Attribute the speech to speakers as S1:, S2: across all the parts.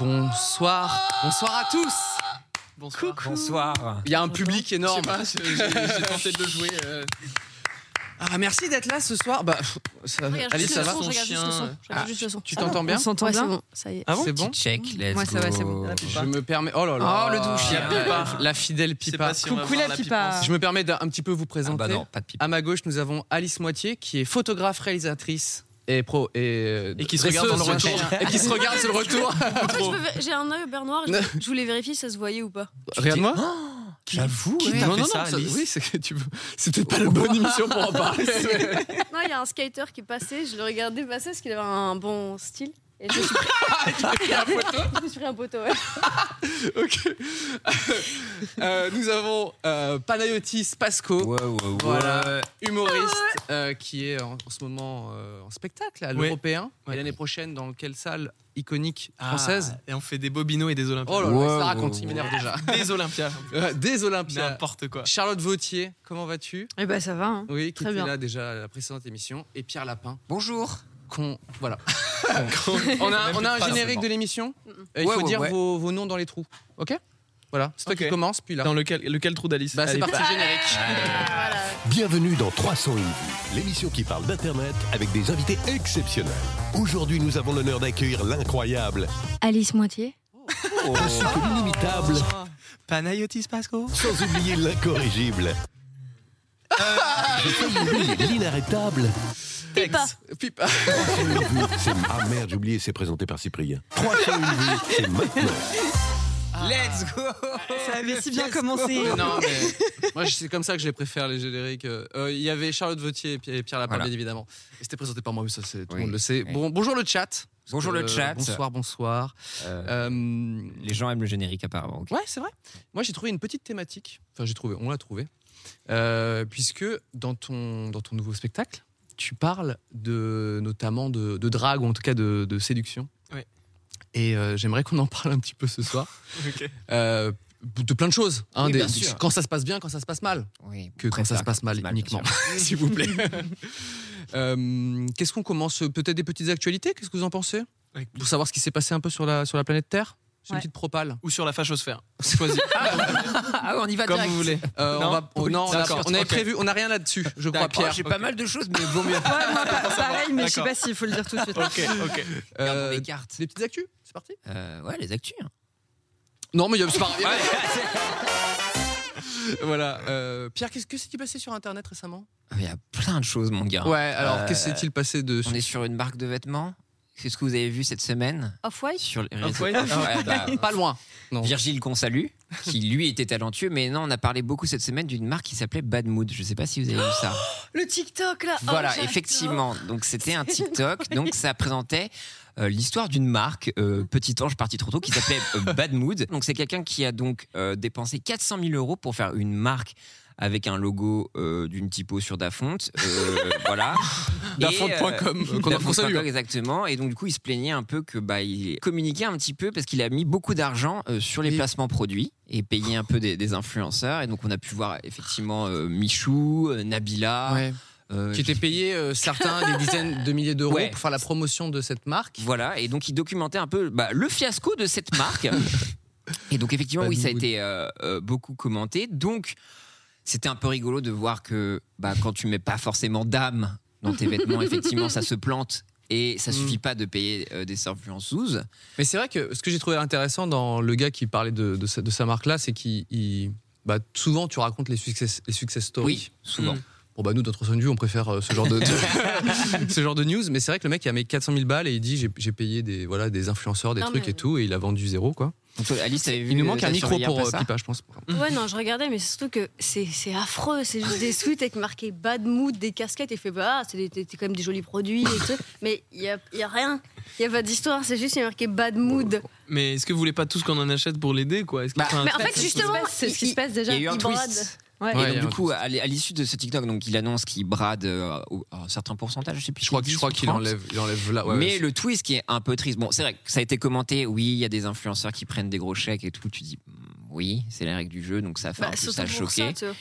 S1: Bonsoir, bonsoir à tous. Bonsoir.
S2: Bonsoir.
S1: Il y a un public énorme.
S3: J'ai tenté de le jouer. euh,
S1: Ah, merci d'être là ce soir. Bah, pff, ça,
S4: Regarde,
S1: Alice,
S4: juste
S1: ça
S4: le
S1: va
S4: son, je regarde juste le son, je regarde
S1: Ah,
S4: juste le son.
S1: Tu t'entends bien
S4: Hein Ouais, c'est bon, ça y est.
S1: Ah bon
S2: C'est bon
S5: Check, let's
S6: Ouais, ça va,
S5: go. Ah bah
S6: c'est bon.
S1: Je me permets. Oh là là.
S2: Oh, le
S1: Il y a
S2: douche.
S1: Pipa, la fidèle
S3: je sais
S1: Pipa.
S3: pas si on va
S6: Coucou
S3: voir
S6: la pipa.
S1: Je me permets d'un un petit peu vous
S5: Ah
S1: présenter.
S5: bah non, pas de pipe.
S1: À ma gauche, nous avons Alice Moitié, qui est photographe, réalisatrice et pro et, euh,
S3: Et qui se regarde
S1: dresseuse
S3: dans le
S1: sur
S3: retour.
S1: terrain. et qui se regarde sur le retour.
S4: En fait, je veux- j'ai un œil au beurre noir, je, je voulais vérifier si ça se voyait ou pas.
S1: Regarde-moi.
S2: J'avoue,
S1: Qui
S2: ouais.
S1: t'a
S2: Non,
S1: fait
S2: non,
S1: ça,
S2: non, ça-
S1: Alice Oui, c'est que tu veux- c'est peut-être pas la bonne émission pour en parler.
S4: Non, il y a un skater qui est passé, je le regardais passer parce qu'il avait un bon style. Et je me suis pris, je me suis pris un poteau. ouais.
S1: ok. Euh, nous avons euh, Panayotis Pasco.
S5: Ouais, ouais, ouais.
S1: Voilà, humoriste euh, qui est en, en ce moment euh, en spectacle à
S3: Ouais.
S1: l'Européen
S3: Ouais.
S1: et l'année prochaine dans quelle salle iconique
S3: Ah,
S1: française
S3: Et on fait des Bobino et des Olympiades.
S1: Oh là là,
S5: Ouais,
S1: ça raconte,
S5: ouais,
S1: il m'énerve déjà.
S3: Des Olympiades.
S1: Euh, Des Olympiades.
S3: N'importe quoi.
S1: Charlotte Vautier, comment vas-tu
S6: Eh ben ça va. hein.
S1: Oui, qui
S6: Très
S1: était
S6: bien.
S1: là déjà à la précédente émission. Et Pierre Lapin,
S5: Bonjour.
S1: qu'on. Voilà. on a, on a un
S5: phrase,
S1: générique
S5: bon.
S1: de l'émission.
S4: Mm.
S1: Euh, il
S5: Ouais,
S1: faut
S5: ouais,
S1: dire
S5: ouais.
S1: Vos, vos noms dans les trous. Ok Voilà, c'est toi qui
S3: Ok.
S1: commence, puis là.
S3: Dans lequel, lequel trou d'Alice
S1: Bah, c'est
S3: Allez,
S1: parti, générique.
S4: Voilà.
S7: Bienvenue dans 300 EV, l'émission qui parle d'Internet avec des invités exceptionnels. Aujourd'hui, nous avons l'honneur d'accueillir l'incroyable Oh.
S4: Alice Moitié.
S7: ainsi que l'inimitable,
S3: Panayotis Pasco.
S7: sans oublier l'incorrigible. J'ai failli oublier L'inarrêtable.
S4: Pipa.
S1: Puis-
S7: 300 EV, c'est... Ah merde, j'ai oublié, c'est présenté par Cyprien. 300 EV, c'est maintenant.
S5: Let's go.
S6: Ça avait si bien
S5: Fiasco.
S6: commencé.
S1: Non, mais moi, c'est comme ça que je les préfère, les génériques. Euh, euh, Il y avait Charlotte Vautier et Pierre et Pierre Lapin,
S5: Voilà.
S1: bien évidemment. Et c'était présenté par moi, mais ça, c'est- tout le
S5: Oui.
S1: monde le sait.
S5: Oui.
S1: Bon, bonjour le chat.
S5: Bonjour le
S1: Euh,
S5: chat.
S1: Bonsoir, bonsoir.
S5: Euh,
S1: Euh,
S5: les gens aiment le générique apparemment. ok.
S1: Ouais, c'est vrai. Moi, j'ai trouvé une petite thématique. Enfin, j'ai trouvé, on l'a trouvé. Euh, puisque dans ton, dans ton nouveau spectacle, tu parles de, notamment de, de drague, ou en tout cas de, de séduction.
S3: Ouais.
S1: Et euh, j'aimerais qu'on en parle un petit peu ce soir. Euh, de plein de choses. hein,
S5: Oui,
S1: des-
S5: bien sûr.
S1: quand ça se passe bien, quand ça se passe mal.
S5: Oui,
S1: que
S5: on
S1: quand ça
S5: préfère
S1: se passe mal
S5: bien
S1: uniquement,
S5: sûr.
S1: s'il vous plaît. Euh, Qu'est-ce qu'on commence Peut-être des petites actualités Qu'est-ce que vous en pensez
S3: Avec-
S1: Pour savoir ce qui s'est passé un peu sur la, sur la planète Terre J'ai une
S6: Ouais.
S1: petite propale.
S3: Ou sur la fachosphère. Choisis.
S5: Ah, on y va
S1: bah, Comme
S5: direct.
S1: vous voulez. Euh,
S3: Non
S1: on va, oh, non, on, a,
S3: D'accord,
S1: on avait
S3: ok.
S1: prévu, on n'a rien là-dessus, je crois,
S3: D'accord.
S5: Oh,
S1: Pierre.
S5: J'ai pas mal de choses, mais vaut mieux.
S6: Ouais, moi, pa- pareil, mais je sais
S3: D'accord.
S6: pas s'il faut le dire tout de suite.
S3: ok, ok.
S1: Euh,
S5: les cartes.
S1: des petites actus C'est parti
S5: Euh, ouais, les actus. hein.
S1: Non, mais il y a- c'est pas Voilà. euh, Pierre, qu'est-ce que s'est-il passé sur Internet récemment
S5: Il y a plein de choses, mon gars.
S1: Ouais, alors,
S5: Euh,
S1: qu'est-ce s'est-il passé de.
S5: On est sur une marque de vêtements. C'est ce que vous avez vu cette semaine
S4: Off-white.
S5: sur les réseaux.
S3: Off-White
S5: Ouais, bah,
S1: Pas loin.
S5: Virgile qu'on salue, qui lui était talentueux, mais non, on a parlé beaucoup cette semaine d'une marque qui s'appelait Bad Mood. Je sais pas si vous avez vu ça.
S4: Le TikTok là. oh,
S5: Voilà,
S4: j'adore.
S5: effectivement. Donc c'était un TikTok. Donc ça présentait euh, l'histoire d'une marque, euh, petit ange parti trop tôt, qui s'appelait euh, Bad Mood. Donc c'est quelqu'un qui a donc euh, dépensé 400 000 euros pour faire une marque avec un logo euh, d'une typo sur Dafonte. Euh, voilà. Et,
S1: Dafont.com,
S5: euh,
S1: qu'on- qu'on salue, hein.
S5: Dafont.com, exactement. Et donc du coup, il se plaignait un peu que bah, il communiquait un petit peu parce qu'il a mis beaucoup d'argent euh, sur les
S1: Oui.
S5: placements produits et payé un peu des, des influenceurs. Et donc on a pu voir effectivement euh, Michou, euh, Nabila.
S1: Ouais.
S5: euh,
S1: qui était payé euh, certains des dizaines de milliers d'euros
S5: Ouais.
S1: pour faire la promotion de cette marque.
S5: Voilà, et donc il documentait un peu bah, le fiasco de cette marque. et donc effectivement,
S1: Pas
S5: oui,
S1: de
S5: ça a
S1: mood.
S5: été euh, euh, beaucoup commenté. Donc c'était un peu rigolo de voir que bah, quand tu mets pas forcément d'âme dans tes vêtements, effectivement, ça se plante. Et ça
S1: Mm.
S5: suffit pas de payer euh, des influenceuses.
S1: Mais c'est vrai que ce que j'ai trouvé intéressant dans le gars qui parlait de, de, sa, de sa marque-là, c'est qu'il. il- Bah, souvent, tu racontes les success, les success stories.
S5: Oui, souvent.
S1: Bon, bah, nous, de notre point de vue, on préfère euh, ce, genre de, de- ce genre de news. Mais c'est vrai que le mec, il a mis 400 000 balles et il dit j'ai- j'ai payé des, voilà, des influenceurs, des
S4: Non,
S1: trucs
S4: mais-
S1: et tout, et il a vendu zéro, quoi.
S5: Donc, toi, Alice, t'avais vu
S1: Il nous
S5: euh,
S1: manque
S5: t'as
S1: un micro
S5: surveillé
S1: pour
S5: après
S1: euh,
S5: ça
S1: Pipa, je pense.
S4: Ouais, non, je regardais, mais c'est surtout que c'est c'est affreux. C'est juste des sweats avec marqué bad mood, des casquettes. Et fait, bah, c'est des- des- c'est quand même des jolis produits et tout. Mais il n'y a, il y a rien. Il n'y a pas d'histoire. C'est juste, il y a marqué bad mood.
S3: Mais est-ce que vous voulez pas tous qu'on en achète pour l'aider, quoi Est-ce qu'il
S5: Bah,
S3: faut un
S4: Mais en
S3: trait
S4: fait, justement,
S6: C'est ce qui se passe
S5: Il
S6: déjà.
S5: y a eu un
S4: il
S5: twist.
S6: Ouais.
S5: Et
S1: Ouais, il y
S5: donc,
S1: a
S5: du
S1: un
S5: coup, à l- à l'issue de ce TikTok, donc il annonce qu'il brade euh, au- un certain pourcentage, je sais plus.
S1: Je crois,
S5: si
S1: je
S5: c'est
S1: crois
S5: 10 ou
S1: qu'il
S5: 30.
S1: enlève, il enlève là. Ah ouais,
S5: mais
S1: ouais.
S5: le twist qui est un peu triste, bon, c'est vrai que ça a été commenté, oui, il y a des influenceurs qui prennent des gros chèques et tout, tu dis, hmm, oui, c'est la règle du jeu, donc ça fait
S4: Bah,
S5: un peu
S4: surtout
S5: ça
S4: pour ça,
S5: choquer.
S4: tu vois.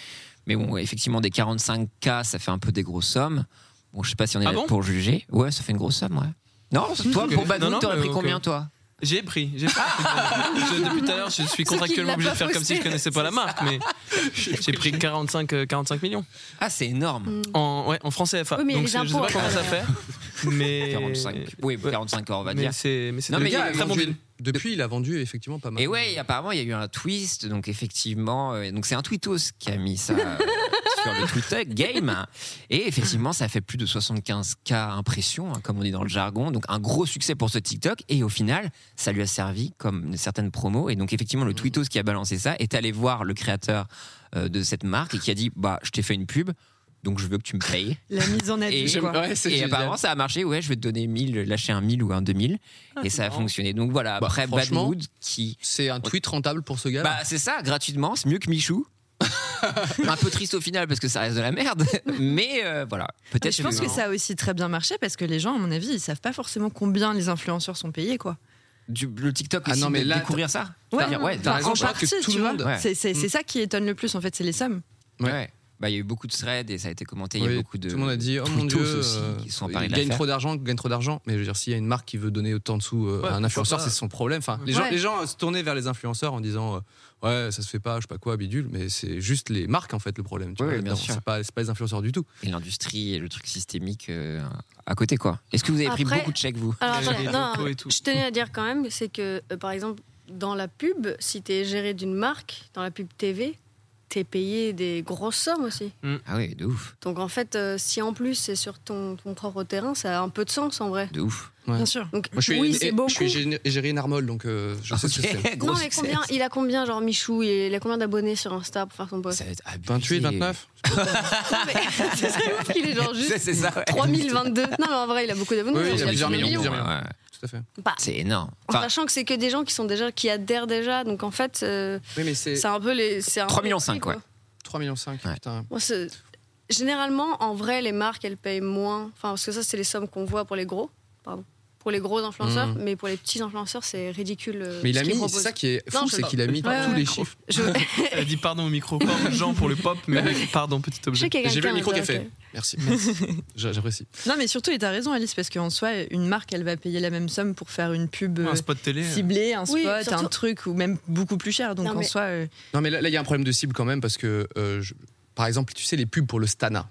S5: mais bon, ouais, effectivement, des 45K, ça fait un peu des grosses sommes. Bon, je sais pas si on est
S3: Ah
S5: là
S3: bon
S5: pour juger. Ouais, ça fait une grosse somme, ouais. Non, toi,
S3: Ok.
S5: pour Bad
S3: Non,
S5: Moon,
S3: non,
S5: t'aurais
S3: mais
S5: pris
S3: ok.
S5: combien, toi
S3: J'ai pris, j'ai pris. Je- depuis tout à l'heure, je suis contractuellement
S6: l'a
S3: obligé de
S6: pas
S3: faire comme si
S6: posté.
S3: je connaissais pas la marque, mais j'ai pris 45, euh, 45 millions.
S5: Ah, c'est énorme.
S3: En, ouais, en français CFA.
S4: Oui, mais
S3: Donc
S4: les
S3: je, je sais
S4: impôts,
S3: pas comment
S4: euh,
S3: ça fait, mais.
S5: 45. Oui, 45 ans, on va
S3: Mm. Mais
S5: dire.
S3: c'est mais c'est
S5: Non,
S3: de-
S5: mais il y a
S3: Ah,
S5: eu
S3: très
S5: un
S3: bon
S5: jeu-
S3: deal.
S1: Depuis, il a vendu effectivement pas mal.
S5: Et ouais, apparemment, il y a eu un twist. Donc, effectivement, euh, donc c'est un tweetos qui a mis ça euh, sur le Twitter game. Et effectivement, ça fait plus de 75K impressions, hein, comme on dit dans le jargon. Donc, un gros succès pour ce TikTok. Et au final, ça lui a servi comme certaines promos. Et donc, effectivement, le tweetos qui a balancé ça est allé voir le créateur euh, de cette marque et qui a dit Bah, je t'ai fait une pub. Donc, je veux que tu me payes.
S6: La mise
S4: Ah,
S6: en
S5: Et,
S6: abîme, quoi.
S5: et apparemment, ça a marché. Ouais, je vais te donner 1000, lâcher un 1000 ou un 2000. et ça a
S3: marrant.
S5: fonctionné. Donc voilà,
S1: Bah,
S5: après Bad
S1: franchement,
S5: Mood qui.
S1: C'est un tweet rentable pour ce gars.
S5: Bah, c'est ça, gratuitement, c'est mieux que Michou. un peu triste au final parce que ça reste de la merde, mais euh, voilà,
S6: Mais
S5: peut-être
S6: je pense que ça a aussi très bien marché parce que les gens, à mon avis, ils savent pas forcément combien les influenceurs sont payés, quoi.
S5: du- le TikTok
S1: Ah
S5: essaie
S1: non, mais
S5: de
S1: là,
S5: découvrir ça.
S6: Ouais,
S5: Dire, ouais,
S6: Enfin,
S1: t'as raison,
S6: en
S1: je crois que
S6: partie,
S1: tout
S6: tu
S1: le
S6: vois.
S1: monde-
S5: Ouais.
S6: C'est, c'est- c'est
S1: Mm.
S6: ça qui étonne le plus, en fait, c'est les sommes.
S1: Ouais.
S5: Ouais. Bah, il y a eu beaucoup de threads et ça a été commenté. il y
S1: Oui,
S5: a beaucoup de.
S1: tout le monde a dit oh mon
S5: tweetos
S1: dieu,
S5: aussi
S1: euh,
S5: qui sont emparés
S1: il
S5: de
S1: gagne
S5: l'affaire.
S1: trop d'argent, gagne trop d'argent. Mais je veux dire, s'il y a une marque qui veut donner autant de sous euh,
S3: Ouais,
S1: à un
S3: pourquoi
S1: influenceur,
S3: pas.
S1: c'est son problème. Enfin, les gens,
S6: Ouais.
S1: les gens euh, se tournaient vers les influenceurs en disant euh, ouais, ça se fait pas, je sais pas quoi, bidule. Mais c'est juste les marques en fait le problème. tu
S5: Oui,
S1: vois,
S5: bien
S1: là-dedans.
S5: sûr.
S1: C'est pas, c'est pas les influenceurs du tout.
S5: Et l'industrie et le truc systémique euh, à côté, quoi. Est-ce que vous avez pris
S4: Après- euh,
S5: beaucoup de chèques, vous
S4: Alors,
S3: Il y a
S4: attendez,
S3: les
S4: non,
S3: locaux et tout.
S4: je tenais à dire quand même, c'est que, euh, par exemple, dans la pub, si t'es géré d'une marque, dans la pub TV, t'es payé des grosses sommes aussi.
S5: Ah oui, de ouf,
S4: Donc en fait, euh, si en plus c'est sur ton, ton propre terrain, ça a un peu de sens en vrai.
S5: de ouf.
S6: Bien sûr.
S4: Donc
S1: Moi, je suis,
S4: oui,
S1: et-
S4: c'est
S1: je
S4: beaucoup.
S1: suis gé- géré une armole, donc euh, je sais ce que
S5: Ok,
S1: c'est.
S5: gros
S4: Non, mais
S5: succès.
S4: combien, il a combien, genre Michou Il a combien d'abonnés sur Insta pour faire son post
S5: Ça va être
S1: 28,
S5: abusé.
S1: 29
S4: Non, mais C'est ça, ouf qu'il est genre
S5: C'est
S4: juste
S5: c'est ça. ouais.
S4: 3022. Non, mais en vrai, il a beaucoup d'abonnés.
S1: Oui, il a
S4: genre,
S1: plusieurs
S4: des
S1: millions, plusieurs millions.
S5: Ouais, ouais.
S1: Tout à fait.
S4: Bah,
S5: C'est énorme.
S4: en
S5: Enfin,
S4: sachant que c'est que des gens qui sont déjà qui adhèrent déjà, donc en fait, euh,
S1: Oui, mais c'est
S4: c'est un peu les. c'est un
S5: 3,5
S4: peu
S5: millions,
S4: le prix, quoi.
S5: ouais.
S1: 3,5 millions. Putain.
S4: Moi, c'est- Généralement, en vrai, les marques, elles payent moins. Enfin, parce que ça, c'est les sommes qu'on voit pour les gros. Pardon. Pour les gros influenceurs,
S1: Mhm.
S4: mais pour les petits influenceurs, c'est ridicule. euh,
S1: Mais il
S4: ce
S1: a
S4: qu'ils
S1: mis, c'est
S4: proposent.
S1: ça qui est fou,
S4: Non, je-
S1: c'est qu'il a mis
S4: Ouais,
S1: tous
S4: ouais.
S1: les chiffres.
S3: Elle a dit pardon au micro, comme Jean pour le pop, mais pardon, petit
S4: Je sais
S3: objet.
S4: qu'il y a
S1: J'ai vu
S4: quelqu'un
S1: le micro qui a
S4: qui a-
S1: fait. Merci. J'a- J'apprécie.
S6: Non, mais surtout, et t'as raison, Alice, parce qu'en soi, une marque, elle va payer la même somme pour faire une pub euh,
S3: Un spot télé. euh,
S6: ciblée, un spot,
S4: Oui,
S6: un
S4: surtout-
S6: truc, ou même beaucoup plus cher. Donc
S4: Non,
S6: en
S4: mais-
S6: soi, euh,
S1: Non, mais là, là, il y a un problème de cible quand même parce que, euh, je- par exemple, tu sais, les pubs pour le Stana.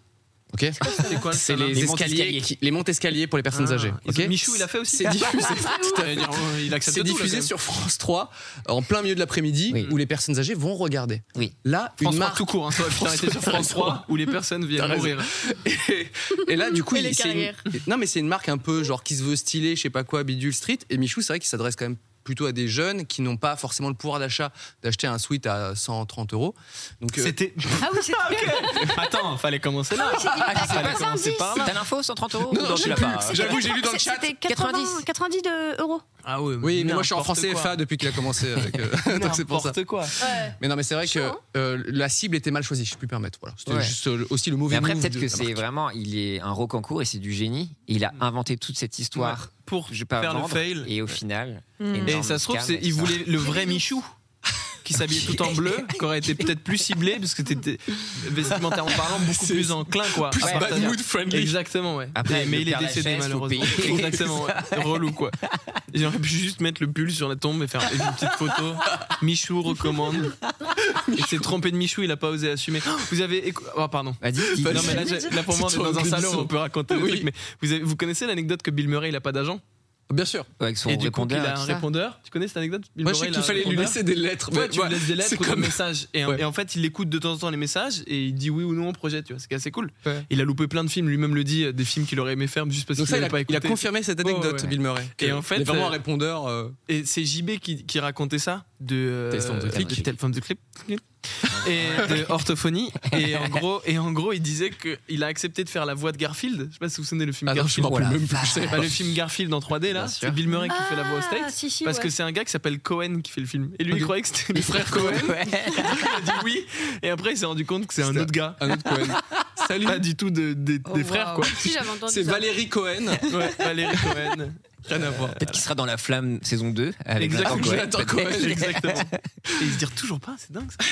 S1: Ok
S3: C'est quoi le
S1: C'est
S3: salon
S1: les,
S5: Les montes-escaliers.
S1: escaliers, qui- les montes escaliers pour les personnes
S3: Ah,
S1: âgées.
S3: ils
S1: ok
S3: ont- Michou, il a fait aussi. Ah,
S1: C'est diffusé.
S3: Tout à l'heure, Il accepte
S1: C'est
S3: tout, là, quand
S1: diffusé
S3: même.
S1: sur France 3 en plein milieu de l'après-midi
S5: Oui.
S1: où les personnes âgées vont regarder.
S5: Oui.
S1: Là,
S3: France
S1: une
S3: 3
S1: marque.
S3: tout court, hein, ça aurait pu t'arrêter sur
S1: T'as
S3: France 3
S1: raison.
S3: où les personnes
S1: T'as
S3: viennent
S1: raison.
S3: mourir.
S1: et, et là, du coup,
S4: Et
S1: il-
S4: les
S1: c'est une,
S4: carrières.
S1: non, mais c'est une marque un peu genre qui se veut stylée, je sais pas quoi, bidule street. Et Michou, c'est vrai qu'il s'adresse quand même plutôt à des jeunes qui n'ont pas forcément le pouvoir d'achat d'acheter un sweat à 130 euros. Donc, euh,
S3: C'était.
S4: Ah oui, c'est
S3: Attends, fallait commencer là. fallait commencer par là.
S5: T'as l'info 130 euros
S1: Non, non,
S5: Ou
S1: je
S5: tu
S1: l'ai
S5: l'as
S1: plus.
S5: pas, euh,
S1: J'avoue, j'ai lu dans le chat.
S4: C'était 90, 90 de euros.
S3: Ah ouais,
S1: Oui, mais moi je suis en
S3: n'importe
S1: français
S3: quoi.
S1: FA depuis qu'il a commencé. Avec, euh, donc c'est pour ça.
S3: N'importe quoi.
S4: Ouais.
S1: Mais non, mais c'est vrai que
S4: Chiant, hein.
S1: euh, la cible était mal choisie, je peux me permettre. Voilà. C'était
S5: Ouais.
S1: juste euh, aussi le mauvais
S5: Mais après,
S1: move de
S5: peut-être que
S1: la
S5: c'est
S1: marque.
S5: vraiment, il est un rocancourt et c'est du génie. Et il a inventé toute cette histoire
S3: Pour
S5: Je vais pas
S3: Mm. faire le
S5: vendre.
S3: fail. Mm.
S5: et au final.
S6: hmm.
S5: énorme
S3: Et ça se trouve,
S5: scam,
S3: c'est- il
S5: ça.
S3: voulait le vrai Michou qui s'habillait tout en bleu, qui aurait été peut-être plus ciblé, parce que t'étais vestimentairement parlant beaucoup
S1: C'est-
S3: plus enclin, quoi.
S1: Plus
S3: à
S1: bad
S3: partager.
S1: mood friendly.
S3: Exactement, ouais.
S5: Après,
S3: Et- mais
S5: le
S3: il est
S5: père
S3: décédé
S5: Lachaise, faut
S3: malheureusement.
S5: payer.
S3: Exactement, ouais. relou quoi. J'aurais pu juste mettre le pull sur la tombe et faire une petite photo. Michou recommande. Il s'est trompé de Michou, il a pas osé assumer. Vous avez. écou- Oh, pardon.
S5: Vas-y, dis-
S3: Non, mais là, j'ai- là, pour moi, on
S1: C'est
S3: est dans
S1: trop
S3: un salon,
S1: bizarre.
S3: on peut raconter des
S1: Oui.
S3: trucs, mais vous, avez- vous connaissez l'anecdote que Bill Murray, il a pas d'agent
S1: Bien sûr.
S5: avec son
S3: Et du coup, il
S5: répondeur. et
S3: a
S5: tout
S3: un
S5: ça.
S3: répondeur. Tu connais cette anecdote Bill
S1: Moi, je
S3: Murray,
S1: sais
S3: il
S1: qu'il
S3: a un
S1: fallait lui
S3: répondeur.
S1: laisser des lettres.
S3: Ouais,
S1: mais
S3: tu lui laisses des lettres
S1: c'est
S3: ou des
S1: comme-
S3: messages. Et,
S1: Ouais.
S3: et en fait, il écoute de temps en temps les messages et il dit oui ou non au projet, tu vois. C'est assez cool.
S1: Ouais.
S3: Il a loupé plein de films, lui-même le dit, euh, des films qu'il aurait aimé faire mais juste parce
S1: Donc
S3: qu'il
S1: ça, il
S3: n'avait
S1: a,
S3: pas
S1: il a
S3: écouté.
S1: confirmé cette
S3: ouais,
S1: anecdote,
S3: ouais.
S1: Bill Murray.
S3: Et
S1: que
S3: en fait,
S1: il est vraiment
S3: euh,
S1: un répondeur. euh,
S3: Et c'est JB qui, qui racontait ça de euh,
S1: Tales from the
S3: de
S1: Clip.
S3: Tales from the Clip. et de orthophonie et en gros et en gros il disait qu'il a accepté de faire la voix de Garfield je sais pas si vous vous souvenez le film
S1: Ah non, je
S3: Garfield
S1: m'en rappelle
S5: Voilà.
S1: même plus. je sais
S3: Bah,
S1: pas.
S3: le film Garfield en 3D là
S5: Bien sûr.
S3: c'est Bill Murray qui fait la voix au States
S4: Ah, si, si,
S3: parce
S4: ouais.
S3: que c'est un gars qui s'appelle Cohen qui fait le film et lui il croyait que c'était le frère Cohen il a dit oui et après il s'est rendu compte que c'est un
S1: C'était
S3: autre gars
S1: Un autre Cohen. Salut.
S3: pas du tout de- des-
S6: Oh,
S3: des frères
S6: waouh.
S3: quoi
S4: Si, j'avais entendu
S1: C'est
S4: ça.
S1: Valérie Cohen.
S3: Ouais, Valérie Cohen
S1: Rien à voir.
S5: Peut-être qu'il sera dans la flamme saison 2 avec
S3: Exactement.
S5: Jonathan Cohen,
S1: Jonathan Cohen.
S5: peut-être.
S3: exactement et il se dire toujours pas c'est dingue ça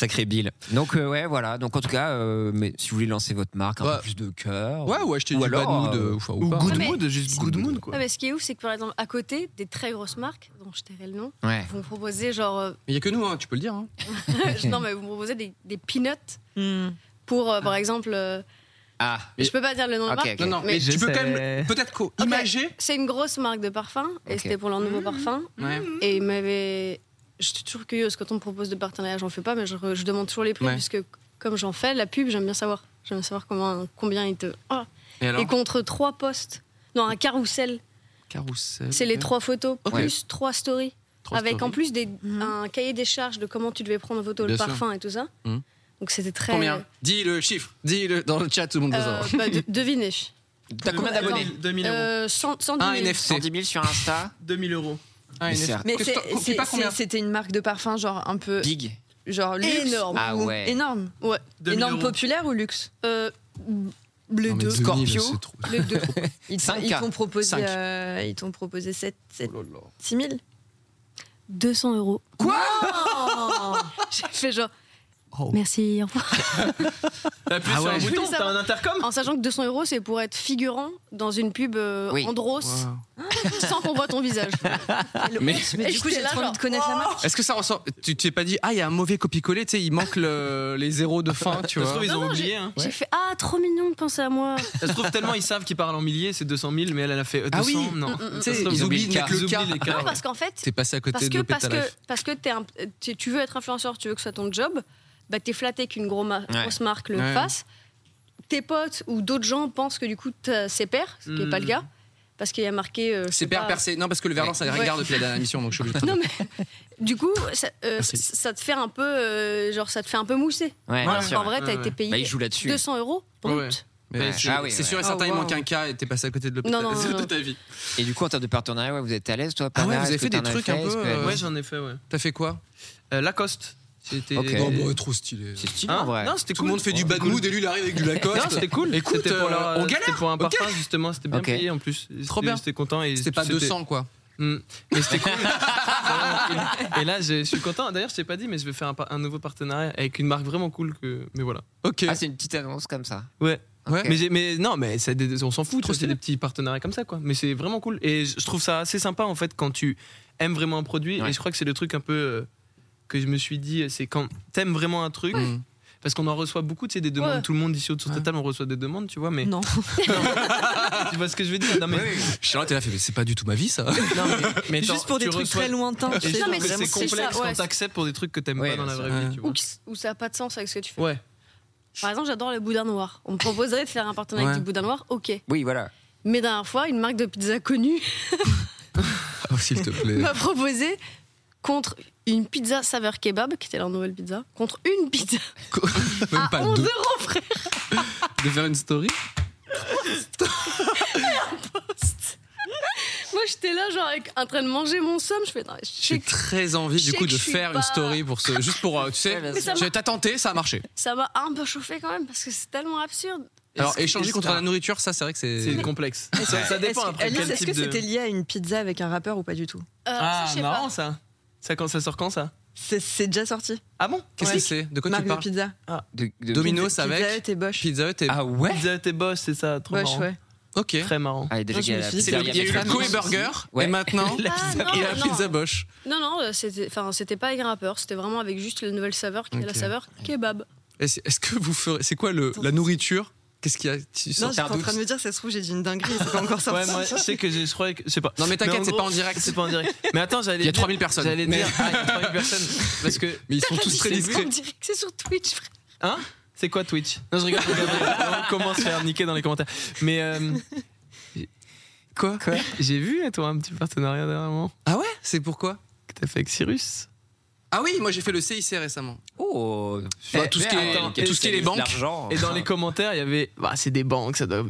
S5: Sacré Bill. Donc euh, ouais, voilà. Donc en tout cas, euh, mais si vous voulez lancer votre marque, un
S1: Ouais.
S5: peu plus de cœur.
S1: Ouais, ou acheter
S5: Ou
S1: du bad
S5: alors,
S1: mood.
S5: euh,
S1: euh, enfin,
S3: ou
S1: pas.
S3: Good
S4: Ouais, mais-
S3: Mood juste
S5: C'est
S3: Good
S5: Good
S3: Mood
S5: Mood.
S3: quoi
S4: Ouais, mais ce qui est ouf, c'est que par exemple, à côté, des très grosses marques, dont je tairai le nom,
S5: Ouais.
S4: vous me proposez genre. euh,
S1: Mais il y a que nous, hein, tu peux le dire. hein.
S4: non, mais vous me proposez des, des peanuts
S6: Hmm.
S4: pour, euh, par exemple. euh,
S5: Ah.
S4: je peux pas dire le nom de
S5: Ok,
S4: marque.
S5: ok.
S1: Non, non,
S4: Mais
S1: mais
S3: je
S1: tu peux
S3: sais.
S1: quand même peut-être co-imager.
S4: C'est une grosse marque de parfum et
S5: Ok.
S4: c'était pour leur nouveau parfum.
S1: Ouais.
S4: Et ils m'avaient. Je suis toujours curieuse quand on me propose de partenariat, j'en fais pas, mais je, re- je demande toujours les prix
S1: Ouais.
S4: puisque comme j'en fais la pub, j'aime bien savoir. J'aime bien savoir comment, combien ils te. Ah.
S1: Et alors
S4: et contre trois postes, non un carrousel,
S1: Carousel.
S4: c'est les trois photos
S1: Ok.
S4: plus trois stories
S1: Trois
S4: avec en
S1: stories.
S4: plus des,
S6: Mhm.
S4: un cahier des charges de comment tu devais prendre en photo le
S1: Bien sûr.
S4: parfum et tout ça.
S1: Mhm.
S4: Donc c'était très.
S1: Combien Dis le chiffre. Dis le dans le chat, tout le monde peut
S4: euh,
S1: savoir.
S4: bah, de- Devinez.
S5: T'as combien d'abonnés
S3: 2000 euros
S4: Euh, 100, 110
S1: Un
S4: 000.
S1: NFC.
S5: 110 000 sur Insta.
S3: 2000 euros
S1: Ah,
S5: Mais
S1: une-
S5: c'est-
S6: Mais
S1: Qu'est-ce
S6: c'est-
S1: que t'en- c'est
S6: c'est-
S1: pas combien
S6: c'est- c'était une marque de parfum genre un peu
S5: Big.
S6: genre luxe
S4: Énorme.
S5: Ah
S6: ou-
S5: ouais.
S6: énorme.
S3: 2000
S6: énorme
S3: euros.
S6: populaire ou luxe
S4: Euh,
S1: Non,
S4: les
S1: mais
S4: deux.
S1: 2000,
S5: Scorpio.
S1: c'est trop-
S6: Les deux. Ils t'ont
S5: 5K.
S6: ils t'ont proposé,
S5: Cinq.
S6: euh, ils t'ont proposé 7, 7,
S1: Oh là là.
S6: 6 000
S4: 200 euros. Quoi J'ai fait genre.
S1: Oh.
S4: Merci, au revoir.
S3: T'appuies
S1: Ah
S3: sur
S1: ouais.
S3: un
S4: Je
S3: bouton,
S4: voulais
S3: t'as
S4: savoir.
S3: un intercom
S4: En sachant que 200 euros, c'est pour être figurant dans une pub euh,
S5: Oui.
S4: Andros Ah,
S1: Wow.
S4: sans qu'on voit ton visage.
S1: Mais-
S6: Mais
S4: Et
S6: du coup,
S4: j'étais
S6: j'ai
S4: là,
S6: trop envie
S4: genre,
S6: de connaître la marque.
S1: Est-ce que ça ressemble Tu t'es pas dit ah il y a un mauvais copier-coller, tu sais il manque le- les zéros de fin, tu
S3: Ça se
S1: vois.
S3: trouve, ils
S4: Non,
S3: ont
S4: non,
S3: oublié. hein.
S4: J'ai fait Ah, trop mignon de penser à moi.
S3: Ça se trouve, tellement ils savent qu'ils parlent en milliers, c'est 200 000, mais elle, elle a fait euh, 200.
S1: Ah oui.
S3: non.
S4: Mm, mm,
S1: Tu
S3: Ça
S1: sais,
S3: se trouve,
S1: ils oublient de
S5: oublient le
S1: mettre le
S3: cas. Ils oublient les
S1: cas.
S3: cas.
S4: Non, Ah parce qu'en fait,
S1: T'es passé à
S4: parce
S1: côté de
S4: que, parce
S1: l'Opéta
S4: que,
S1: Life.
S4: parce que t'es un- tu, tu veux être influenceur, tu veux que ce soit ton job, bah t'es flatté qu'une gros ma-
S5: Ouais.
S4: grosse marque le
S1: Ouais.
S4: fasse. Tes potes ou d'autres gens pensent que du coup t'as- c'est père, ce qui n'est pas le
S3: Hmm.
S4: cas, parce qu'il y a marqué. euh, je sais
S1: C'est père
S4: pas-
S1: percé. Non parce que le verlan ça les
S4: Ouais.
S1: regarde depuis la dernière émission donc je suis obligé.
S4: Non mais du coup, ça, euh,
S1: Merci.
S4: ça te fait un peu, euh, genre ça te fait un peu mousser.
S5: Ouais.
S3: Ouais.
S5: bien sûr.
S4: en vrai, t'as
S3: ouais,
S4: été
S3: ouais.
S4: payé
S5: Bah, il joue là-dessus.
S4: 200 euros. brut.
S3: Ouais.
S1: Mais
S3: Ouais.
S1: c'est
S5: Ah oui,
S1: c'est
S5: ouais.
S1: sûr et
S6: Oh,
S1: certain il
S6: wow.
S1: manque un cas et t'es passé à côté de l'Opéta
S4: Non, non,
S1: Life
S4: non,
S1: de
S4: non.
S1: ta vie.
S5: Et du coup, en termes de partenariat, ouais, vous êtes à l'aise, toi
S1: Ah ouais,
S5: Pana,
S1: vous avez
S5: est-ce
S1: fait
S5: que t'en
S1: des
S5: as
S1: trucs un peu,
S5: Est-ce que-
S1: euh,
S3: Ouais, j'en ai fait, ouais.
S1: T'as fait quoi
S3: Euh, Lacoste. C'était.
S5: Ok.
S3: Hein
S5: Non, bah,
S1: trop stylé. hein.
S5: C'est stylé en vrai.
S3: Non, c'était
S1: Tout
S3: cool.
S1: le monde fait du bad
S3: Cool.
S1: mood et lui il arrive avec du
S3: Non,
S1: Lacoste.
S3: c'était cool.
S1: Écoute,
S3: c'était pour,
S1: euh,
S3: leur-
S1: on galère.
S3: c'était pour un
S1: Ok.
S3: parfum, justement. C'était bien
S5: Ok.
S3: payé en plus.
S1: Trop bien.
S3: J'étais content. et
S1: C'était pas 200 quoi.
S3: Mm. Mais c'était cool. Et- et là, je suis content. D'ailleurs, je t'ai pas dit, mais je vais faire un, par- un nouveau partenariat avec une marque vraiment cool. Que... Mais voilà.
S1: Ok.
S5: Ah, c'est une petite annonce comme ça.
S3: Ouais.
S1: Ouais.
S5: Ok.
S3: Mais, j'ai- mais non, mais c'est des- on s'en fout, tu vois, c'est
S1: stylé.
S3: des petits partenariats comme ça, quoi. Mais c'est vraiment cool. Et je je trouve ça assez sympa, en fait, quand tu aimes vraiment un produit.
S5: Ouais.
S3: Et je crois que c'est le truc un peu euh, que je me suis dit, euh, c'est quand t'aimes vraiment un truc.
S1: Mm.
S3: Parce qu'on en reçoit beaucoup, tu sais, des demandes.
S4: Ouais.
S3: Tout le monde ici autour de la table, on reçoit des demandes, tu vois. Mais
S6: Non.
S3: tu vois ce que je veux dire Non, mais,
S1: Charlotte elle a fait mais c'est pas du tout ma vie ça.
S3: non, mais- mais
S6: Juste
S3: attends,
S6: pour des
S3: tu
S6: trucs
S3: reçois-
S6: très lointains.
S3: Et
S6: tu
S3: je
S6: sais,
S4: Non,
S3: trouve
S4: mais
S3: que
S6: vraiment,
S3: c'est
S4: c'est
S3: complexe
S4: ça, ouais.
S3: quand t'acceptes pour des trucs que t'aimes
S5: Ouais,
S3: pas dans la
S5: bien
S3: vraie
S1: sûr.
S3: vie,
S1: Ouais.
S3: tu
S4: Ou,
S3: vois.
S4: que c- ou ça n'a pas de sens avec ce que tu fais.
S3: Ouais.
S4: Par exemple, j'adore le boudin noir. On me proposerait de faire un partenariat
S1: Ouais.
S4: avec du boudin noir, ok.
S5: Oui, voilà.
S4: Mais dernière fois, une marque de pizza connue
S1: Oh s'il te plaît.
S4: m'a proposé contre une pizza saveur kebab, qui était leur nouvelle pizza, contre une pizza
S1: Même
S4: à
S1: pas
S4: 11
S1: deux.
S4: euros, frère.
S1: De faire une story.
S4: Moi, j'étais là, genre, avec- en train de manger mon somme. Je fais, non, je sais
S1: J'ai
S4: que
S1: très envie
S4: je
S1: du
S4: sais
S1: coup
S4: que
S1: de
S4: je suis
S1: faire une
S4: pas-
S1: story pour ce juste pour euh, tu sais
S4: Mais ça
S1: j'ai- t'as tenté ça a marché.
S4: ça m'a un peu chauffé quand même, parce que c'est tellement absurde.
S1: Alors
S3: Est-ce que-
S1: échanger
S3: est-ce-
S1: contre la nourriture ça c'est vrai que
S3: C'est
S1: c'est
S3: complexe.
S6: Est-ce
S3: Ça, ça dépend
S6: Est-ce que-
S3: après
S6: Alice,
S3: quel
S6: est-ce
S3: type
S6: que
S3: de-
S6: c'était lié à une pizza avec un rappeur ou pas du tout
S4: Euh, ça,
S3: Ah,
S4: je sais
S3: marrant
S4: pas.
S3: ça. Ça quand ça sort quand ça
S6: C'est- C'est déjà sorti.
S3: Ah bon
S1: qu'est-ce
S6: Ouais.
S1: que c'est de quoi
S6: Marque
S1: tu
S6: de
S1: parles
S6: pizza.
S5: De- de-
S1: Domino's
S6: Pizza-
S1: avec-
S6: Pizza Hut et Bosch.
S1: Pizza Hut et
S5: Ah ouais
S3: Pizza tes boss, c'est ça, trop
S6: Bosch,
S3: marrant.
S6: ouais.
S1: OK.
S3: Très marrant.
S5: Allez, déjà,
S6: Non, je
S5: Ah, il y a
S6: me
S5: la
S6: suis dit,
S5: pizza,
S1: C'est le-
S5: il
S1: il y a eu le
S5: la
S1: Koé
S5: pizza.
S1: Burger
S5: Ouais.
S1: et maintenant
S4: Ah, non,
S1: il y a la
S4: non.
S1: pizza Bosch.
S4: Non, non, euh, c'était enfin, c'était pas avec un rappeur, c'était vraiment avec juste la nouvelle saveur qui est la
S1: Ok.
S4: saveur kebab.
S1: Est-ce est-ce que vous ferez c'est quoi le la nourriture Qu'est-ce qu'il y a Tu
S6: Non,
S1: sens-
S6: j'étais en train de me dire, ça se trouve, j'ai dit une dinguerie, c'est pas encore
S3: Ouais,
S6: sorti.
S3: moi, je sais que je je croyais que. C'est pas.
S1: Non, mais
S3: en
S1: t'inquiète, c'est
S3: gros,
S1: pas en direct.
S3: C'est pas en direct. Mais attends, j'allais.
S1: Il y a
S3: dire-
S1: 3000 personnes.
S3: J'allais
S1: Mais-
S3: dire. Ah, il y a 3000 personnes. Parce que.
S1: Mais ils sont tous très
S4: C'est
S1: discrets.
S4: On dirait que c'est sur Twitch, frère.
S3: Hein C'est quoi Twitch Non, je rigole. je rigole. On commence à se faire niquer dans les commentaires. Mais. euh, Quoi, J'ai vu, toi, un petit partenariat dernièrement
S1: Ah ouais C'est pourquoi
S3: que t'as fait avec Cyrus.
S1: Ah oui, moi j'ai fait le CIC récemment.
S5: Oh,
S1: vois, tout ce qui est- tout ce qui est les banques.
S3: Et dans les commentaires, il y avait. Bah, c'est des banques, ça doit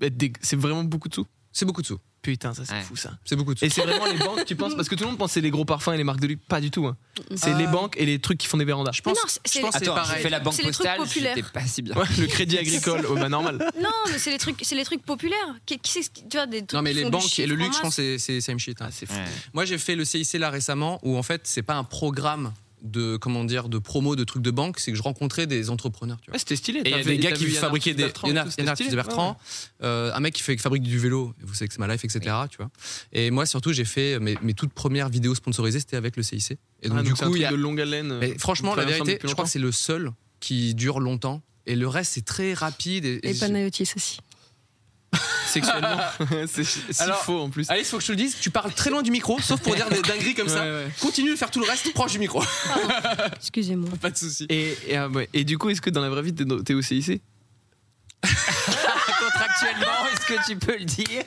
S3: être des- C'est vraiment beaucoup de sous.
S1: C'est beaucoup de sous.
S3: Putain, ça, c'est
S5: Ouais.
S3: fou, ça.
S1: C'est beaucoup de sous.
S3: Et c'est vraiment les banques, tu penses Parce que tout le monde pense que c'est les gros parfums et les marques de luxe. Pas du tout. hein. C'est
S1: Euh,
S3: les banques et les trucs qui font des vérandas.
S1: Je pense,
S4: Mais non, c'est-
S1: je pense que c'est
S5: Attends, j'ai
S1: pareil.
S5: fait la banque
S4: C'est les trucs
S5: postale,
S4: populaires.
S5: c'était pas si bien.
S3: Ouais, le crédit agricole, oh, bah normal.
S4: Non, mais c'est les trucs, c'est les trucs populaires. Qui, qui c'est ce qui- tu vois des trucs
S1: Non, mais
S4: qui
S1: les
S4: font du
S1: banques et le
S4: chiffre en
S1: luxe, je pense
S4: masse.
S1: que c'est- c'est same shit. hein.
S3: c'est
S5: Ouais.
S1: Moi, j'ai fait le CIC là récemment où en fait, c'est pas un programme de comment dire de promo de trucs de banque, c'est que je rencontrais des entrepreneurs. Tu vois.
S3: c'était stylé.
S1: Et il y a des gars qui fabriquaient des. Il y en a- il y en a qui faisait Bertrand, euh, un mec qui, fait, qui fabrique du vélo, vous savez que c'est ma life, etc. Tu vois. Et moi, surtout, j'ai fait mes, mes toutes premières vidéos sponsorisées, c'était avec le CIC. Et
S3: Ah,
S1: donc, du coup, il y a-
S3: de longue haleine. euh,
S1: mais franchement, la
S3: travaillez ensemble
S1: vérité,
S3: depuis
S1: je crois que c'est le seul qui dure longtemps. Et le reste, c'est très rapide. Et, et-
S4: Et Panayotis aussi.
S3: Sexuellement, hein. c'est ah, si
S1: Alors-
S3: faux en plus.
S1: Allez, faut que je te le dise, tu parles très loin du micro, sauf pour dire des dingueries comme ça.
S3: Ouais, ouais.
S1: Continue de faire tout le reste proche du micro.
S4: Excusez-moi.
S1: Pas de souci.
S3: Et, et, ah, ouais. Et du coup, est-ce que dans la vraie vie, t'es dans- t'es au CIC
S5: Contractuellement, est-ce que tu peux le dire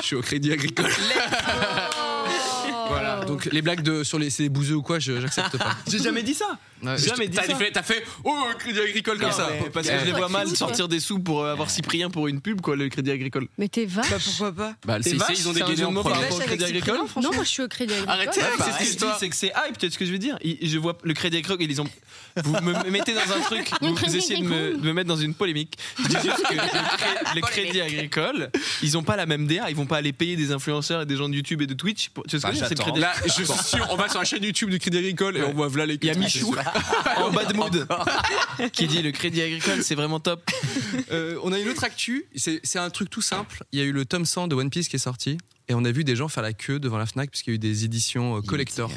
S1: Je suis au Crédit Agricole. Oh.
S4: Oh.
S1: Voilà. Donc les blagues de sur les c'est bouseux ou quoi, je- j'accepte pas.
S3: J'ai jamais dit ça.
S1: Ouais,
S3: J'ai
S1: je-
S3: jamais dit
S1: t'as
S3: ça.
S1: Fait, t'as fait oh Crédit Agricole comme ça.
S3: parce que je les vois mal
S4: Ouais.
S3: sortir des sous pour euh, avoir Cyprien pour une pub, quoi, le crédit agricole.
S4: Mais t'es vache.
S6: pourquoi pas
S1: Bah, le
S3: T'es
S1: CIC,
S3: vache,
S1: ils ont
S3: c'est un
S1: dégainé
S3: jeu de
S1: en
S3: mots
S1: premier.
S3: par rapport au crédit agricole.
S4: Non, moi je suis au Crédit Agricole.
S1: Arrêtez avec
S3: C'est ce que
S1: cette
S3: je dis,
S1: histoire.
S3: c'est que c'est hype, tu sais ce que je veux dire Ils- Je vois le crédit agricole, ils ont. Vous me mettez dans un truc, vous, vous essayez de me, de me mettre dans une polémique. Je dis juste que le, cré- le crédit agricole, ils ont pas la même DA, ils vont pas aller payer des influenceurs et des gens de YouTube et de Twitch. pour- tu sais ce que
S5: Bah,
S3: je veux dire, c'est le
S5: j'attends.
S3: crédit
S1: Là, je suis sûr, on va sur la chaîne YouTube du Crédit Agricole et
S3: Ouais.
S1: on voit voilà les.
S3: Il y a Michou en bas de mood qui dit le crédit agricole, c'est vraiment top.
S1: Euh, on a une autre actu. C'est c'est un truc tout simple. Il y a eu le tome 100 de One Piece qui est sorti et on a vu des gens faire la queue devant la Fnac puisqu'il y a eu des éditions euh, collector.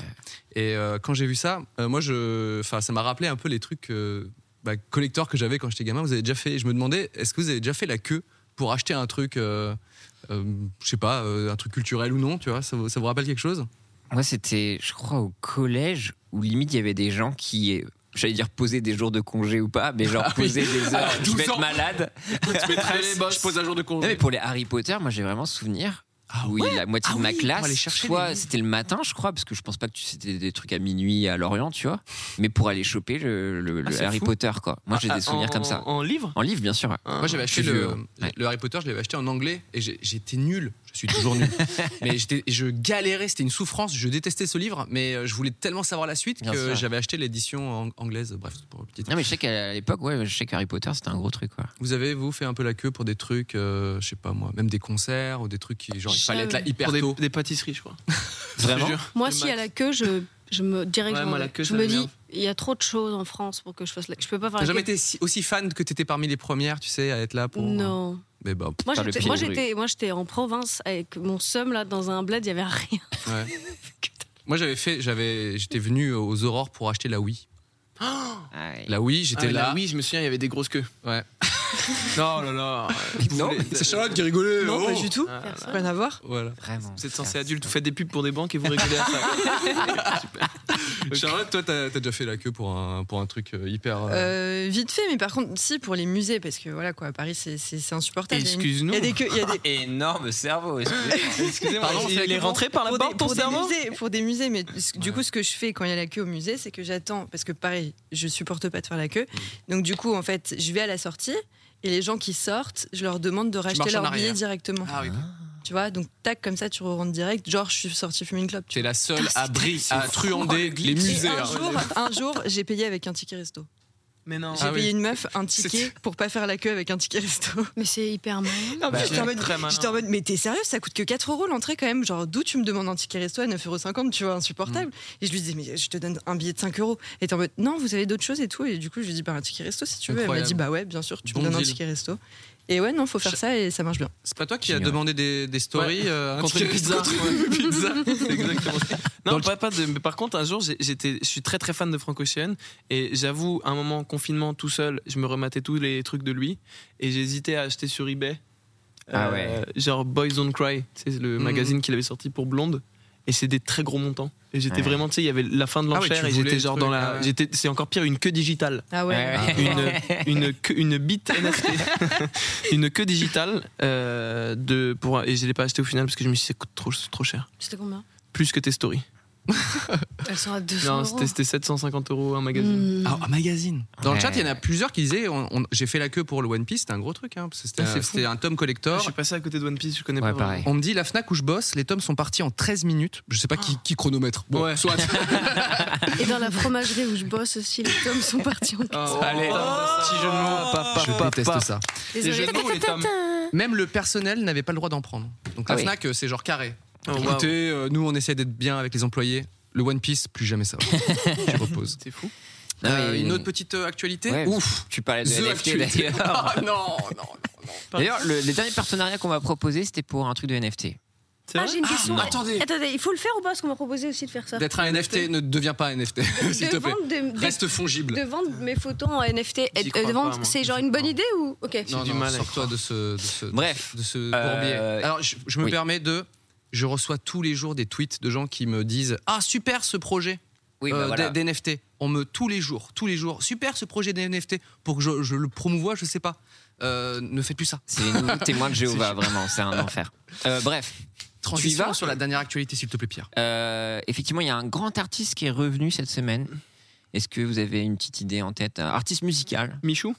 S1: Et euh, quand j'ai vu ça, euh, moi, je, enfin, ça m'a rappelé un peu les trucs euh, bah, collector que j'avais quand j'étais gamin. Vous avez déjà fait Je me demandais, est-ce que vous avez déjà fait la queue pour acheter un truc, euh, euh, je sais pas, euh, un truc culturel ou non Tu vois, ça vous, ça vous rappelle quelque chose
S5: Moi, c'était, je crois, au collège où limite il y avait des gens qui, euh, j'allais dire posaient des jours de congé ou pas, mais genre posaient des heures. Je
S1: 12
S5: vais être
S1: ans.
S5: malade.
S1: Je pose un jour de
S5: Non, mais
S3: Eh,
S1: congé.
S5: pour les Harry Potter, moi j'ai vraiment souvenir. où il- la moitié
S1: Ah
S5: de ma
S1: oui, on allait
S5: classe,
S1: chercher les
S5: soit
S1: livres.
S5: c'était le matin, je crois, parce que je pense pas que tu- c'était des trucs à minuit à Lorient, tu vois, mais pour aller choper le, le- le
S3: c'est
S5: Harry
S3: fou.
S5: Potter, quoi. Moi j'ai
S3: Ah,
S5: des souvenirs
S3: en-
S5: comme ça.
S3: En livre
S5: En livre, bien sûr.
S1: Moi, j'avais acheté
S5: Je suis
S1: le,
S5: vieux, hein. Ouais.
S1: le Harry Potter, je l'avais acheté en anglais et j'ai- j'étais nul. Je suis toujours nul. mais j'étais- je galérais, c'était une souffrance. Je détestais ce livre, mais euh, je voulais tellement savoir la suite
S5: Bien
S1: que
S5: sûr.
S1: j'avais acheté l'édition ang- anglaise. Bref, c'est pour le petit.
S5: Non, mais je sais qu'à l'époque, ouais, je sais qu'Harry Potter c'était un gros truc, quoi.
S1: Vous avez, vous, fait un peu la queue pour des trucs, euh, je sais pas moi, même des concerts ou des trucs qui, genre, il fallait être là
S4: Jamais.
S1: hyper
S3: Pour des,
S1: tôt.
S3: des pâtisseries, je crois.
S5: Vraiment
S3: Je te jure.
S4: Moi,
S3: Le
S4: si à
S3: max.
S4: la queue, je, je me dirais que
S3: Ouais,
S4: je,
S3: moi,
S4: m'en
S3: la
S4: vais.
S3: queue,
S4: je
S3: ça
S4: me
S3: m'énerve.
S4: dis, il y a trop de choses en France pour que je fasse. La... Je peux pas faire.
S1: T'as
S4: la
S1: jamais
S4: queue.
S1: été si- aussi fan que t'étais parmi les premières, tu sais, à être là pour.
S4: Non.
S1: Mais bah,
S4: Moi,
S5: Faire le
S4: j'étais-
S5: pied
S4: moi,
S5: dans les
S4: j'étais, moi, j'étais en province avec mon somme là dans un bled, il y avait rien.
S1: ouais. Moi, j'avais fait, j'avais, j'étais venu aux Aurores pour acheter la Wii.
S5: Ouais.
S1: La Wii,
S3: Ah,
S1: j'étais
S3: mais
S1: là.
S3: Oui, je me souviens, il y avait des grosses queues.
S1: Ouais.
S3: Non, là, là. Vous
S5: Non,
S3: voulez-
S1: C'est Charlotte qui rigolait.
S6: Non,
S1: oh
S6: pas du tout.
S3: Ah, là, là.
S6: Rien à voir.
S1: Voilà.
S5: Vraiment.
S3: Vous êtes censé adulte, vous faites des pubs pour des banques et vous régulez à ça.
S1: Charlotte, toi, t'as t'as déjà fait la queue pour un, pour un truc euh, hyper. euh,
S6: Euh, vite fait, mais par contre, si pour les musées, parce que voilà quoi, à Paris c'est- c'est c'est insupportable. Il y a une-
S3: Excuse-nous.
S6: Il y a des queues- il y a des-
S5: Énorme cerveau.
S3: Excusez-moi,
S1: Pardon,
S3: il,
S1: c'est
S3: il est
S1: comment
S3: rentré par la
S6: pour des,
S3: porte, ton
S6: pour des
S3: cerveau
S6: musées, pour des musées, mais ce- du coup, ce que je fais quand il y a la queue au musée, c'est que j'attends parce que pareil, je supporte pas de faire la queue.
S3: Mm.
S6: Donc du coup, en fait, je vais à la sortie et les gens qui sortent, je leur demande de racheter
S1: marches en
S6: leur
S1: arrière.
S6: billet directement.
S1: Ah oui.
S6: Tu vois, donc tac comme ça, tu rentres direct. Genre, je suis sorti fumer une clope. tu
S1: T'es la seule à bri, à truander les
S6: vois. Et
S1: musées.
S6: un
S1: hein.
S6: jour, un jour, j'ai payé avec un ticket resto.
S3: Mais non.
S6: J'ai
S1: Ah oui.
S6: payé une meuf un ticket pour pas faire la queue avec un ticket resto.
S4: Mais c'est hyper malin.
S6: En plus,
S3: Bah,
S6: j'étais en mode-
S3: très malin.
S6: j'étais en mode, mais t'es sérieux, ça coûte que 4 euros l'entrée quand même. Genre, d'où tu me demandes un ticket resto à 9,50€, tu vois, insupportable. Et je lui disais, mais je te donne un billet de 5 euros. Et t'es en mode, non, vous avez d'autres choses et tout. Et du coup, je lui dis, bah, un ticket resto si tu veux. Elle m'a
S1: Incroyable.
S6: dit, bah ouais, bien sûr, tu
S1: Bon
S6: me donnes un
S1: deal.
S6: ticket resto. Et ouais, non, faut faire ça et ça marche bien.
S1: C'est pas toi qui as demandé des, des stories euh,
S3: contre
S1: tu-
S3: une pizza.
S1: contre une pizza.
S3: C'est exactement ça.
S1: Dans
S3: Non,
S1: le-
S3: pas, pas de- mais par contre, un jour, j'ai- j'étais, je suis très très fan de Frank Ocean et j'avoue, un moment en confinement tout seul, je me rematais tous les trucs de lui et j'hésitais à acheter sur eBay. euh,
S5: Ah ouais.
S3: Genre Boys Don't Cry, c'est le
S1: Mhm.
S3: magazine qu'il avait sorti pour Blonde et c'est des très gros montants. Et j'étais
S5: Ouais.
S3: vraiment, tu sais, il y avait la fin de
S1: Ah ouais,
S3: l'enchère
S1: tu
S3: et
S1: voulais
S3: j'étais
S1: le
S3: genre
S1: truc,
S3: dans
S1: ah
S3: la.
S1: ouais.
S3: J'étais, c'est encore pire, une queue digitale.
S6: Ah ouais.
S3: Une, une, queue- une bite NFT. une queue digitale euh, de, pour, et je ne l'ai pas acheté au final parce que je me suis dit c'est trop, c'est trop cher
S4: C'était combien
S3: plus que tes stories.
S4: Elles sont à 200
S3: Non,
S4: euros.
S3: c'était c'était 750 euros un magazine.
S4: Mmh.
S1: Ah, un magazine. Dans le
S5: Ouais.
S1: chat, il y en a plusieurs qui disaient on- on- J'ai fait la queue pour le One Piece, c'était un gros truc. hein, parce que c'était
S3: Ah, c'est
S1: un-
S3: fou.
S1: c'était un tome
S3: Je
S1: collector.
S3: suis passé à côté de One Piece, je connais
S5: Ouais,
S3: pas. vraiment.
S5: pareil.
S1: On me dit La Fnac où je bosse, les tomes sont partis en 13 minutes. Je sais pas qui, qui chronomètre. Bon,
S3: Ah. Ouais.
S1: soit.
S4: Et dans la fromagerie où je bosse aussi, les tomes sont partis
S1: Oh.
S4: en caisse.
S3: Allez, petit jeu de mots,
S5: Ah
S3: pa, pa,
S1: Je
S3: pa,
S1: déteste
S3: pa.
S1: ça.
S3: Les jeux
S4: Désolée.
S3: de mots, les tomes.
S1: Même le personnel n'avait pas le droit d'en prendre. Donc la
S5: Ah oui.
S1: Fnac, euh, c'est genre carré.
S3: Oh, waouh.
S1: Écoutez, euh, nous, on essaie d'être bien avec les employés. Le One Piece, plus jamais ça. Je repose.
S3: C'est fou.
S1: Euh, une autre petite euh, actualité
S5: Ouais.
S1: Ouf
S5: Tu parlais de
S1: The
S5: NFT
S1: actualité.
S5: d'ailleurs.
S1: Ah, non, non,
S5: D'ailleurs, le, les derniers partenariats qu'on m'a proposés, c'était pour un truc de NFT.
S3: C'est
S4: Ah,
S3: vrai
S4: j'ai une question.
S1: attendez.
S4: Attendez, il faut le faire ou pas Parce qu'on m'a proposé aussi de faire ça.
S1: D'être un NFT ne devient pas un NFT, s'il te
S4: De
S1: plaît.
S4: vendre, de, de-
S1: Reste fongible.
S4: de vendre mes photos en NFT, et,
S3: J'y
S4: euh,
S3: crois
S4: de
S3: pas,
S4: vendre,
S3: moi.
S4: c'est genre
S3: J'y
S4: une bonne
S3: crois
S4: idée ou Ok.
S3: Non,
S1: Non,
S3: du
S1: non,
S3: mal à y
S1: sors-toi de ce, de ce-
S5: Bref.
S1: de ce
S5: Euh,
S1: bourbier. Alors, je, je me
S5: oui.
S1: permets de. Je reçois tous les jours des tweets de gens qui me disent Ah, super ce projet
S5: Oui,
S1: euh,
S5: bah voilà.
S1: d- d'NFT. On me tous les jours, tous les jours, super ce projet d'NFT pour que je, je le promouvoie, je sais pas. Euh, ne faites plus ça.
S5: C'est les nouveaux témoins de Jéhovah, vraiment, c'est un enfer. Euh, bref,
S1: Transition
S5: vas
S1: sur la dernière actualité, s'il te plaît, Pierre.
S5: euh, effectivement, il y a un grand artiste qui est revenu cette semaine. Est-ce que vous avez une petite idée en tête Un Artiste musical,
S3: Michou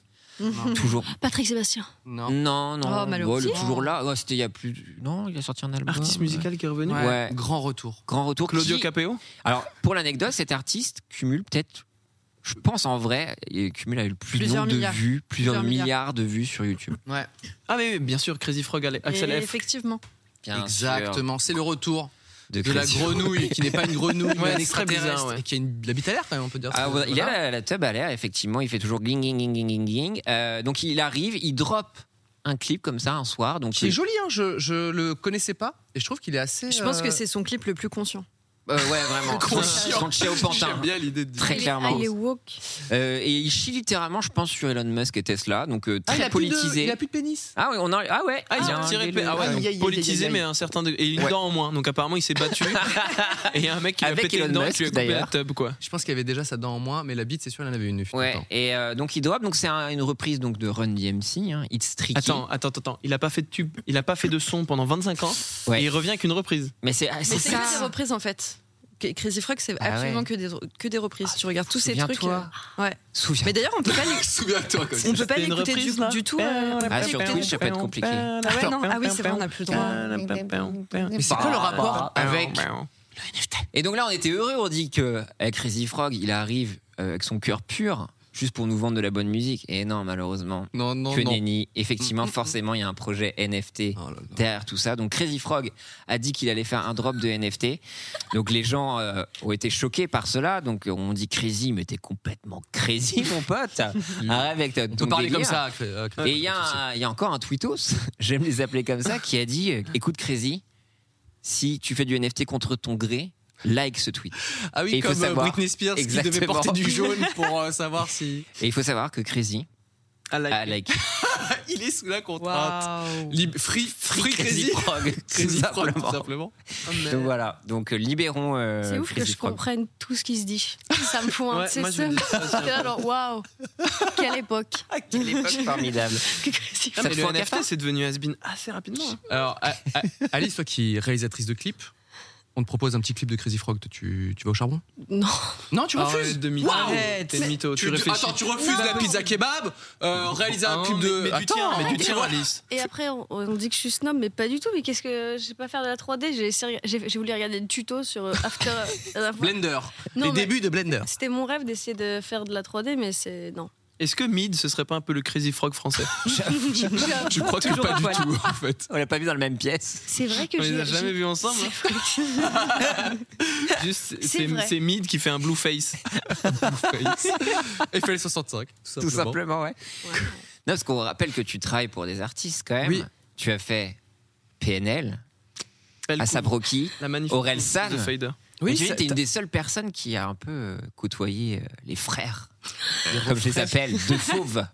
S5: toujours.
S4: Patrick Sébastien.
S1: Non.
S5: Non, non,
S6: Oh, malheureux.
S5: bon, le
S6: Si.
S5: toujours là. Ouais, c'était il y a plus. Non, il a sorti un album.
S3: Artiste musical qui est revenu
S5: Ah. Ouais.
S1: Grand retour.
S5: Grand retour.
S3: Claudio
S5: qui-
S3: Capéo
S5: Alors, pour l'anecdote, cet artiste cumule peut-être, je pense en vrai, il cumule avec le plus
S6: Plusieurs
S5: nombre de
S6: milliards.
S5: vues, plusieurs,
S6: Plusieurs
S5: milliards.
S6: milliards.
S5: de vues sur YouTube.
S1: Ouais,
S3: Ah, mais oui, bien sûr, Crazy Frog, Ale-
S6: Et
S3: Axel F.
S6: effectivement.
S5: Bien sûr,
S1: exactement. C'est le retour de, la
S5: Crazy Frog.
S1: grenouille qui n'est pas une grenouille, mais
S3: Ouais,
S1: un
S3: c'est très bizarre,
S1: extraterrestre
S3: ouais.
S1: et qui a une, il habite à l'air quand même, on peut dire.
S5: Ah,
S1: ça.
S5: voilà, Il a
S1: Voilà.
S5: la, la teub à l'air, effectivement. Il fait toujours gling, gling, gling, gling, gling, gling. Euh, donc il arrive, il drop un clip comme ça un soir. Donc
S1: Qui est
S5: il-
S1: joli, hein, je, je le connaissais pas et je trouve qu'il est assez.
S6: Je pense
S1: euh,
S6: que c'est son clip le plus conscient.
S5: Euh, ouais, vraiment.
S1: Conscient.
S5: Son chien au pantin. hein.
S3: bien l'idée de dire.
S5: Très
S4: Il est-
S5: clairement.
S4: ah, il est woke.
S5: Euh, et il chie littéralement, je pense, sur Elon Musk et Tesla. Donc euh,
S1: Ah, il
S5: très
S1: a plus de-
S5: politisé.
S1: il a plus de pénis.
S5: Ah, ouais, on a... ah ouais,
S3: Ah, il y a un petit répé- Ah ouais, donc
S2: aïe, aïe, aïe, aïe,
S3: politisé,
S2: aïe.
S3: mais à un certain degré. Et une
S5: Ouais.
S3: dent en moins. Donc apparemment, il s'est battu. et il y a un mec qui lui a
S5: Avec
S3: pété
S5: Elon
S3: une dent et
S5: Musk,
S3: qui lui a coupé la
S5: d'ailleurs.
S3: tub, quoi.
S1: Je pense qu'il y avait déjà sa dent en moins, mais la bite, c'est sûr, il en avait une.
S5: Ouais, et euh, donc il drop, donc c'est un- une reprise donc de Run DMC, hein, It's Tricky.
S3: Attends, attends, attends. Il a pas fait de tube, il a pas fait de son pendant 25 ans.
S5: Ouais.
S3: Et il revient avec une reprise.
S5: mais c'est ah,
S6: Mais
S5: c'est
S6: c'est que des
S5: ça.
S6: reprises en fait. Que- Crazy Frog, c'est
S5: Ah ouais.
S6: absolument que, des, que des reprises. tu regardes tous ces trucs.
S5: Souviens-toi.
S6: euh, Ouais.
S5: Souviens.
S6: Mais d'ailleurs, on peut pas les-
S1: Souviens-toi,
S6: On peut pas
S3: C'était une
S6: l'écouter
S3: reprise,
S6: du,
S3: là
S6: du tout. euh,
S5: Ah, sur
S6: l'écouter.
S5: Twitch, ça peut être compliqué.
S6: Ah ouais, non, ah oui, c'est vrai, on n'a plus le droit.
S1: Mais c'est quoi le rapport avec.
S5: Et donc là, on était heureux, on dit que avec Crazy Frog, il arrive euh, avec son cœur pur, juste pour nous vendre de la bonne musique. Et non, malheureusement,
S1: Non, non,
S5: que
S1: non. Mm,
S5: nenni. Effectivement, forcément, il y a un projet NFT
S1: Oh là là.
S5: derrière tout ça. Donc Crazy Frog a dit qu'il allait faire un drop de NFT. Donc les gens euh, ont été choqués par cela. Donc on dit Crazy, mais t'es complètement crazy, mon pote. Arrête avec ta,
S1: On
S5: ton
S1: peut parler
S5: délire.
S1: comme ça. Clé- euh, Clé-
S5: Et il y, a un- il y a encore un tweetos, j'aime les appeler comme ça, qui a dit euh, Écoute, Crazy, si tu fais du NFT contre ton gré, like ce tweet.
S1: Ah
S5: Et
S1: oui,
S5: il faut
S1: comme euh,
S5: savoir.
S1: Britney Spears qui devait
S5: Exactement.
S1: porter du jaune pour euh, savoir si.
S5: Et il faut savoir que Crazy
S3: Ah, like.
S5: a like
S1: Il est sous la contrainte.
S6: Waouh.
S1: Libre- free, free,
S5: Crazy
S1: crazy.
S5: Frog.
S1: Crazy
S5: tout
S1: Frog, tout
S5: simplement.
S1: simplement.
S5: Donc voilà, donc euh, libérons euh,
S4: C'est ouf que
S5: Crazy
S4: je
S5: Frog.
S4: comprenne tout ce qui se dit. Ça me fout un
S3: Ouais,
S4: petit
S3: moi, je me
S4: seum.
S3: dis ça, c'est un
S4: J'étais là, genre, waouh, quelle époque.
S5: Quelle époque formidable.
S4: Que Crazy
S3: Ah,
S5: Ça te
S3: mais
S5: fait
S3: le
S5: un cafard
S3: NFT, c'est devenu has-been assez rapidement. hein.
S1: Alors, A- A- Alice, toi qui es réalisatrice de clips, on te propose un petit clip de Crazy Frog. Tu, tu vas au charbon
S4: Non.
S1: Non, tu
S3: Ah
S1: refuses
S3: ouais, demi-teinte.
S1: Waouh
S3: Arrête, t'es mytho, tu
S1: tu-
S3: réfléchis.
S1: Attends, tu refuses la pizza kebab, euh, réaliser un
S3: Ah,
S1: clip
S3: mais-
S1: de.
S3: mais du
S1: attends,
S3: tien, mais du tien, Alice.
S4: Et après, on, on dit que je suis snob, mais pas du tout. Mais qu'est-ce que je sais pas faire de la 3D J'ai essayé- j'ai- j'ai voulu regarder le tuto sur euh, After. euh,
S1: Blender.
S4: Non,
S1: Les
S4: mais-
S1: débuts de Blender.
S4: C'était mon rêve d'essayer de faire de la 3D, mais c'est non.
S3: Est-ce que Mid, ce serait pas un peu le Crazy Frog français
S1: Je crois que pas du tout, en fait.
S5: On l'a pas vu dans la même pièce.
S4: C'est vrai que
S3: On les
S4: j'ai-
S3: a jamais
S4: j'ai-
S3: vus ensemble. hein.
S1: Ah,
S3: Juste,
S4: C'est
S3: c'est
S4: vrai.
S3: c'est Mid qui fait un blue face.
S1: Il fallait 65, tout simplement.
S5: Tout simplement, ouais. parce qu'on rappelle que tu travailles pour des artistes quand même.
S1: Oui.
S5: Tu as fait PNL,
S3: Elle coupe
S5: Assa Brocky.
S3: la magnifique
S5: Ah, Aurel San.
S3: de Fader.
S5: Oui,
S1: Oui,
S5: tu
S1: ça-
S5: es une des seules personnes qui a un peu euh, côtoyé euh, les frères, comme je les appelle, de fauves.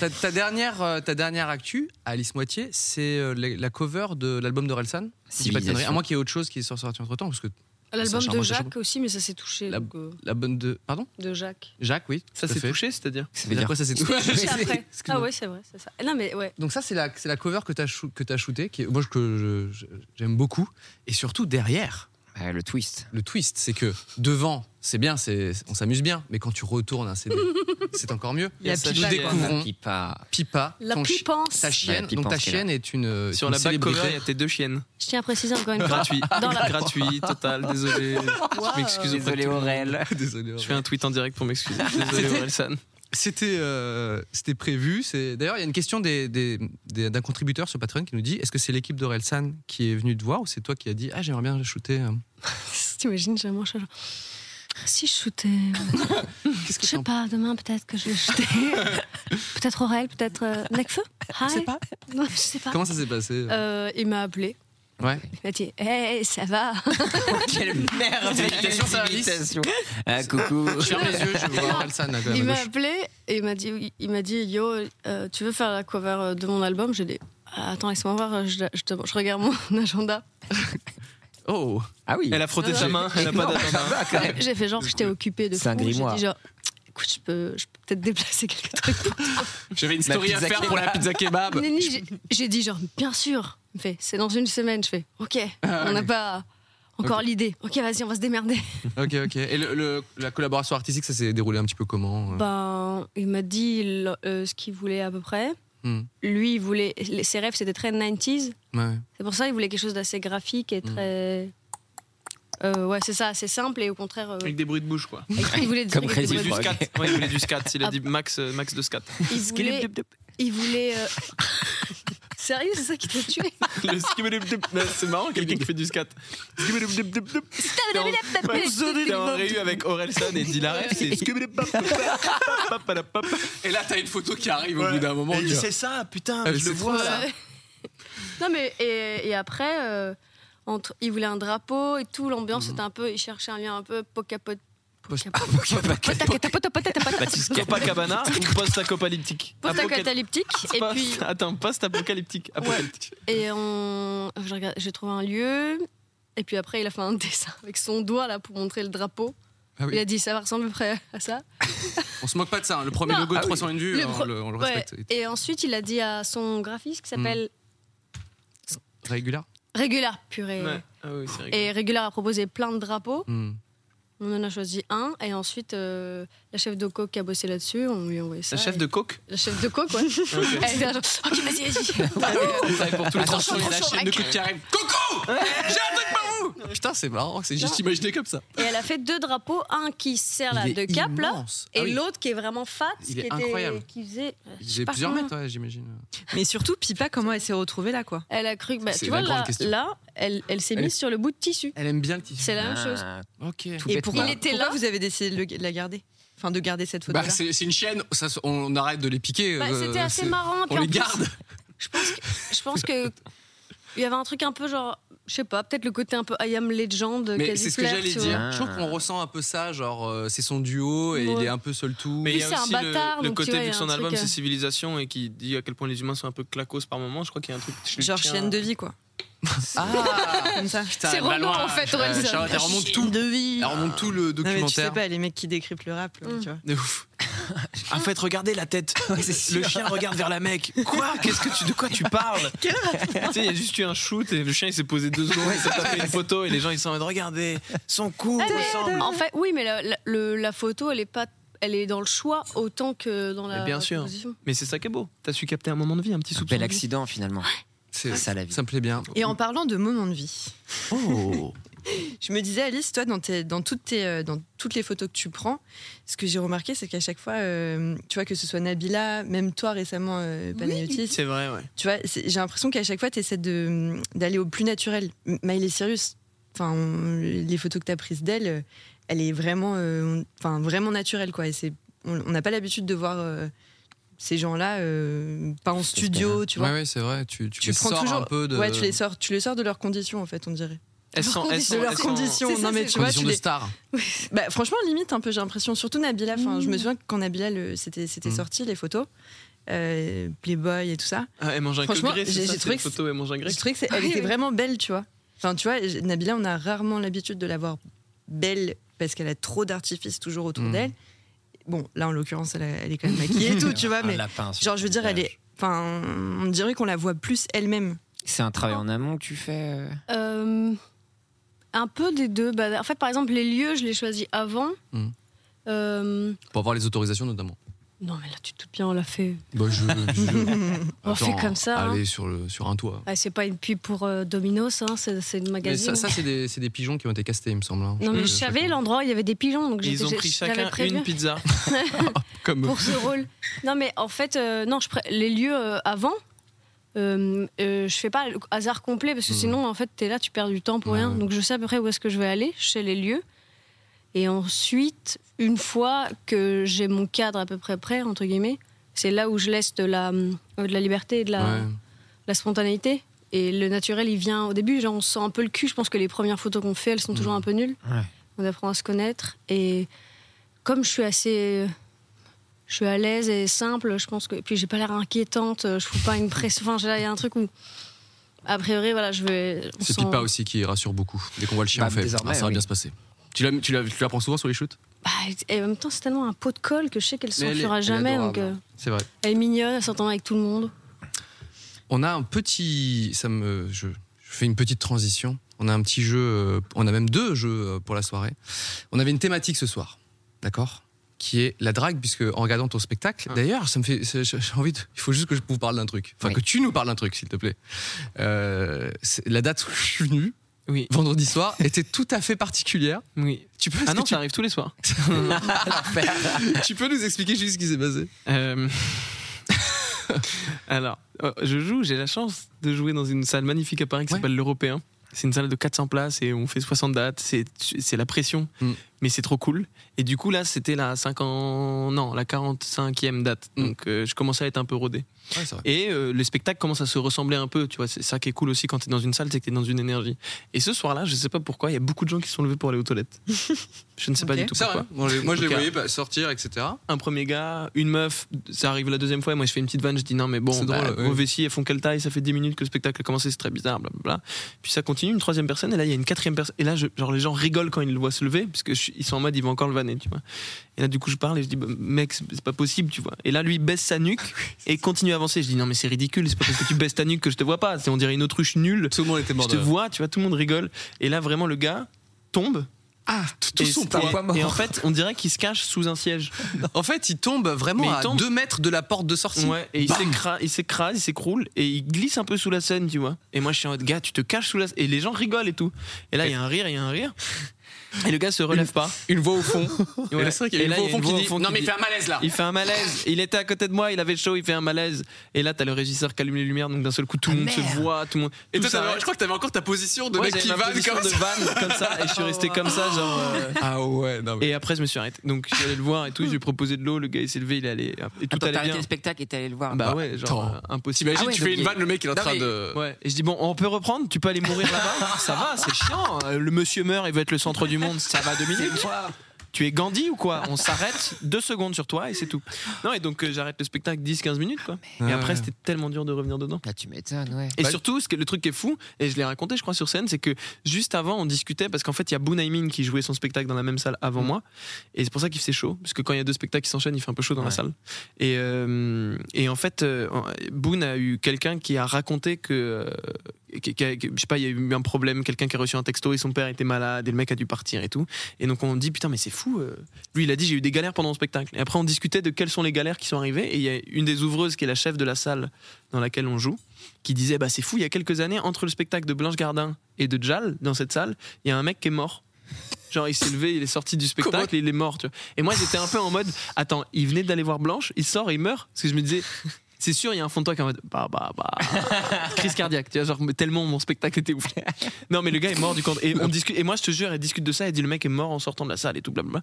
S1: ta, ta dernière, euh, ta dernière actu, Alice Moitié, c'est euh, la, la cover de l'album d'Orelsan. Si pas de conneries.
S5: Civilisation.
S1: À moins qu'il y ait autre chose qui soit sorti entre temps, parce que
S4: L'album
S1: Sacha,
S4: de
S1: moi, Sacha.
S4: Jacques aussi, mais ça s'est touché.
S1: La-
S4: donc, euh,
S1: la bonne de. Pardon
S4: de Jacques.
S1: Jacques, oui.
S3: Ça
S1: tout à
S3: s'est
S1: fait.
S3: touché, c'est-à-dire
S5: Ça veut
S1: C'est-à-dire
S5: dire
S1: quoi ça s'est
S4: C'était
S1: touché
S4: juste après.
S1: Excuse-moi.
S4: Ah ouais, c'est vrai, c'est ça. Non, mais ouais.
S1: Donc ça, c'est la, c'est la cover que tu as, shootée, qui est, moi, que je- je- j'aime beaucoup. Et surtout, derrière,
S5: euh, le twist.
S1: le twist, c'est que devant, c'est bien, c'est, on s'amuse bien, mais quand tu retournes un CD, c'est encore mieux.
S6: La
S3: Ça,
S1: Nous
S6: pipa,
S3: je l'ai-
S6: quoi.
S1: découvrons
S5: Qui pas.
S1: Pipa,
S4: La
S1: ton chi-
S4: pipance.
S1: ta
S5: Ouais,
S1: chienne.
S5: la pipance
S1: donc ta
S5: qui est là.
S1: chienne est une euh,
S3: Sur
S1: une
S3: la back
S1: célébrité.
S3: cover, il y a tes deux chiennes.
S4: Je tiens à préciser encore une fois.
S3: Gratuit.
S4: Dans la-
S3: Gratuit, total, désolé. Je m'excuse auprès de
S5: Désolé
S3: tout le monde.
S5: Aurel.
S1: Ah, Désolé,
S3: Je
S1: Aurel.
S3: fais un tweet en direct pour m'excuser. Désolé
S1: C'était-
S3: Aurel San.
S1: C'était, euh, c'était prévu. C'est... D'ailleurs, il y a une question des- des- des- d'un contributeur sur Patreon qui nous dit est-ce que c'est l'équipe d'Orelsan qui est venue te voir ou c'est toi qui as dit ah j'aimerais bien shooter euh,
S4: T'imagines, j'ai vraiment changé. Si je shootais.
S1: Qu'est-ce que
S4: Je
S1: tu
S4: sais
S1: en
S4: pas, demain peut-être que je vais shooter. peut-être Aurel, peut-être euh, Necfeu Hi.
S1: sais pas.
S4: Non, je sais pas.
S1: Comment ça s'est passé
S4: Euh, il m'a appelé.
S1: Ouais.
S4: Il m'a dit Hey, ça va
S5: Quelle merde
S1: Invitation, service.
S5: Invitation. Ah, coucou.
S1: Je ferme les yeux, je vois Orelsan à
S4: Il m'a
S1: gauche.
S4: appelé et il m'a dit, il m'a dit Yo, euh, tu veux faire la cover euh, de mon album J'ai dit Attends, laisse-moi voir, euh, je, je te- je regarde mon agenda.
S1: Oh
S5: Ah oui.
S3: Elle a frotté sa main, elle a pas hein. d'agenda.
S4: J'ai fait genre, j'étais occupée de
S5: C'est un
S4: fou. J'ai
S5: grimoire.
S4: dit genre, Écoute, je peux, je peux peut-être déplacer quelques trucs.
S3: J'avais une
S5: La
S3: story à
S5: pizza
S3: faire pour la pizza
S5: Ah bah,
S3: kebab.
S4: Nenni, j'ai- J'ai dit genre, bien sûr. Il me fait, c'est dans une semaine. Je fais, ok,
S5: Ah
S4: on n'a pas encore l'idée. Ok, vas-y, on va se démerder.
S1: Ok, ok. Et le- le- la collaboration artistique, ça s'est déroulé un petit peu comment euh
S4: Ben, il m'a dit le- euh, ce qu'il voulait à peu près.
S1: Hmm.
S4: Lui, il voulait, les- ses rêves, c'était très 90s.
S1: Ouais.
S4: C'est pour ça qu'il voulait quelque chose d'assez graphique et très. Euh, ouais, c'est ça, assez simple et au contraire. euh,
S3: Avec des bruits de bouche, quoi.
S4: il voulait des
S5: Comme
S4: trucs avec des
S5: Crazy
S3: Du
S4: bruits-
S5: Frog.
S3: scat. Ouais, il voulait du scat.
S1: Ah.
S3: Il a dit max, euh, max de scat.
S4: Il voulait. Il voulait euh, Sérieux, c'est ça qui t'a tué
S3: Le skibidoubdoup. Non, C'est marrant, quelqu'un qui fait du scat. Skibidoubdoup. T'es en- T'es en réu avec Orelsan et Dilaref, c'est skibidoubdoup.
S1: Et là, t'as une photo qui arrive
S3: Ouais. Et
S1: tu
S3: il dit,
S1: dis,
S3: C'est ça, putain,
S1: Ah,
S3: je
S1: c'est
S3: le vois.
S1: trop ça.
S4: Non, mais et, et après, euh, entre, il voulait un drapeau et tout. L'ambiance était un peu. Il cherchait un lien un peu pocapote.
S3: Copacabana ou post-apocalyptique
S4: Post-apocalyptique. Et
S3: Post-
S4: puis,
S3: Attends, post-apocalyptique. Apocalyptique.
S4: et on, je regarde- j'ai trouvé un lieu. Et puis après, il a fait un dessin avec son doigt là pour montrer le drapeau.
S1: Ah oui.
S4: Il a dit ça ressemble à peu près à ça.
S1: On se moque pas de ça. hein. Le premier
S4: Non,
S1: logo de
S5: ah oui.
S1: 301 vues,
S4: Le
S1: hein, on
S4: pro-
S1: le, on le
S4: Ouais.
S1: respecte.
S4: Et ensuite, il a dit à son graphiste qui s'appelle
S1: Régular
S4: Regular Purée.
S3: Ouais. Ah oui, c'est rigolo.
S4: Et Regular a proposé plein de drapeaux.
S1: Hmm.
S4: On en a choisi un et ensuite euh, la chef de coke qui a bossé là-dessus, on lui a envoyé ça.
S3: Un chef
S4: et-
S3: de coke
S4: La chef de coke, ouais. Elle était genre, ok, vas-y, vas-y.
S1: pour tous les tranchants, il y a la
S4: attention,
S1: chaîne de coups de carême. Coco J'ai un truc pour vous Putain, c'est marrant, c'est juste imaginé comme ça.
S4: et elle a fait deux drapeaux, un qui sert là,
S1: Il
S4: de
S1: est
S4: cap là,
S1: immense. Ah
S4: et
S1: oui.
S4: l'autre qui est vraiment fat,
S1: Il
S4: qui,
S1: est
S4: était,
S1: incroyable.
S4: qui faisait. euh, je sais
S1: J'ai
S4: pas
S1: plusieurs
S4: combien.
S1: mètres, ouais, j'imagine.
S6: Mais surtout, Pipa, comment elle s'est retrouvée là, quoi
S4: Elle a cru que, bah,
S1: C'est
S4: tu vois,
S1: la grande
S4: là,
S1: question.
S4: là, elle, elle s'est
S1: Elle Ah. Euh,
S4: mise sur le bout de tissu.
S1: Elle aime bien le tissu.
S4: C'est la même chose.
S1: Ok.
S5: Ah, Tout
S6: Et
S5: bêtement.
S6: pourquoi,
S4: Il était
S6: pourquoi
S4: là.
S6: vous avez décidé de, le- de la garder Enfin, de garder cette photo-là
S1: Bah, c'est c'est une chienne, ça se- on arrête de les piquer.
S4: Bah,
S1: euh,
S4: C'était assez
S1: c'est-
S4: marrant.
S1: On
S4: puis en
S1: les
S4: plus,
S1: garde.
S4: Je pense que, je pense que il y avait un truc un peu genre, je sais pas, peut-être le côté un peu I am legend. qui a
S1: Mais
S4: dû
S1: c'est ce que
S4: plaire,
S1: j'allais
S4: tu
S1: dire.
S4: vois.
S1: Je trouve qu'on ressent un peu ça, genre euh, c'est son duo et
S4: Ouais.
S1: il est un peu seul tout.
S3: Mais
S4: Oui,
S3: il y a
S4: c'est un
S3: aussi le-
S4: bâtard,
S3: le,
S4: donc tu
S3: côté
S4: vois, il y
S3: vu
S4: a
S3: de
S4: un
S3: son album,
S4: truc, euh,
S3: c'est Civilisation et qui dit à quel point les humains sont un peu clacos par moment. Je crois qu'il y a un truc. je le
S6: Genre
S3: tiens-
S6: chienne de vie, quoi.
S1: ah
S6: Comme ça.
S1: Putain,
S4: C'est
S1: elle va
S4: Renaud,
S1: loin.
S4: en fait,
S1: Euh,
S4: Orelsan.
S1: Charlotte, elle remonte tout.
S6: De vie.
S1: Elle remonte tout le
S6: Non, mais tu sais
S1: documentaire.
S6: pas, les mecs qui décryptent le rap, là,
S4: Mm.
S6: tu vois.
S1: De ouf.
S3: En fait, regardez la tête. le chien regarde vers la mec. Quoi Qu'est-ce que tu de quoi tu parles Tu sais, il y a juste eu un shoot et le chien il s'est posé deux secondes, il s'est tapé une photo et les gens ils sont en mode regardez son cou
S4: Ah, mais
S3: ressemble.
S4: en fait, oui, mais la, la- le- la photo, elle est pas, elle est dans le choix autant que dans la.
S3: Mais bien sûr.
S4: composition.
S3: Mais c'est ça qui est beau. T'as su capter un moment de vie, un petit
S5: Un
S3: soupçon.
S5: bel
S3: de vie.
S5: accident finalement.
S1: C'est
S5: ça, la vie.
S1: Ça me plaît bien.
S6: Et en parlant de moments de vie,
S1: Oh.
S6: je me disais, Alice, toi, dans, tes- dans toutes, tes, euh, dans toutes les photos que tu prends, ce que j'ai remarqué, c'est qu'à chaque fois, euh, tu vois, que ce soit Nabila, même toi récemment, euh, Panayotis,
S3: C'est vrai, ouais.
S6: tu vois, c'est- j'ai l'impression qu'à chaque fois, tu essaies d'aller au plus naturel. M- Miley Cyrus, enfin, on- les photos que tu as prises d'elle, euh, elle est vraiment, euh, on- enfin, vraiment naturelle, quoi. Et c'est- on on n'a pas l'habitude de voir euh, ces gens-là, euh, pas en studio, tu vois.
S1: Ouais, ouais, c'est vrai. Tu, tu,
S6: Tu
S1: les
S6: prends
S1: sors
S6: toujours.
S1: un peu de.
S6: Ouais, tu les sors, tu les sors de leurs conditions en fait, on dirait.
S3: Elles sont, elles sont,
S6: de leurs
S3: elles sont-
S6: conditions.
S4: C'est ça,
S6: Non mais
S4: c'est
S6: tu vois,
S1: Condition
S6: tu
S1: de
S6: les...
S1: star.
S6: Bah, franchement, limite un peu, j'ai l'impression. Surtout Nabila. Enfin, je me souviens que quand Nabila le- c'était c'était
S1: Mm.
S6: sorti les photos, euh, Playboy et tout ça.
S3: Ah, elle mange un
S6: Franchement,
S3: grec,
S6: j'ai-
S3: c'est
S6: j'ai
S3: ça, c'est la
S6: trouvé que
S3: photo, elle mange un grec.
S6: Je trouvais que c'est- elle
S4: Oui,
S6: était
S4: oui.
S6: vraiment belle, tu vois. Enfin, tu vois, j- Nabila, on a rarement l'habitude de la voir belle parce qu'elle a trop d'artifices toujours autour
S3: Hmm.
S1: Mm.
S6: d'elle. Bon, là en l'occurrence, elle, a- elle est quand même maquillée et tout, tu
S3: Ah,
S6: vois. Mais genre, je veux dire, elle est. Enfin, on dirait qu'on la voit plus elle-même.
S5: C'est un travail en amont que tu fais. euh,
S4: Euh, un peu des deux. Bah, en fait, par exemple, les lieux, je les choisis avant.
S1: Mm.
S4: Euh,
S1: Pour avoir les autorisations, notamment.
S4: non, mais là, tu te doutes bien, on l'a fait.
S1: Bah, je.
S4: On fait comme ça, hein.
S1: Aller sur, le, sur un toit.
S4: Ah, c'est pas une pub pour euh, Domino's, hein, c'est c'est le
S1: Mais
S4: magazine.
S1: ça, ça, c'est des, c'est des pigeons qui ont été castés, il me semble. hein.
S4: non, mais je
S1: sais
S4: savais
S1: pas.
S4: l'endroit, il y avait des pigeons. Donc
S3: Et Ils
S4: j'étais-
S3: ont pris
S4: je- je l'avais
S3: chacun
S4: prévu.
S3: une pizza. Comme
S4: pour ce rôle. Non, mais en fait, euh, non, je pré- les lieux euh, avant. euh, euh, je fais pas le hasard complet parce que
S1: Mhm.
S4: sinon en fait t'es là tu perds du temps pour
S1: Ouais,
S4: rien
S1: ouais.
S4: donc je sais à peu près où est-ce que je vais aller je sais les lieux et ensuite une fois que j'ai mon cadre à peu près prêt entre guillemets c'est là où je laisse de la hum, de la liberté et de la,
S1: Ouais.
S4: la spontanéité et le naturel il vient au début genre on sent un peu le cul je pense que les premières photos qu'on fait elles sont toujours
S1: Mhm.
S3: Mm.
S4: un peu nulles
S5: Ouais.
S4: on apprend à se connaître et comme je suis assez je suis à l'aise et simple je pense que et puis j'ai pas l'air inquiétante je fous pas une presse enfin j'ai- il y a un truc où a priori voilà je vais on
S1: C'est
S4: sent-
S1: Pipa aussi qui rassure beaucoup. Dès qu'on voit le chien,
S5: Bah,
S1: on fait.
S5: désormais,
S1: Ah, ça va
S5: oui.
S1: bien se passer. Tu la, tu, la, tu la prends souvent sur les shoots
S4: Bah, et en même temps c'est tellement un pot de colle que je sais qu'elle
S3: Mais elle est-
S4: s'enfuira
S3: elle est
S4: jamais donc
S3: adorable. hein.
S4: euh,
S1: C'est vrai.
S4: elle est mignonne elle s'entend avec tout le monde
S1: On a un petit. Ça me, je, je fais une petite transition. On a un petit jeu. euh, On a même deux jeux euh, pour la soirée. On avait une thématique ce soir, d'accord Qui est la drague, puisque en regardant ton spectacle.
S3: Ah.
S1: D'ailleurs, ça me fait. c'est- J'ai j'ai envie de. Il faut juste que je vous parle d'un truc. Enfin,
S5: Oui.
S1: que tu nous parles d'un truc, s'il te plaît. Euh, c'est- la date où je suis venu,
S3: Oui.
S1: vendredi soir, était tout à fait particulière.
S3: Oui.
S1: Tu peux,
S3: Ah non,
S1: tu,
S3: ça arrive tous les soirs.
S1: tu peux nous expliquer juste ce qui s'est passé
S3: Euh, Alors, euh, je joue, j'ai la chance de jouer dans une salle magnifique à Paris qui
S1: Ouais.
S3: s'appelle l'Européen. C'est une salle de 400 places et on fait 60 dates. C'est c'est la pression,
S1: Mm.
S3: mais c'est trop cool. Et du coup, là, c'était la 50... Non, la 45e date.
S1: Mm.
S3: Donc, euh, je commençais à être un peu rodé.
S1: Ouais, c'est vrai.
S3: Et euh, les spectacles commencent à se ressembler un peu, tu vois. C'est ça qui est cool aussi quand t'es dans une salle, c'est que t'es dans une énergie. Et ce soir-là, je sais pas pourquoi, il y a beaucoup de gens qui se sont levés pour aller aux toilettes. je ne sais pas
S6: Ok.
S3: du tout
S1: C'est vrai.
S3: pourquoi.
S1: hein Moi, je les- moi, je les
S3: Ok.
S1: voyais pas sortir, etc.
S3: Un premier gars, une meuf, ça arrive la deuxième fois, et moi je fais une petite vanne, je dis non, mais bon,
S1: C'est
S3: bah,
S1: drôle,
S3: vos
S1: oui.
S3: vessies, elles font quelle taille, ça fait 10 minutes que le spectacle a commencé, c'est très bizarre, blablabla. Puis ça continue, une troisième personne, et là il y a une quatrième personne, et là, je- genre les gens rigolent quand ils le voient se lever, parce que je- ils sont en mode, ils vont encore le vanner, tu vois. Et là, du coup, je parle et je dis, bah, mec, c'est c'est pas possible, tu vois. Et là, lui, il baisse sa nuque et continue à avancer. Je dis, non, mais c'est ridicule, c'est pas parce que tu baisses ta nuque que je te vois pas. C'est- On dirait une autruche nulle.
S1: Tout le monde était
S3: Je
S1: mort
S3: te
S1: de rire.
S3: vois, tu vois, tout le monde rigole. Et là, vraiment, le gars tombe.
S1: Ah,
S3: et, et- et en fait, on dirait qu'il se cache sous un siège.
S1: En fait, il tombe
S3: Mais
S1: vraiment
S3: il
S1: à
S3: tombe.
S1: 2 mètres de la porte de sortie.
S3: Ouais, et il s'écrase, il s'écrase, il s'écroule et il glisse un peu sous la scène, tu vois. Et moi, je suis en mode, gars, tu te caches sous la scène. Et les gens rigolent et tout. Et là, il y a un rire, il y a un rire. Et le gars se relève pas.
S1: Une voix au fond.
S3: Ouais.
S1: Et là, c'est vrai qu'il y a
S3: Et
S1: une
S3: là,
S1: voix au
S3: il y a
S1: fond
S3: une
S1: qui
S3: voix au
S1: dit
S3: fond
S1: Non,
S3: qui
S1: mais il
S3: dit-
S1: fait un malaise là.
S3: Il fait un malaise. Il était à côté de moi, il avait chaud, il fait un malaise. Et là, t'as le régisseur qui allume les lumières, donc d'un seul coup, tout le monde se voit, tout le monde.
S1: Ah, Et toi,
S3: tout
S1: t'avais-
S3: s'arrête.
S1: je crois que t'avais encore ta position de
S3: Ouais,
S1: mec qui
S3: j'avais ma
S1: va
S3: position
S1: comme
S3: de
S1: ça.
S3: vanne, comme ça, et je suis resté comme ça, genre. euh,
S1: Ah ouais, non, mais.
S3: Et après, je me suis arrêté. Donc, je suis allé le voir et tout, je lui ai proposé de l'eau, le gars il s'est levé, il est allé. Et tout
S5: Attends, t'as
S3: allait
S5: arrêté
S3: bien.
S5: le spectacle et t'es allé le voir.
S3: Bah ouais, genre,
S1: Ah, Attends.
S3: euh, impossible.
S1: T'imagines,
S5: Ah ouais,
S1: tu
S5: donc
S1: fais une
S5: il-
S1: vanne, le mec il est en
S5: Non,
S1: train
S5: mais-
S1: de.
S3: Ouais, et je dis bon, on peut reprendre, tu peux aller mourir là-bas, ça va, c'est chiant. euh, Le monsieur meurt, il veut être le centre du monde, ça va deux minutes. Tu es Gandhi ou quoi On s'arrête deux secondes sur toi et c'est tout. Non, et donc euh, j'arrête le spectacle 10-15 minutes quoi.
S1: Ah,
S3: Et après, c'était tellement dur de revenir dedans.
S5: Là, Bah, tu m'étonnes, ouais.
S3: Et
S1: Ouais.
S3: surtout, ce que, le truc qui est fou, et je l'ai raconté, je crois, sur scène, c'est que juste avant, on discutait, parce qu'en fait, il y a Bunaimin qui jouait son spectacle dans la même salle avant moi, et c'est pour ça qu'il faisait chaud, parce que quand il y a deux spectacles qui s'enchaînent, il fait un peu chaud dans la
S5: Ouais.
S3: salle. Et, euh, et en fait, euh, Boone a eu quelqu'un qui a raconté que. euh, qui- qui a- que- je sais pas, il y a eu un problème, quelqu'un qui a reçu un texto et son père était malade, et le mec a dû partir et tout. Et donc on dit, putain, mais c'est fou. euh. Lui, il a dit, j'ai eu des galères pendant le spectacle. Et après, on discutait de quelles sont les galères qui sont arrivées, et il y a une des ouvreuses qui est la chef de la salle dans laquelle on joue qui disait bah c'est fou il y a quelques années entre le spectacle de Blanche Gardin et de Jal dans cette salle il y a un mec qui est mort genre il s'est levé il est sorti du
S1: Comment-
S3: spectacle et il est mort tu vois. et moi j'étais un peu en mode attends il venait d'aller voir Blanche il sort et il meurt parce que je me disais c'est sûr il y a un fond de toi qui est en mode bah bah bah crise cardiaque tu vois genre tellement mon spectacle était ouf non mais le gars est mort du compte et on discute et moi je te jure elle discute de ça et dit le mec est mort en sortant de la salle et tout blablabla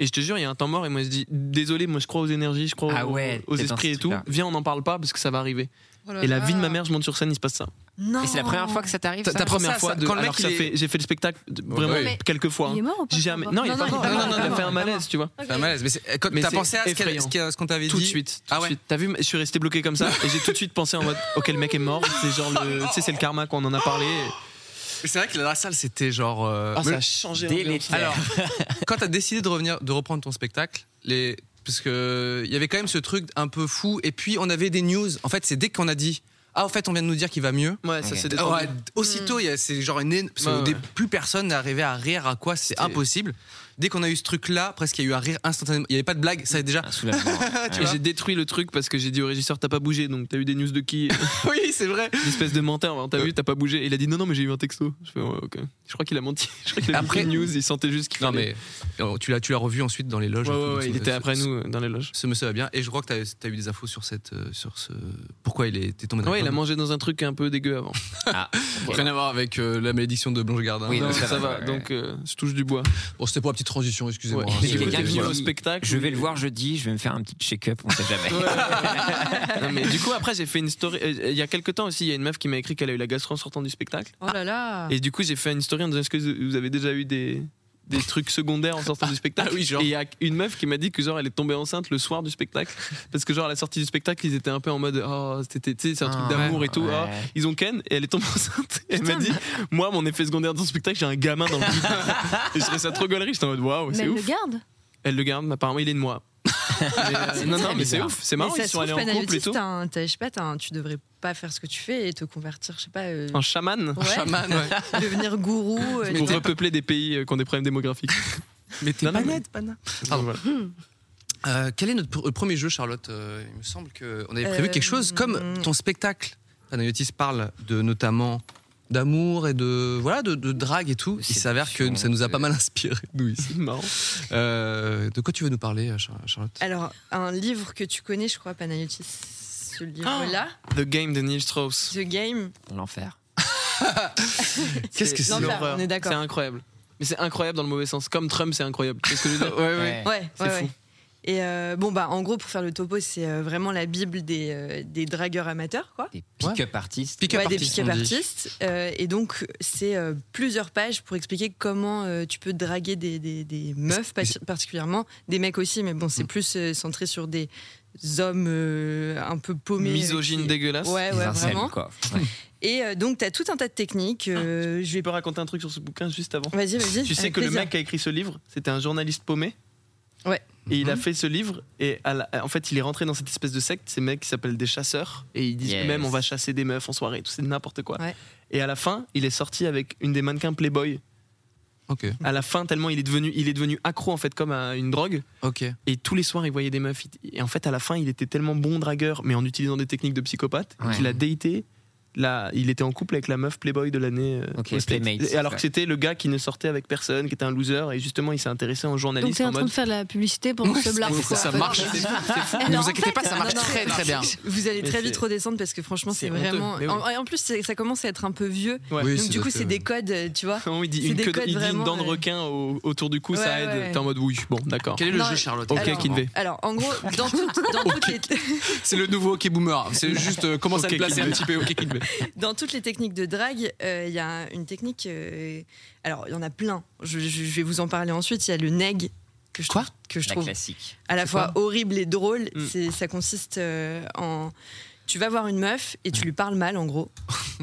S3: Et je te jure, il y a un temps mort et moi je dis désolé, moi je crois aux énergies, je crois
S5: Ah
S3: aux,
S5: ouais,
S3: aux
S5: t'es dans
S3: esprits
S5: ce
S3: et tout.
S5: truc-là.
S3: Viens, on n'en parle pas parce que ça va arriver.
S6: Oh là
S3: et la
S6: là.
S3: vie
S4: Ah.
S3: de ma mère, je monte sur scène, il se passe ça.
S6: Non.
S5: Et c'est la première fois que ça t'arrive
S3: Ta,
S5: ça
S3: ta première
S1: ça,
S3: fois,
S1: ça-
S3: de-
S1: quand le mec,
S3: alors que
S1: il
S3: ça
S1: est-
S3: fait- j'ai fait le spectacle de- vraiment
S4: ouais.
S3: quelques fois.
S4: Il est
S3: hein.
S4: mort ou pas
S3: J'ai jamais,
S4: ou pas
S3: non, il est
S4: Non,
S3: pas
S4: non,
S3: mort.
S4: il est pas
S3: Non, non,
S4: mort,
S3: non,
S4: il est
S3: il a
S4: pas
S3: fait un
S4: mort.
S3: malaise, tu vois.
S4: Ok.
S1: T'as un malaise. Mais c'est- euh, quand-
S3: Mais
S1: t'as
S3: c'est
S1: pensé à ce qu'elle-
S3: effrayant.
S1: ce qu'elle- ce qu'on t'avait dit
S3: Tout de suite. tout
S1: Ah
S3: de
S1: ouais.
S3: suite. T'as vu, je suis resté bloqué comme ça et j'ai tout de suite pensé en mode OK, le mec est mort, c'est genre le tu sais c'est le karma qu'on en a parlé.
S1: C'est vrai que la salle, c'était genre. euh,
S3: Ah,
S1: mais-
S3: ça a changé l'ambiance.
S5: Délétère.
S1: Alors, quand t'as décidé de revenir, de reprendre ton spectacle, les, parce que il y avait quand même ce truc un peu fou, et puis on avait des news. En fait, c'est dès qu'on a dit, ah, en fait, on vient de nous dire qu'il va mieux.
S3: Ouais, ça
S5: Ok.
S3: c'est
S1: Ah
S3: détendu.
S1: ouais, aussitôt, il y a- c'est genre une éne- parce
S3: Ouais,
S1: qu'au
S3: ouais.
S1: début, plus personne n'est arrivé à rire à quoi, c'est
S3: C'était-
S1: impossible. Dès qu'on a eu ce truc-là, presque il y a eu un rire instantanément. Il n'y avait pas de blague, ça déjà.
S3: Ah,
S5: Un soulagement.
S3: Et j'ai détruit le truc parce que j'ai dit au régisseur t'as pas bougé donc t'as eu des news de qui
S1: oui, c'est vrai.
S3: Une espèce de menteur hein, t'as vu t'as pas bougé Et il a dit non non mais j'ai eu un texto je fais ouais ok je crois qu'il a menti je crois qu'il a
S1: Après-
S3: après news il sentait juste qu'il
S1: Non
S3: fallait-
S1: mais euh, tu l'as, tu l'as revu ensuite dans les loges.
S3: ouais
S1: et tout,
S3: ouais, ouais,
S1: ce-
S3: il était
S1: ce-
S3: après
S1: ce-
S3: nous euh, dans les loges
S1: Ce monsieur va bien, et je crois que t'as as eu des infos sur cette, euh, sur ce, pourquoi il était tombé. dans
S3: ouais
S1: la
S3: il a
S1: pompe.
S3: mangé dans un truc un peu dégueu avant
S5: Ah, ok.
S1: Rien à voir avec euh, la malédiction de Blanche Gardin.
S5: Oui,
S3: Non,
S5: donc
S3: ça, va
S5: ouais.
S3: donc euh, je touche du bois
S1: Bon, c'était pour la petite transition, excusez-moi.
S3: Ouais.
S1: hein,
S5: Mais
S1: c'est-
S5: il y a quelqu'un
S3: T'es
S5: qui-
S3: venu au spectacle
S5: Je vais le voir jeudi, je vais me faire un petit check-up, on sait jamais.
S3: Ouais, ouais, ouais. Non, mais du coup après j'ai fait une story euh, il y a quelques temps aussi il y a une meuf qui m'a écrit qu'elle a eu la gastro en sortant du spectacle
S6: Oh là là.
S3: Et du coup, j'ai fait une story en disant Est-ce que vous avez déjà eu des, des trucs secondaires en sortant du spectacle
S1: ah oui, genre.
S3: Et il y a une meuf qui m'a dit que genre elle est tombée enceinte le soir du spectacle. Parce que genre à la sortie du spectacle, ils étaient un peu en mode Oh, c'était, tu sais, c'est un truc
S5: Ah,
S3: d'amour et tout.
S5: ouais.
S3: Ah, ils ont Ken et elle est tombée enceinte. Et elle m'a dit Moi, mon effet secondaire dans le spectacle, j'ai un gamin dans le vide. et je trouvais ça trop gaulerie. J'étais en mode Waouh,
S4: Mais
S3: c'est
S4: elle
S3: ouf.
S4: le garde.
S3: Elle le garde, mais apparemment, il est de moi. Mais, euh, non, non, mais c'est ouf. C'est
S6: Mais
S3: marrant,
S6: ça
S3: ils
S6: se
S3: sont
S6: trouve,
S3: allés en couple et
S6: Panayotis,
S3: tout.
S6: t'as un- t'as- je sais pas, t'as un- tu devrais pas faire ce que tu fais et te convertir, je sais pas, euh,
S3: Un chaman
S6: ouais,
S1: chaman,
S6: devenir gourou. euh,
S3: pour
S6: t'es-
S3: repeupler des pays euh, qui ont des problèmes démographiques.
S1: Mais t'es
S3: Non, non,
S1: pas
S3: mais-
S1: net, Pana.
S3: Donc, voilà.
S1: Euh, quel est notre pr- premier jeu, Charlotte Euh, Il me semble qu'on avait prévu
S6: Euh,
S1: quelque chose comme
S6: mm.
S1: ton spectacle. Panayotis parle de notamment d'amour et de voilà de, de drague et tout.
S5: De
S1: Il s'avère que
S5: séduction,
S1: ça nous a
S5: de-
S1: pas mal inspiré nous ici.
S3: C'est marrant.
S1: Euh, de quoi tu veux nous parler, euh, Char- Charlotte
S6: Alors, un livre que tu connais, je crois, Panayotis, ce
S3: Ah
S6: livre-là,
S3: The Game de Neil Strauss.
S6: The Game.
S5: L'enfer.
S1: Qu'est-ce que c'est
S6: l'enfer,
S3: l'horreur.
S6: on est d'accord.
S3: C'est incroyable. Mais c'est incroyable dans le mauvais sens. Comme Trump, c'est incroyable. C'est ce que je veux dire. Ouais, ouais.
S6: Ouais, ouais,
S3: C'est
S6: ouais.
S3: fou.
S6: Et euh, bon, bah, en gros, pour faire le topo, c'est euh, vraiment la Bible des, euh, des dragueurs amateurs, quoi.
S5: Des pick-up artistes.
S1: Pick-up
S6: Ouais, des
S1: artistes,
S6: pick-up
S1: on dit.
S6: artistes. Euh, et donc, c'est euh, plusieurs pages pour expliquer comment euh, tu peux draguer des, des- des meufs, pas- particulièrement, des mecs aussi, mais bon, c'est plus euh, centré sur des hommes euh, un peu paumés. euh,
S3: Misogyne
S6: qui-
S3: dégueulasse.
S6: Ouais,
S5: des
S6: ouais,
S5: incels,
S6: vraiment.
S5: quoi. Ouais.
S6: Et euh, donc, tu as tout un tas de techniques. euh, je
S3: Je
S6: vais...
S3: peux raconter un truc sur ce bouquin juste avant.
S6: Vas-y, vas-y.
S3: Tu sais
S6: avec
S3: que le
S6: plaisir.
S3: mec qui a écrit ce livre, c'était un journaliste paumé.
S6: Ouais.
S3: Et il a fait ce livre et à la- en fait il est rentré dans cette espèce de secte, ces mecs qui s'appellent des chasseurs et ils disent
S5: Yes.
S3: même on va chasser des meufs en soirée, et tout c'est n'importe quoi.
S6: Ouais.
S3: Et à la fin il est sorti avec une des mannequins Playboy.
S1: Ok,
S3: À la fin tellement il est devenu il est devenu accro en fait comme à une drogue.
S1: ok.
S3: Et tous les soirs, il voyait des meufs. Il- Et en fait, à la fin, il était tellement bon dragueur, mais en utilisant des techniques de psychopathe,
S5: Ouais.
S3: qu'il a daté. Là, il était en couple avec la meuf Playboy de l'année. euh,
S5: Ok,
S3: au States.
S5: Playmates,
S3: Et alors
S5: ouais.
S3: que c'était le gars qui ne sortait avec personne, qui était un loser, et justement, il s'est intéressé en
S4: Donc
S3: journaliste
S4: t'es en
S3: en
S4: train
S3: mode.
S4: de faire de la publicité pour que ce blabla.
S1: ça marche.
S4: Alors,
S1: Ne
S4: en
S1: vous inquiétez
S4: fait,
S1: pas, ça marche
S6: Ah, non, non,
S1: très très bien.
S6: Vous allez
S3: Mais
S6: très vite
S3: c'est-
S6: redescendre parce que franchement,
S3: c'est
S6: c'est vraiment.
S3: honteux, mais oui.
S6: en, et en plus, c'est- ça commence à être un peu vieux.
S3: Ouais.
S1: Oui,
S6: donc,
S1: ça
S6: du
S1: doit
S6: coup,
S1: être,
S6: c'est
S1: euh,
S6: des codes, euh, tu vois.
S3: Comment il dit
S6: C'est
S3: une,
S6: des
S3: queue de-
S6: codes
S3: il dit une
S6: vraiment,
S3: dent de
S6: ouais.
S3: requin au- autour du cou,
S6: Ouais,
S3: ça
S6: ouais,
S3: aide.
S6: ouais.
S3: T'es en mode oui, bon, d'accord.
S1: Quel est le
S6: Non,
S1: jeu,
S6: mais-
S1: Charlotte
S3: Ok,
S6: Alors-
S3: Kinvey.
S6: Alors, en gros, dans, toutes- dans toutes les,
S1: C'est le nouveau hockey boomer. C'est juste euh, comment ça
S3: Ok,
S1: te placer un
S3: Kinvey.
S1: petit peu. Ok, Kinvey.
S6: dans toutes les techniques de drague, euh, il y a une technique. euh, alors, il y en a plein. Je, je- je vais vous en parler ensuite. Il y a le neg. Que je trouve, que je
S5: La
S6: trouve
S5: classique.
S6: à la fois horrible et drôle.
S3: Mm.
S6: C'est- Ça consiste euh, en. Tu vas voir une meuf et tu lui parles mal, en gros.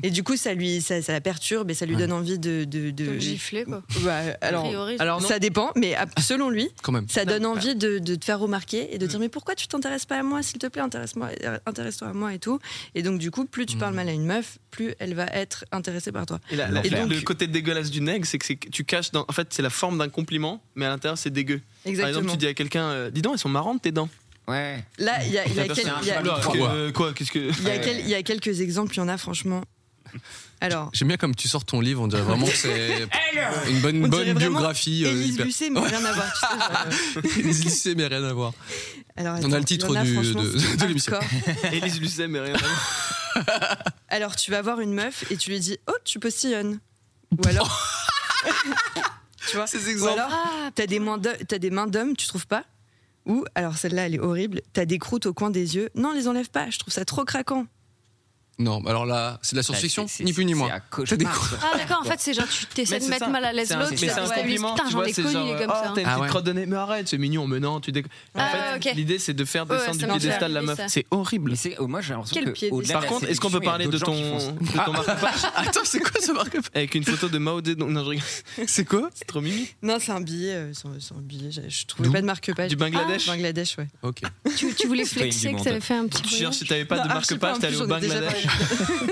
S6: et du coup, ça, lui, ça, ça la perturbe et ça lui donne envie de. de, de-
S4: gifler quoi.
S6: Ouais, Euh, alors,
S4: A priori, je-
S6: alors ça dépend, mais à- selon lui,
S1: Quand même.
S6: ça donne envie de, de te faire remarquer et
S3: Mm.
S6: de dire mais pourquoi tu t'intéresses pas à moi s'il te plaît intéresse-moi euh, intéresse-toi à moi et tout et donc du coup plus tu
S3: Mm.
S6: parles mal à une meuf plus elle va être intéressée par toi
S3: Et, la- la-
S5: L'enfer.
S3: et donc, le côté dégueulasse du neg, c'est que c'est que tu caches dans. En fait, c'est la forme d'un compliment, mais à l'intérieur, c'est dégueu. Par exemple, tu dis à quelqu'un euh, Dis donc, elles sont marrantes tes dents.
S5: Ouais.
S6: là il y a, il y a
S3: La personne,
S6: quel-
S5: un
S6: il y a-
S3: Ah,
S1: Quoi
S3: que- euh, Quoi Qu'est-ce que.
S6: il y a quel- il y a quelques exemples il y en a franchement alors
S1: J'aime bien comme tu sors ton livre, on dirait vraiment que c'est une bonne,
S6: On
S1: bonne
S6: dirait vraiment
S1: biographie. euh,
S6: Élise
S1: hyper-
S6: Lucet mais rien à voir tu sais, genre, euh,
S1: Élise Lucet, mais rien à voir.
S6: alors,
S1: a
S6: attends,
S1: le titre
S6: il y en a,
S1: du-
S6: franchement,
S1: de-
S6: c'est
S1: de l'émission.
S6: hardcore.
S3: Élise Lucet, mais rien. à voir.
S6: alors tu vas voir une meuf et tu lui dis oh tu postillonnes ou alors tu vois.
S3: Ces
S6: Ou
S3: exemples.
S6: alors, t'as des, mains d'ho- t'as des mains d'hommes, tu trouves pas Ou, alors celle-là, elle est horrible, t'as des croûtes au coin des yeux. Non, les enlève pas, je trouve ça trop craquant.
S1: Non, alors là, Bah, c'est de la science-fiction,
S5: C'est- c'est-
S1: ni plus ni
S5: c'est
S1: moins.
S5: un cauchemar, quoi.
S4: Ah d'accord, en fait c'est genre tu
S3: Mais
S4: t'essaies de
S3: c'est
S4: mettre
S3: ça.
S4: mal à l'aise
S3: C'est un-
S4: l'autre,
S3: mais
S4: tu
S3: c'est un
S4: vois, tu dis,
S3: compliment.
S4: putain
S3: tu
S4: j'en
S3: vois,
S4: ai
S3: c'est
S4: connu
S3: genre,
S4: des
S3: euh,
S4: comme
S3: oh,
S4: ça. hein.
S3: t'as une
S1: Ah
S3: petite
S1: ouais.
S3: crotte de nez, mais arrête, c'est mignon, mais non, tu déco- En
S4: Ah,
S3: fait,
S4: ok.
S3: l'idée c'est de faire
S4: Ouais,
S3: descendre
S4: ça
S3: du
S4: marche.
S3: piédestal la meuf.
S4: Ça.
S3: C'est horrible.
S5: Mais c'est- oh, moi j'ai l'impression
S4: Quel
S5: que.
S4: pied de
S5: au-delà
S3: Par
S5: de la
S3: contre, est-ce qu'on peut
S5: séduction, il y a
S3: parler de
S5: d'autres gens qui font Ah,
S3: ton,
S5: ça.
S3: de ton marque-page Attends, c'est quoi ce marque-page Avec une photo de Mao Zedong. Non, je rigole.
S1: C'est quoi
S3: C'est trop mimi.
S6: Non, c'est un billet, euh, c'est un- c'est un billet, je, je trouvais
S1: D'où
S6: pas de marque-page.
S3: Du Bangladesh
S6: Bangladesh, ouais.
S1: Ok.
S4: Tu, tu voulais
S5: C'est pas une
S4: flexer que
S5: demande.
S4: t'avais fait un petit
S3: Tu cherches,
S4: voyage.
S3: si t'avais pas de
S6: Non, archi
S3: marque-page,
S6: en
S3: t'es allé
S6: plus,
S3: au
S6: j'en ai déjà
S3: Bangladesh.
S6: parlé.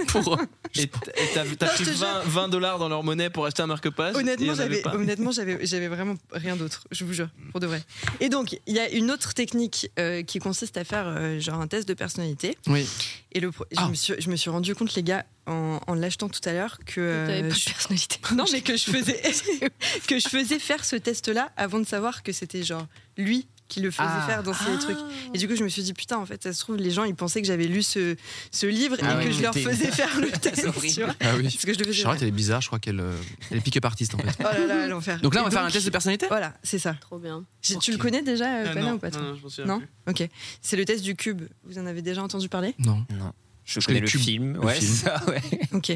S1: Pour...
S3: Et t- et t'as t'as
S6: Non,
S3: pris
S6: je te jure.
S3: 20 20 dollars dans leur monnaie pour acheter un marque-page. et il y
S6: Honnêtement,
S3: en avait
S6: j'avais,
S3: pas.
S6: honnêtement, j'avais, j'avais vraiment rien d'autre, je vous jure, pour de vrai. Et donc, il y a une autre technique euh, qui consiste à faire euh, genre un test de personnalité.
S1: Oui.
S6: Et le, pro- je,
S1: Ah.
S6: me suis, je me suis rendu compte, les gars, en, en l'achetant tout à l'heure, que euh,
S4: T'avais pas de
S6: je-
S4: personnalité.
S6: non, mais que je faisais, que je faisais faire ce test-là avant de savoir que c'était genre lui qui le faisait
S1: Ah.
S6: faire dans ces trucs. Et du coup, je me suis dit putain, en fait, ça se trouve, les gens, ils pensaient que j'avais lu ce, ce livre
S5: Ah
S6: et
S5: ouais,
S6: que je leur
S5: c'était-
S6: faisais faire le test.
S5: horrible.
S6: tu vois.
S1: Ah oui.
S6: Parce que je le faisais.
S1: Charlotte, elle est bizarre, je crois qu'elle euh, elle est pick-up artiste en fait.
S6: Oh là là, l'enfer.
S1: Donc là, on
S6: Et
S1: va faire un test de personnalité
S6: Voilà, c'est ça.
S4: Trop bien.
S6: J'ai- Tu
S1: Ok.
S6: le connais déjà, euh,
S3: Ah,
S6: Pana,
S3: non,
S6: ou pas toi
S3: non, non, je m'en souviens
S6: Non
S3: plus.
S6: Ok. C'est le test du cube. Vous en avez déjà entendu parler
S1: Non.
S5: Je
S1: connais
S5: connais
S1: le
S5: le
S1: cube.
S5: film.
S1: Le
S5: Ouais,
S1: film.
S5: c'est ça, ouais.
S6: Ok.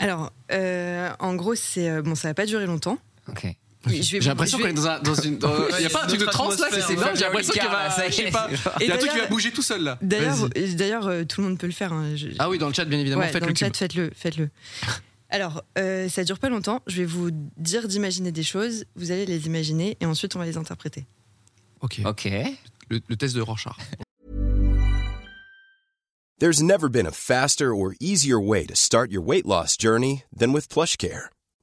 S6: Alors, euh, en gros, c'est. euh, bon, ça va pas durer longtemps.
S5: Ok.
S6: Et je vais-
S1: J'ai l'impression
S6: je
S1: qu'on
S6: vais-
S1: est dans, un, dans une. dans- Il
S3: Ouais,
S1: n'y a pas un truc de
S3: notre
S1: trans là
S3: atmosphère,
S1: C'est
S3: ouais.
S1: dingue, j'ai l'impression qu'elle
S5: Ricard, là,
S1: va.
S5: ça y
S1: Je sais
S5: est,
S1: pas.
S5: c'est genre-
S6: Et
S1: Il y a un truc qui va
S6: d'ailleurs-
S1: bouger tout seul là.
S6: D'ailleurs,
S1: Vas-y.
S6: euh, d'ailleurs, euh, tout le monde peut le faire. hein. Je-
S1: Ah oui, dans le chat, bien évidemment,
S6: Ouais,
S1: faites
S6: dans
S1: le
S6: le chat,
S1: cube.
S6: faites-le, faites-le. Alors, euh, ça dure pas longtemps. Je vais vous dire d'imaginer des choses. Vous allez les imaginer et ensuite on va les interpréter.
S1: Ok.
S5: Ok.
S1: Le, le test de Rorschach.
S8: There's never been a faster or easier way to start your weight loss journey than with PlushCare.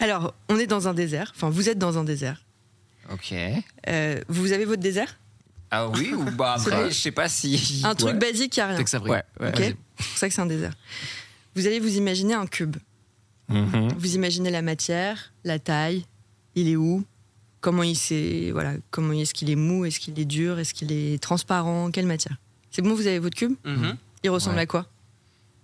S6: Alors, on est dans un désert. Enfin, vous êtes dans un désert.
S5: Ok.
S6: Euh, vous avez votre désert
S5: Ah oui, ou bah après, je sais pas si.
S6: Un
S5: Ouais.
S6: truc basique qui a rien.
S1: Tex
S6: C'est
S1: Avery.
S5: Ouais, ouais.
S6: Ok.
S1: Vas-y.
S6: pour ça que c'est un désert. Vous allez vous imaginer un cube.
S5: Mhm.
S6: Vous imaginez la matière, la taille, il est où, comment il s'est, voilà, comment est-ce qu'il est mou, est-ce qu'il est dur, est-ce qu'il est transparent, quelle matière. C'est bon, vous avez votre cube.
S3: Mhm.
S6: Il ressemble
S5: Ouais.
S6: à quoi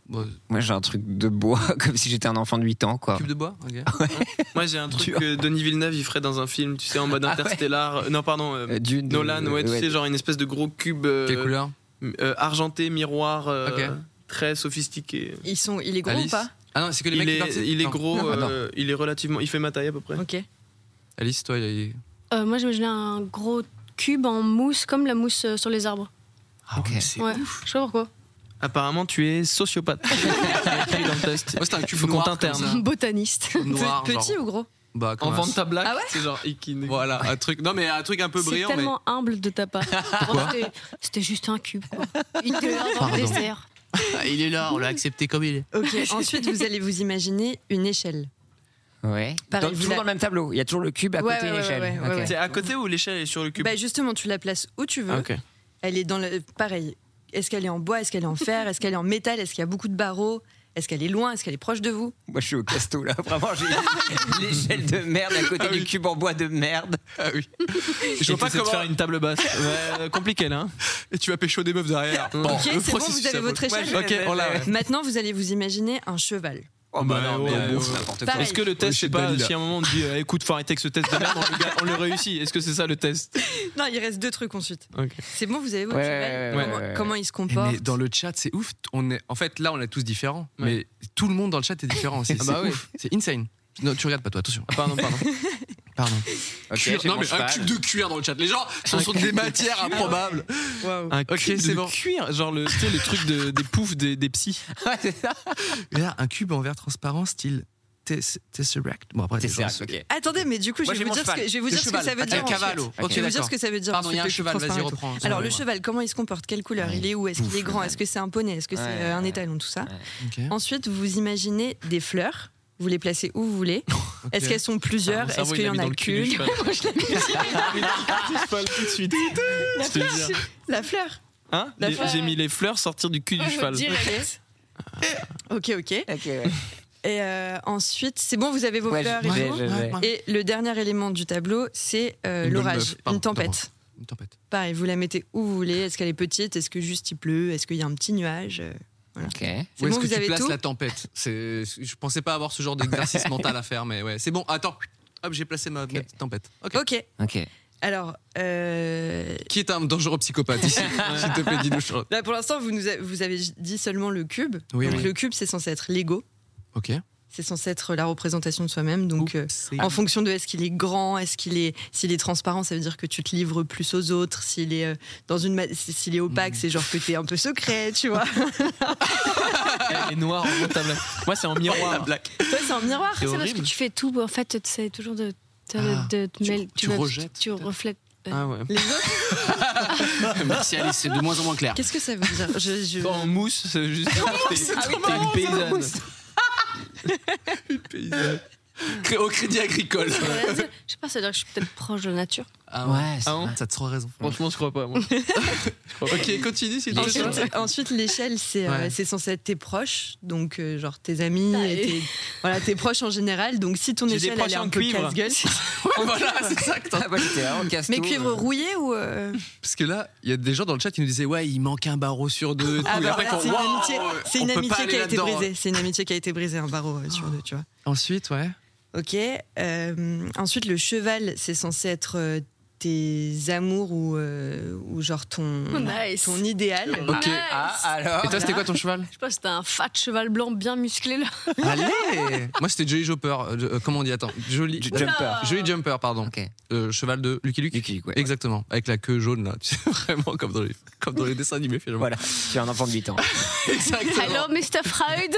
S1: Bon,
S5: Moi, j'ai un truc de bois, comme si j'étais un enfant de 8 ans, quoi.
S1: Cube de bois ok.
S3: Moi j'ai un truc
S5: Dur.
S3: que Denis Villeneuve il ferait dans un film, tu sais, en mode
S5: Ah ouais.
S3: interstellar. Euh, Non, pardon. euh,
S5: Euh, du- de-
S3: Nolan, ouais, tu sais, genre une espèce de gros cube euh,
S1: Quelle couleur
S3: euh, argenté, miroir, euh,
S1: Ok.
S3: très sophistiqué.
S6: Ils sont, il est gros ou
S1: Alice
S6: pas
S1: Ah non, c'est que les
S3: Il
S1: mecs qui
S3: est,
S1: participent.
S3: il est
S1: Non.
S3: gros,
S1: Ah, non.
S3: euh, il est relativement. Il fait ma taille à peu près.
S6: Ok.
S1: Alice, toi, il est.
S4: Euh, moi j'imaginais un gros cube en mousse comme la mousse euh, sur les arbres.
S1: Ah
S5: Ok.
S1: ouais, c'est-
S4: Ouais. Je sais pas pourquoi.
S3: Apparemment, tu es sociopathe. Tu l'as pris dans le test.
S1: Moi, c'est un cube
S3: Faut qu'on
S1: noir. comme
S3: t'interne.
S1: ça.
S4: Botaniste.
S1: Noir,
S6: Pe- Petit
S1: genre.
S6: ou gros
S1: Bah, comme
S3: En
S1: un-
S3: vente ta blague,
S6: Ah ouais
S3: c'est genre Ikine.
S1: Voilà, un truc. Non, mais un truc un peu
S4: C'est
S1: brillant, mais.
S4: tellement humble de ta part. Oh, c'était- C'était juste un cube. Quoi. Il était là dans
S1: Pardon.
S4: le désert.
S1: Ah, il est là, on l'a accepté comme il est.
S6: Ok. Ensuite, vous allez vous imaginer une échelle.
S5: Ouais.
S6: Pareil,
S5: Dans-
S6: vous
S5: toujours
S6: la-
S5: dans le même tableau. Il y a toujours le cube à
S6: Ouais,
S5: côté
S6: ouais,
S5: de
S6: ouais,
S5: l'échelle.
S6: ouais, ouais,
S5: Ok.
S6: ouais.
S3: C'est à côté ou l'échelle est sur le cube
S6: Bah justement, tu la places où tu veux.
S3: Ah, ok.
S6: Elle est dans le pareil. Est-ce qu'elle est en bois Est-ce qu'elle est en fer Est-ce qu'elle est en métal Est-ce qu'il y a beaucoup de barreaux Est-ce qu'elle est loin Est-ce qu'elle est proche de vous
S5: Moi, je suis au casto, là. Vraiment, j'ai l'échelle de merde à côté du cube en bois de merde.
S1: Ah oui.
S3: Je
S1: Et
S3: vois pas
S1: t'essaies de
S3: comment
S1: faire
S3: faire une table basse. compliqué là. hein.
S1: Et tu vas pécho des meufs derrière. Bon,
S6: Ok,
S1: le
S6: c'est bon,
S1: processus,
S6: vous avez
S1: ça
S6: votre
S1: vaut-
S6: échelle.
S1: Ok, on l'a. ouais.
S6: Maintenant, vous allez vous imaginer un cheval.
S5: Oh,
S3: bah,
S5: bah, non,
S3: ouais,
S5: mais euh,
S3: ouais,
S5: c'est n'importe quoi.
S6: Pareil.
S3: Est-ce que le
S1: Ouais, je
S3: test, je
S1: suis
S3: sais
S1: pas
S3: pas,
S1: là.
S3: si à un moment on dit euh, écoute, faut arrêter avec ce test de merde, on le, ga- on le réussit. Est-ce que c'est ça le test
S6: Non, il reste deux trucs ensuite.
S3: Ok.
S6: C'est bon, vous avez votre
S5: Ouais, ouais,
S6: cheval.
S5: ouais,
S6: comment,
S5: ouais, ouais.
S6: comment il se comporte
S1: Eh, Mais dans le chat, c'est ouf. On est... En fait, là, on est tous différents.
S3: Ouais.
S1: Mais tout le monde dans le chat est différent. C'est
S3: Ah bah
S1: c'est
S3: oui.
S1: ouf. C'est insane. Non, tu regardes pas, toi, attention.
S3: Ah, Pardon, pardon.
S1: Pardon.
S5: Ok,
S1: Cuir-
S5: j'ai
S1: Non,
S5: mon
S1: mais un
S5: cheval.
S1: cube de cuir dans le chat. Les gens sont sur des matières improbables.
S6: Waouh.
S3: Un
S1: Ok,
S3: cube
S1: c'est
S3: de
S1: bon.
S3: cuir, genre le, tu sais, le truc de- des poufs des, des psys.
S5: Ouais, c'est ça.
S1: Et là, un cube en verre transparent, style Tess- Tesseract. Bon, après,
S5: C'est
S1: les gens
S5: ça,
S1: se-
S5: ok.
S6: Attendez, mais du coup,
S5: Moi, j'ai
S6: je vais vous
S5: mon
S6: dire ce
S5: cheval.
S6: que, je vais vous
S1: Le
S6: dire ce que
S1: cheval.
S6: ça veut
S1: Ah,
S6: dire.
S1: t'as le
S6: ensuite.
S1: cavallo.
S6: Je vais
S1: Ok,
S6: vous dire ce
S1: d'accord.
S6: que ça veut dire.
S1: Pardon, il y a un
S6: ensuite, le
S1: cheval,
S6: cube
S1: vas-y,
S6: transparent et tout.
S1: reprends.
S6: Alors, le
S1: excusez-moi.
S6: cheval, comment il se comporte Quelle couleur Il est où Est-ce qu'il est
S5: Bouffe,
S6: grand
S5: ouais.
S6: Est-ce que c'est un poney Est-ce que c'est
S5: Ouais,
S6: euh, un
S5: ouais.
S6: étalon Tout ça.
S5: Ouais.
S1: Ok.
S6: Ensuite, vous imaginez des fleurs. vous les placez où vous voulez. Est-ce qu'elles sont plusieurs Est-ce qu'il y en a qu'une
S3: tout de suite.
S6: La
S3: Je te
S6: fleur,
S3: jure.
S6: c'est- La fleur.
S3: Hein
S6: La
S3: Les-
S6: fleur.
S3: J'ai mis les fleurs sortir du cul du cheval.
S6: Direct. Ok, ok.
S5: Ok, ouais.
S6: Et euh, ensuite, c'est bon, vous avez vos
S5: Ouais,
S6: fleurs
S5: je-
S6: et
S5: je-
S6: tout.
S5: je- je-
S6: Et le dernier élément du tableau, c'est euh,
S1: Une bonne meuf.
S6: l'orage,
S1: Pardon,
S6: une tempête.
S1: Une tempête.
S6: Pareil, vous la mettez où vous voulez. Est-ce qu'elle est petite Est-ce que juste il pleut Est-ce qu'il y a un petit nuage Euh,
S5: Ok.
S1: Où
S6: C'est
S1: est-ce
S6: bon,
S1: que
S6: vous
S1: tu
S6: avez
S1: places
S6: tout.
S1: la tempête C'est- Je pensais pas avoir ce genre d'exercice mental à faire, mais ouais, c'est bon. Attends, hop, j'ai placé ma ma petite tempête. Ok.
S6: Ok.
S5: Ok.
S6: Alors, euh,
S1: Qui est un dangereux psychopathe ici S'il te plaît, dis-nous. Charlotte.
S6: là pour l'instant, vous nous a- vous avez dit seulement le cube.
S1: Oui,
S6: donc
S1: oui.
S6: le cube, c'est censé être l'ego.
S1: Ok.
S6: C'est censé être la représentation de soi-même. Donc euh,
S1: C'est-
S6: En fonction de est-ce qu'il est grand, est-ce qu'il est, s'il est transparent, ça veut dire que tu te livres plus aux autres. S'il est euh, dans une, ma- s'il est opaque, c'est genre que t'es un peu secret, tu vois.
S3: Elle est noire en haut de ta blague. Moi, c'est en miroir.
S6: Toi, c'est un miroir.
S3: C'est
S4: C'est parce que
S3: horrible.
S4: tu fais tout. En fait, tu sais toujours de. de-
S1: Ah,
S4: de- de-
S1: tu-
S4: mêle-
S1: tu
S4: vas-
S1: rejettes,
S4: Tu
S1: peut-être.
S4: reflètes.
S3: Ah ouais.
S6: Les autres,
S9: Merci Alice, c'est de moins en moins clair.
S6: qu'est-ce que ça veut dire Je- je-
S3: Pas en mousse, c'est juste. T'es t'es une paysanne. Une paysanne.
S9: Cré- Au crédit agricole.
S4: Je sais pas, ça veut dire que je suis peut-être proche de la nature.
S1: Ah
S5: Ouais, c'est
S3: Ah bon
S5: vrai.
S1: Ça te trop raison.
S3: Franchement, je crois pas. Moi. Je crois pas.
S1: Ok, continue s'il te plaît. Charlotte.
S6: Ensuite, ensuite, l'échelle, c'est euh,
S1: Ouais.
S6: c'est censé être tes proches, donc euh, genre tes amis,
S4: Ah,
S6: et
S4: et-
S6: tes, voilà, tes proches en général. Donc si ton
S3: J'ai des
S6: échelle
S3: proches
S6: elle est
S3: en
S6: un peu
S3: cuivre.
S6: casse-gueule,
S1: Voilà, c'est ça que t'as-
S5: Ah, ouais, j'étais vraiment casse-tête.
S6: mais cuivre rouillé ou euh,
S1: Parce que là, il y a des gens dans le chat qui nous disaient Ouais, il manque un barreau sur deux. et tout.
S6: ah
S1: Et
S6: bah
S1: après,
S6: voilà,
S1: quand-
S6: c'est une
S1: Waouh
S6: amitié, c'est
S1: on
S6: une
S1: peut pas
S6: amitié qui
S1: aller
S6: a été
S1: là-dedans. hein. Ah.
S6: brisée, c'est une amitié qui a été brisée, un barreau euh, sur deux, tu vois.
S1: Ensuite, ouais.
S6: Ok. euh, ensuite, le cheval, c'est censé être euh, tes amours ou, euh, ou genre ton,
S1: Oh,
S4: Nice.
S6: ton idéal.
S1: Ok. ah.
S4: Nice.
S5: Ah, alors.
S1: Et toi, c'était quoi ton cheval
S4: Je sais pas, c'était un fat cheval blanc bien musclé là.
S1: Allez Moi, c'était Jolly Jumper. euh, euh, comment on dit Attends. Jolly
S5: J- Jumper.
S1: Jolly Jumper, pardon.
S5: Ok.
S1: Euh, cheval de Lucky Luke.
S5: Lucky Luke, ouais.
S1: Exactement. Avec la queue jaune, là. Tu sais, Vraiment, comme dans les, comme dans les dessins animés, finalement.
S5: Voilà, tu es un enfant de 8 ans.
S1: Exactement.
S4: Hello, Mr. Freud.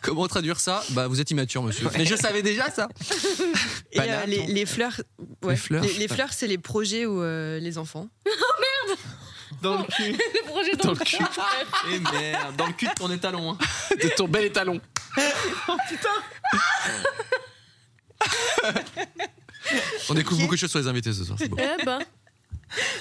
S1: Comment traduire ça Bah, vous êtes immature, monsieur. Mais je savais déjà ça.
S6: Et euh,
S1: Banane. hein.
S6: les, les fleurs, ouais.
S1: Les fleurs,
S6: les,
S1: je
S6: les
S1: sais pas.
S6: fleurs, c'est les projets ou euh, les enfants.
S3: Dans le cul.
S4: le projet
S3: Dans le cul. Eh merde, dans le cul de ton étalon. hein.
S9: De ton bel étalon.
S1: On découvre beaucoup de choses sur les invités ce soir. C'est beau.
S4: Eh ben,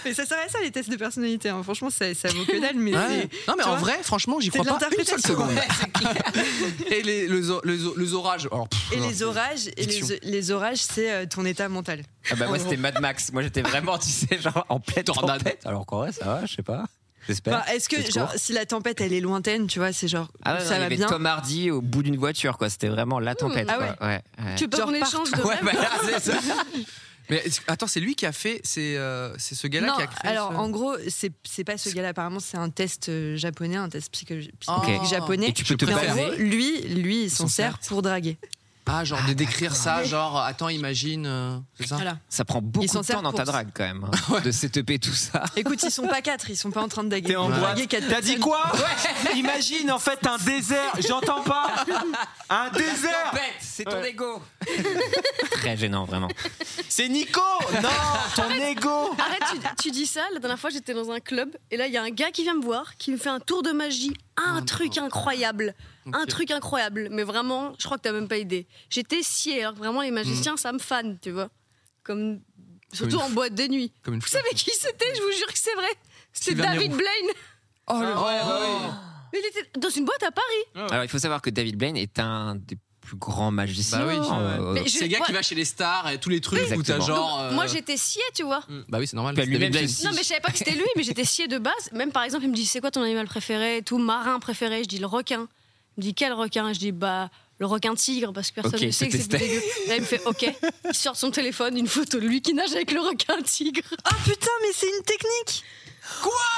S6: Mais ça sert à ça les tests de personnalité. hein. Franchement, ça, ça vaut que dalle. Mais
S1: Ouais. Non, mais
S6: tu
S1: en
S6: vois,
S1: vrai, franchement, j'y
S6: c'est de
S1: crois pas une seule
S6: l'interprétation.
S1: seconde. Et les, les, o- les o- les orages. Alors, Oh, pff,
S6: c'est- Et
S1: non.
S6: les orages, et
S1: Diction.
S6: les, les orages, c'est euh, ton état mental.
S5: Ah bah moi c'était Mad Max. Moi j'étais vraiment, tu sais, genre en pleine
S1: Tornade.
S5: tempête. Alors qu'en vrai ça va, je sais pas. J'espère.
S6: Enfin, Est-ce que
S5: c'est
S6: genre,
S5: court.
S6: si la tempête elle est lointaine, tu vois, c'est genre
S5: ah ouais, non,
S6: ça
S5: il y
S6: va
S5: avait
S6: bien.
S5: Tom Hardy au bout d'une voiture quoi. C'était vraiment la tempête.
S6: Ah
S5: quoi. ouais. ouais.
S4: tu veux pas
S6: Genre
S4: qu'on échange de
S5: Ouais,
S4: rêve
S5: bah, c'est ça.
S1: Mais est-ce- attends, c'est lui qui a fait. C'est euh, c'est ce gars-là
S6: Non,
S1: qui a créé.
S6: alors
S1: ce-
S6: en gros, c'est c'est pas ce gars-là. Apparemment, c'est un test euh, japonais, un test psycho- psychologique
S1: Ok.
S6: japonais.
S5: Et tu peux te
S6: Mais en
S1: préfère.
S5: baser.
S6: gros, lui, lui, il
S1: s'en
S6: s'en sert
S1: sert.
S6: pour draguer.
S1: Ah, genre de décrire ça, genre, attends, imagine. euh, c'est ça
S6: Voilà.
S5: Ça prend beaucoup
S6: s'en
S5: de temps
S6: servent
S5: dans
S6: pour
S5: ta
S6: ça.
S5: drague quand même. hein, De setuper tout ça.
S6: Écoute, ils sont pas quatre, ils sont pas en train de draguer.
S3: T'es en
S6: Ils vont
S3: boîte.
S6: draguer quatre
S3: T'as dit
S6: personnes.
S3: quoi Imagine en fait un désert. J'entends pas. Un désert.
S5: Tempête, c'est ton ego. Très gênant vraiment.
S3: C'est Nico. Non, ton ego.
S4: Arrête, tu, tu dis ça. La dernière fois, j'étais dans un club et là, il y a un gars qui vient me voir, qui me fait un tour de magie, un
S1: Oh
S4: truc
S1: non.
S4: incroyable, un
S1: Ok.
S4: truc incroyable. Mais vraiment, je crois que t'as même pas idée. J'étais sciée, alors que vraiment, les magiciens, ça me fan, tu vois. Comme surtout
S1: Mm. une
S4: en boîte de nuit.
S1: Comme une
S4: Vous savez qui c'était Je vous jure que c'est vrai. C'était
S1: Sylvain
S4: David
S1: Mérou.
S4: Blaine.
S1: Oh, le-
S4: Mais il était dans une boîte à Paris.
S5: Alors il faut savoir que David Blaine est un des plus grands
S1: Bah
S5: magiciens.
S1: oui,
S5: euh,
S4: Mais
S1: C'est le gars qui va chez les stars et tous les trucs où t'as
S5: Exactement.
S1: genre. euh,
S4: Moi, j'étais sciée, tu vois.
S1: Bah oui, c'est normal.
S5: Bah,
S1: c'est
S5: lui-même,
S1: David
S5: c'est-
S4: Non,
S1: Blaine.
S4: mais je savais pas que c'était lui, mais j'étais sciée de base. Même par exemple, il me dit C'est quoi ton animal préféré et Tout marin préféré Je dis le requin. Il me dit Quel requin Je dis Bah, le requin tigre, parce que personne
S5: Ok,
S4: ne sait que c'est
S5: c'était-
S4: plus dégueu. Là, il me fait Ok. Il sort son téléphone, une photo de lui qui nage avec le requin tigre.
S6: Ah putain, mais c'est une technique.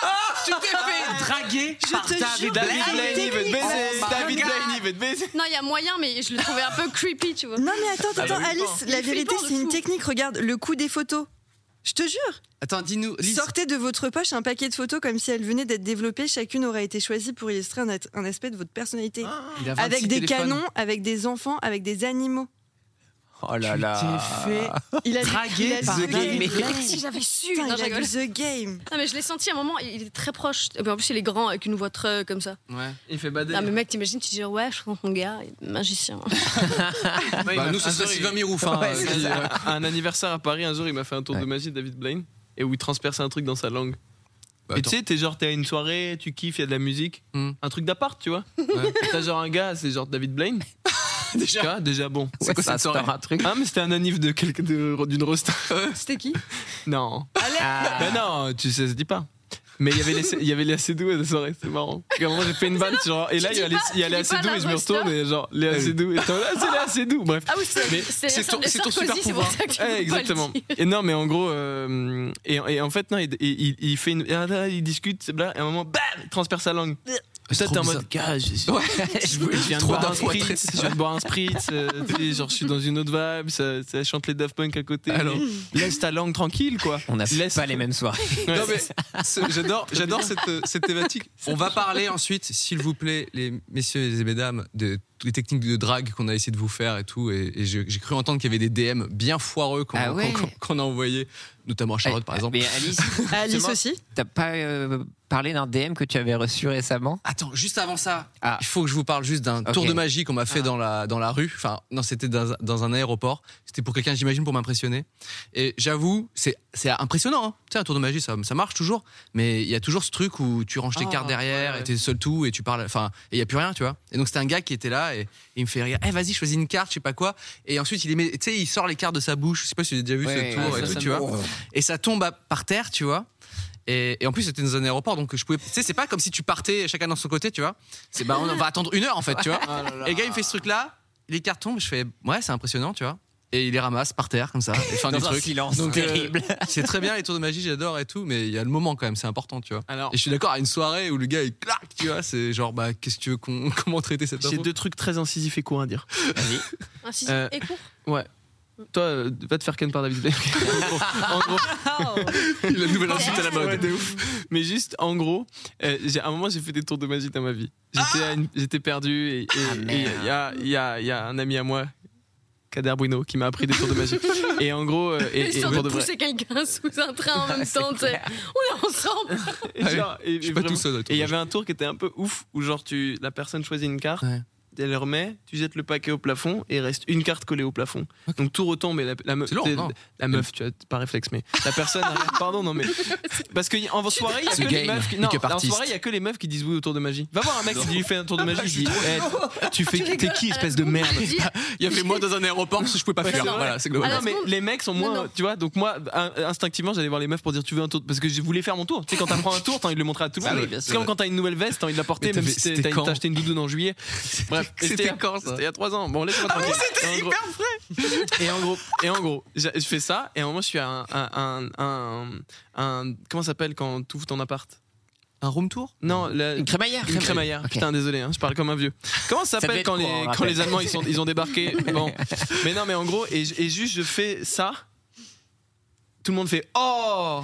S6: Ah,
S1: Tu t'es fait draguer par
S6: te
S1: David
S6: jure,
S1: Blaine.
S3: David Blaine, il veut te baiser.
S1: Oh my
S3: David
S1: God.
S3: Blaine, il veut te baiser.
S4: Non, il y a moyen, mais je le trouvais un peu creepy, tu vois.
S6: Non mais attends,
S1: Ah,
S6: attends,
S1: bah
S6: Alice, la
S4: Il est
S6: vérité,
S4: flippant, de
S6: c'est une
S4: fou.
S6: technique. Regarde le coup des photos. Je te jure,
S1: Attends, dis-nous. Lise,
S6: sortez de votre poche un paquet de photos comme si elles venaient d'être développées. Chacune aurait été choisie pour illustrer un, at- Ah, un aspect de votre personnalité.
S1: il a 26
S6: avec des
S1: téléphones.
S6: canons, avec des enfants, avec des animaux.
S5: Oh là là.
S1: Bah,
S6: Il a
S4: Dragué
S6: il a
S4: par
S6: Ah. The
S4: David
S6: Game.
S4: Blaine. Si j'avais su.
S6: Putain,
S4: Non,
S6: il
S4: je
S6: a
S4: rigole.
S6: du The Game.
S4: Non, mais je l'ai senti à un moment, il il est très proche. Et puis, en plus, il est grand avec une voix très comme ça.
S1: Ouais.
S3: Il fait bader.
S4: Non, mais mec, t'imagines, tu dis ouais, je rencontre mon gars, il est magicien.
S1: Bah, nous,
S5: ah,
S1: ce serait Sylvain Mirouf. hein,
S3: Ouais,
S1: euh,
S3: c'est
S1: qui-
S3: ça.
S1: ouais.
S3: À un anniversaire à Paris, un jour, il m'a fait un tour de
S5: Ouais.
S3: magie, David Blaine, et où il transperce un truc dans sa langue.
S1: Bah,
S3: et
S1: attends.
S3: tu sais, t'es genre, t'es à une soirée, tu kiffes, il y a de la musique,
S1: Hmm.
S3: un truc d'appart, tu vois.
S1: Ouais.
S3: Et T'as genre un gars, c'est genre David Blaine. déjà. déjà bon.
S9: C'est quoi
S5: Ça
S9: cette
S5: sort
S9: soirée
S5: un truc.
S3: Ah, mais c'était un anniv de quelque- de- d'une rosta.
S4: C'était qui
S3: non.
S5: Ah.
S3: Ben non, tu sais, ça se dit pas. Mais il y avait les- il y avait les assez doux à la soirée, c'est marrant. Et à un moment, j'ai fait une vanne, genre, et là,
S4: Tu
S3: il y a
S4: dis
S3: les,
S4: pas-
S3: il y a
S4: tu
S3: les
S4: dis
S3: assez
S4: pas
S3: doux,
S4: la
S3: et je me
S4: rosta.
S3: retourne, et genre, les assez doux, et t'es en mode, ah, c'est les assez doux, bref.
S4: Ah oui, c'est c'est
S1: c'est ton-
S4: la
S1: c'est ton
S4: Sarkozy,
S1: super
S4: c'est pour
S1: pouvoir.
S4: ça que je
S3: Ouais,
S4: peux pas
S3: exactement.
S4: le dire.
S3: Et non, mais en gros, euh, et, et en fait, non, il, il- il fait une. ah, là, Il discute, c'est bla, et à un moment, bam, il transperce sa langue. Ça,
S1: trop
S3: t'es en
S1: bizarre.
S3: mode, gars, je, je-
S5: Je voulais-
S3: je viens de
S1: Trop
S3: boire un
S1: d'infos à
S3: spritz,
S1: traiter.
S3: je viens de boire un spritz, euh, tu sais, genre, je suis dans une autre vibe, ça, ça chante les Daft Punk à côté.
S1: Alors.
S3: laisse ta langue tranquille, quoi.
S5: On n'a
S3: Laisse-
S5: pas les mêmes soirées.
S3: Ouais.
S1: Non, mais
S3: Ce- J'adore, j'adore cette, cette thématique.
S1: euh, On va parler ensuite, s'il vous plaît, les messieurs et mesdames, de toutes les techniques de drague qu'on a essayé de vous faire et tout. Et, et j'ai j'ai cru entendre qu'il y avait des DM bien foireux qu'on
S5: Ah ouais.
S1: qu'on- qu'on- qu'on a envoyés, notamment à Charlotte, par exemple.
S5: Mais Alice,
S6: Alice
S5: justement,
S6: Ah, aussi
S5: t'as pas euh, parlé d'un DM que tu avais reçu récemment
S1: Attends, juste avant ça,
S5: Ah.
S1: il faut que je vous parle juste d'un
S5: Ok. Ah.
S1: tour de magie qu'on m'a fait dans, la, dans la rue. Enfin, non, c'était dans, dans un aéroport. C'était pour quelqu'un, j'imagine, pour m'impressionner. Et j'avoue, c'est c'est impressionnant. hein. Tu sais, un tour de magie, ça, ça marche toujours. Mais il y a toujours ce truc où tu ranges tes
S3: Ah,
S1: cartes derrière
S3: ouais, ouais.
S1: et t'es seul tout et tu parles. Enfin, et il n'y a plus rien, tu vois. Et donc, c'était un gars qui était là et, et il me fait regarder. Eh, vas-y, choisis une carte, je sais pas quoi. Et ensuite, il, aimait, tu sais, il sort les cartes de sa bouche. Je sais pas si tu as déjà vu
S5: Ouais,
S1: ce tour
S5: ouais,
S1: et
S5: ça,
S1: tout,
S5: ça
S1: tu
S5: me-
S1: vois et ça tombe à- par terre, tu vois. Et, et en plus, c'était dans un aéroport, donc je pouvais. Tu sais, c'est pas comme si tu partais chacun dans son côté, tu vois. C'est bah, on va attendre une heure en fait, tu vois. Et le gars, il me fait ce truc-là, les cartes tombent, je fais ouais, c'est impressionnant, tu vois. Et il les ramasse par terre, comme ça, et fin
S5: Dans
S1: du
S5: un
S1: truc.
S5: silence
S1: Donc, euh,
S5: terrible.
S1: c'est très bien les tours de magie, j'adore et tout, mais il y a le moment quand même, c'est important, tu vois.
S3: Alors,
S1: Et je suis d'accord, à une soirée où le gars il claque, tu vois, c'est genre bah qu'est-ce que tu veux qu'on comment traiter cette
S3: j'ai
S1: info
S3: deux trucs très incisifs et courts à dire.
S4: Ainsi,
S3: Euh,
S4: Ah, et court.
S3: Toi, euh, va te faire ken par David Blaine. en gros, en gros,
S1: La nouvelle
S4: insulte
S1: à la
S3: Ouais, Oh. de ouf. Mais juste, en gros, euh, j'ai- à un moment, j'ai fait des tours de magie dans ma vie. J'étais à une- J'étais perdu et il y, a, y a- y a un ami à moi, Kader Bruno, qui m'a appris des tours de magie. Et en gros, euh, et, et
S4: Histoire
S3: pour
S4: de
S3: de vrai.
S4: pousser quelqu'un sous un train en même temps, tu sais. On est ensemble.
S3: Et genre, et-
S1: Je suis
S3: et
S1: pas
S3: vraiment-
S1: tout seul. à tour
S3: Et il y
S1: de magie.
S3: avait un tour qui était un peu ouf où genre tu la personne choisit une carte,
S1: Ouais.
S3: elle le remet, tu jettes le paquet au plafond et il reste une carte collée au plafond. Donc tout retombe et la, la meuf,
S1: C'est lourd,
S3: t'es-
S1: non
S3: la meuf, tu as pas réflexe mais la personne, arrête- pardon non mais parce que y- en soirée il y a
S1: Ce
S3: que les
S1: game,
S3: meufs, qui,
S1: pick
S3: non,
S1: up
S3: en
S1: artist.
S3: soirée il y a que les meufs qui disent oui au tour de magie. Va voir un mec qui lui fait un
S1: Ah,
S3: tour de magie, je dis Eh, tu fais, t'es qui espèce de merde.
S4: Dis-
S1: Il y avait moi dans un aéroport, parce que je pouvais pas
S3: Ouais,
S1: faire.
S3: c'est vrai.
S1: Voilà, c'est
S3: Ah
S1: global.
S3: non, mais
S4: seconde.
S3: les mecs sont
S4: Non,
S3: moins.
S4: non.
S3: Tu vois, donc moi, in- instinctivement, j'allais voir les meufs pour dire tu veux un tour. Parce que je voulais faire mon tour. Tu sais, quand t'apprends un tour, t'as envie de le montrer à
S1: Ah
S3: tout le
S5: Bah
S3: monde.
S5: oui, bien
S3: C'est
S5: sûr.
S3: comme quand t'as une nouvelle veste, t'as envie de la porter,
S1: Mais
S3: même
S1: t'avais-
S3: si t'es-
S1: c'était
S3: t'as
S1: quand
S3: t'as acheté une doudoune en juillet. Bref, et
S1: c'était quand, ça Ah
S3: C'était il y a 3 ans. Bon, laisse-moi tranquille. Et en gros- Et en gros, et en gros j'a- je fais ça, et à un moment, je suis à un. un, un, un, un- comment ça s'appelle quand tout ton appart
S1: Un room tour
S3: Non, la-
S5: Une crémaillère.
S3: une crémaillère.
S5: Ok.
S3: Putain, désolé, hein, je parle comme un vieux. Comment ça
S5: Ça
S3: s'appelle
S5: devait être
S3: quand,
S5: court,
S3: les-
S5: on
S3: quand
S5: rappelle.
S3: les Allemands ils, sont, ils ont débarqué Bon. Mais non, mais en gros, et, et juste je fais ça. Tout le monde fait Oh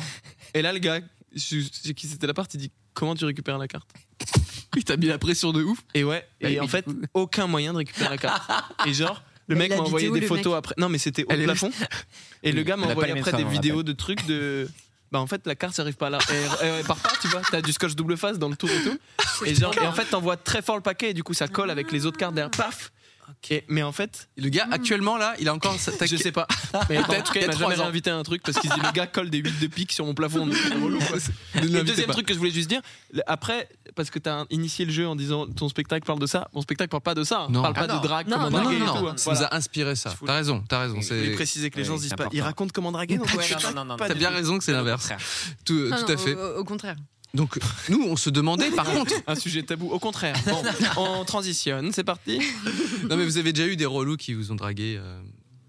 S3: Et là, le gars, je- je- qui c'était la part, il dit Comment tu récupères la carte Il t'a mis la pression de ouf. Ah, Et ouais,
S5: Bah
S3: et
S5: oui,
S3: en
S5: du
S3: fait,
S5: coup.
S3: aucun moyen de récupérer la carte. Et genre. Le
S6: Mais
S3: mec
S6: il
S3: m'a
S6: habitait
S3: envoyé
S6: où,
S3: des
S6: le
S3: photos après. Non, mais c'était au
S5: Elle est-
S3: plafond. Et le
S5: Oui,
S3: gars
S5: on
S3: m'a
S5: n'a pas
S3: envoyé
S5: les mêmes
S3: après des
S5: femmes, on
S3: vidéos de trucs de. Bah, en fait, la carte, ça arrive pas là. Et, et, ouais, par part, tu vois, t'as du scotch double face dans le tour et tout. Et, genre, et en fait, t'envoies très fort le paquet et du coup, ça colle avec les autres cartes derrière. Paf Et- Mais en fait,
S1: Le gars, actuellement, là, il a encore. sa- ta-
S3: je sais pas. Mais en tout cas,
S1: il y
S3: il
S1: a
S3: m'a
S1: trois
S3: jamais
S1: ans.
S3: invité à un truc parce qu'il se dit le gars colle des 8 de pique sur mon plafond. C'est relou, quoi.
S1: Ne
S3: Et
S1: l'invitez
S3: le deuxième
S1: pas.
S3: truc que je voulais juste dire, le- après, parce que t'as initié le jeu en disant ton spectacle parle de ça, mon spectacle parle pas de ça. hein.
S1: Non.
S3: Parle pas
S5: Ah non.
S3: de drague,
S6: Non,
S3: comment
S1: Non,
S3: draguer
S1: non,
S3: et
S1: non,
S3: tout, hein.
S1: ça
S3: Voilà.
S1: nous a inspiré ça.
S3: Je voulais-
S1: T'as raison, t'as raison.
S3: Je voulais
S1: C'est...
S3: préciser que les gens
S5: Oui,
S3: se disent
S5: c'est
S3: pas, il
S5: important.
S3: raconte comment draguer. dans ton
S5: Ouais, non,
S3: spectacle.
S5: non, non, non.
S3: Pas
S1: T'as
S3: du
S1: bien
S3: tout.
S1: raison que c'est l'inverse. Tout,
S6: Ah
S1: tout
S6: non,
S1: à fait.
S6: Au, au- au contraire.
S1: Donc, nous, on se demandait, par contre.
S3: Un sujet tabou, au contraire. Bon, on transitionne, c'est parti.
S1: Non, mais vous avez déjà eu des relous qui vous ont dragué, euh,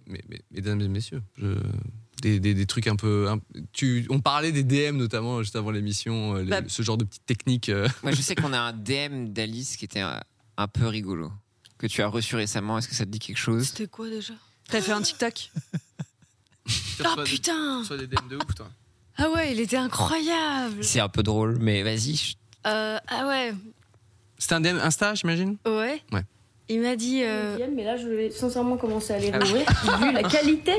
S1: mais- mais- mesdames et messieurs. je- Des, des- des trucs un peu. un- tu, on parlait des DM notamment juste avant l'émission, euh, les-
S6: Bah-
S1: ce genre de petites techniques. euh.
S5: Moi, je sais qu'on a un DM d'Alice qui était un, un peu rigolo, que tu as reçu récemment. Est-ce que ça te dit quelque chose
S4: C'était quoi déjà
S6: T'as fait un TikTok
S4: Ah putain
S3: Soit des DM de ouf, toi.
S4: Ah ouais, il était incroyable
S5: C'est un peu drôle, mais vas-y. je-
S4: Euh, Ah ouais,
S1: C'était un DM Insta, j'imagine
S4: ouais.
S1: Ouais.
S4: Il m'a dit. euh,
S10: Mais là, je vais sincèrement commencer à les
S4: Ah oui.
S10: rouvrir, vu la qualité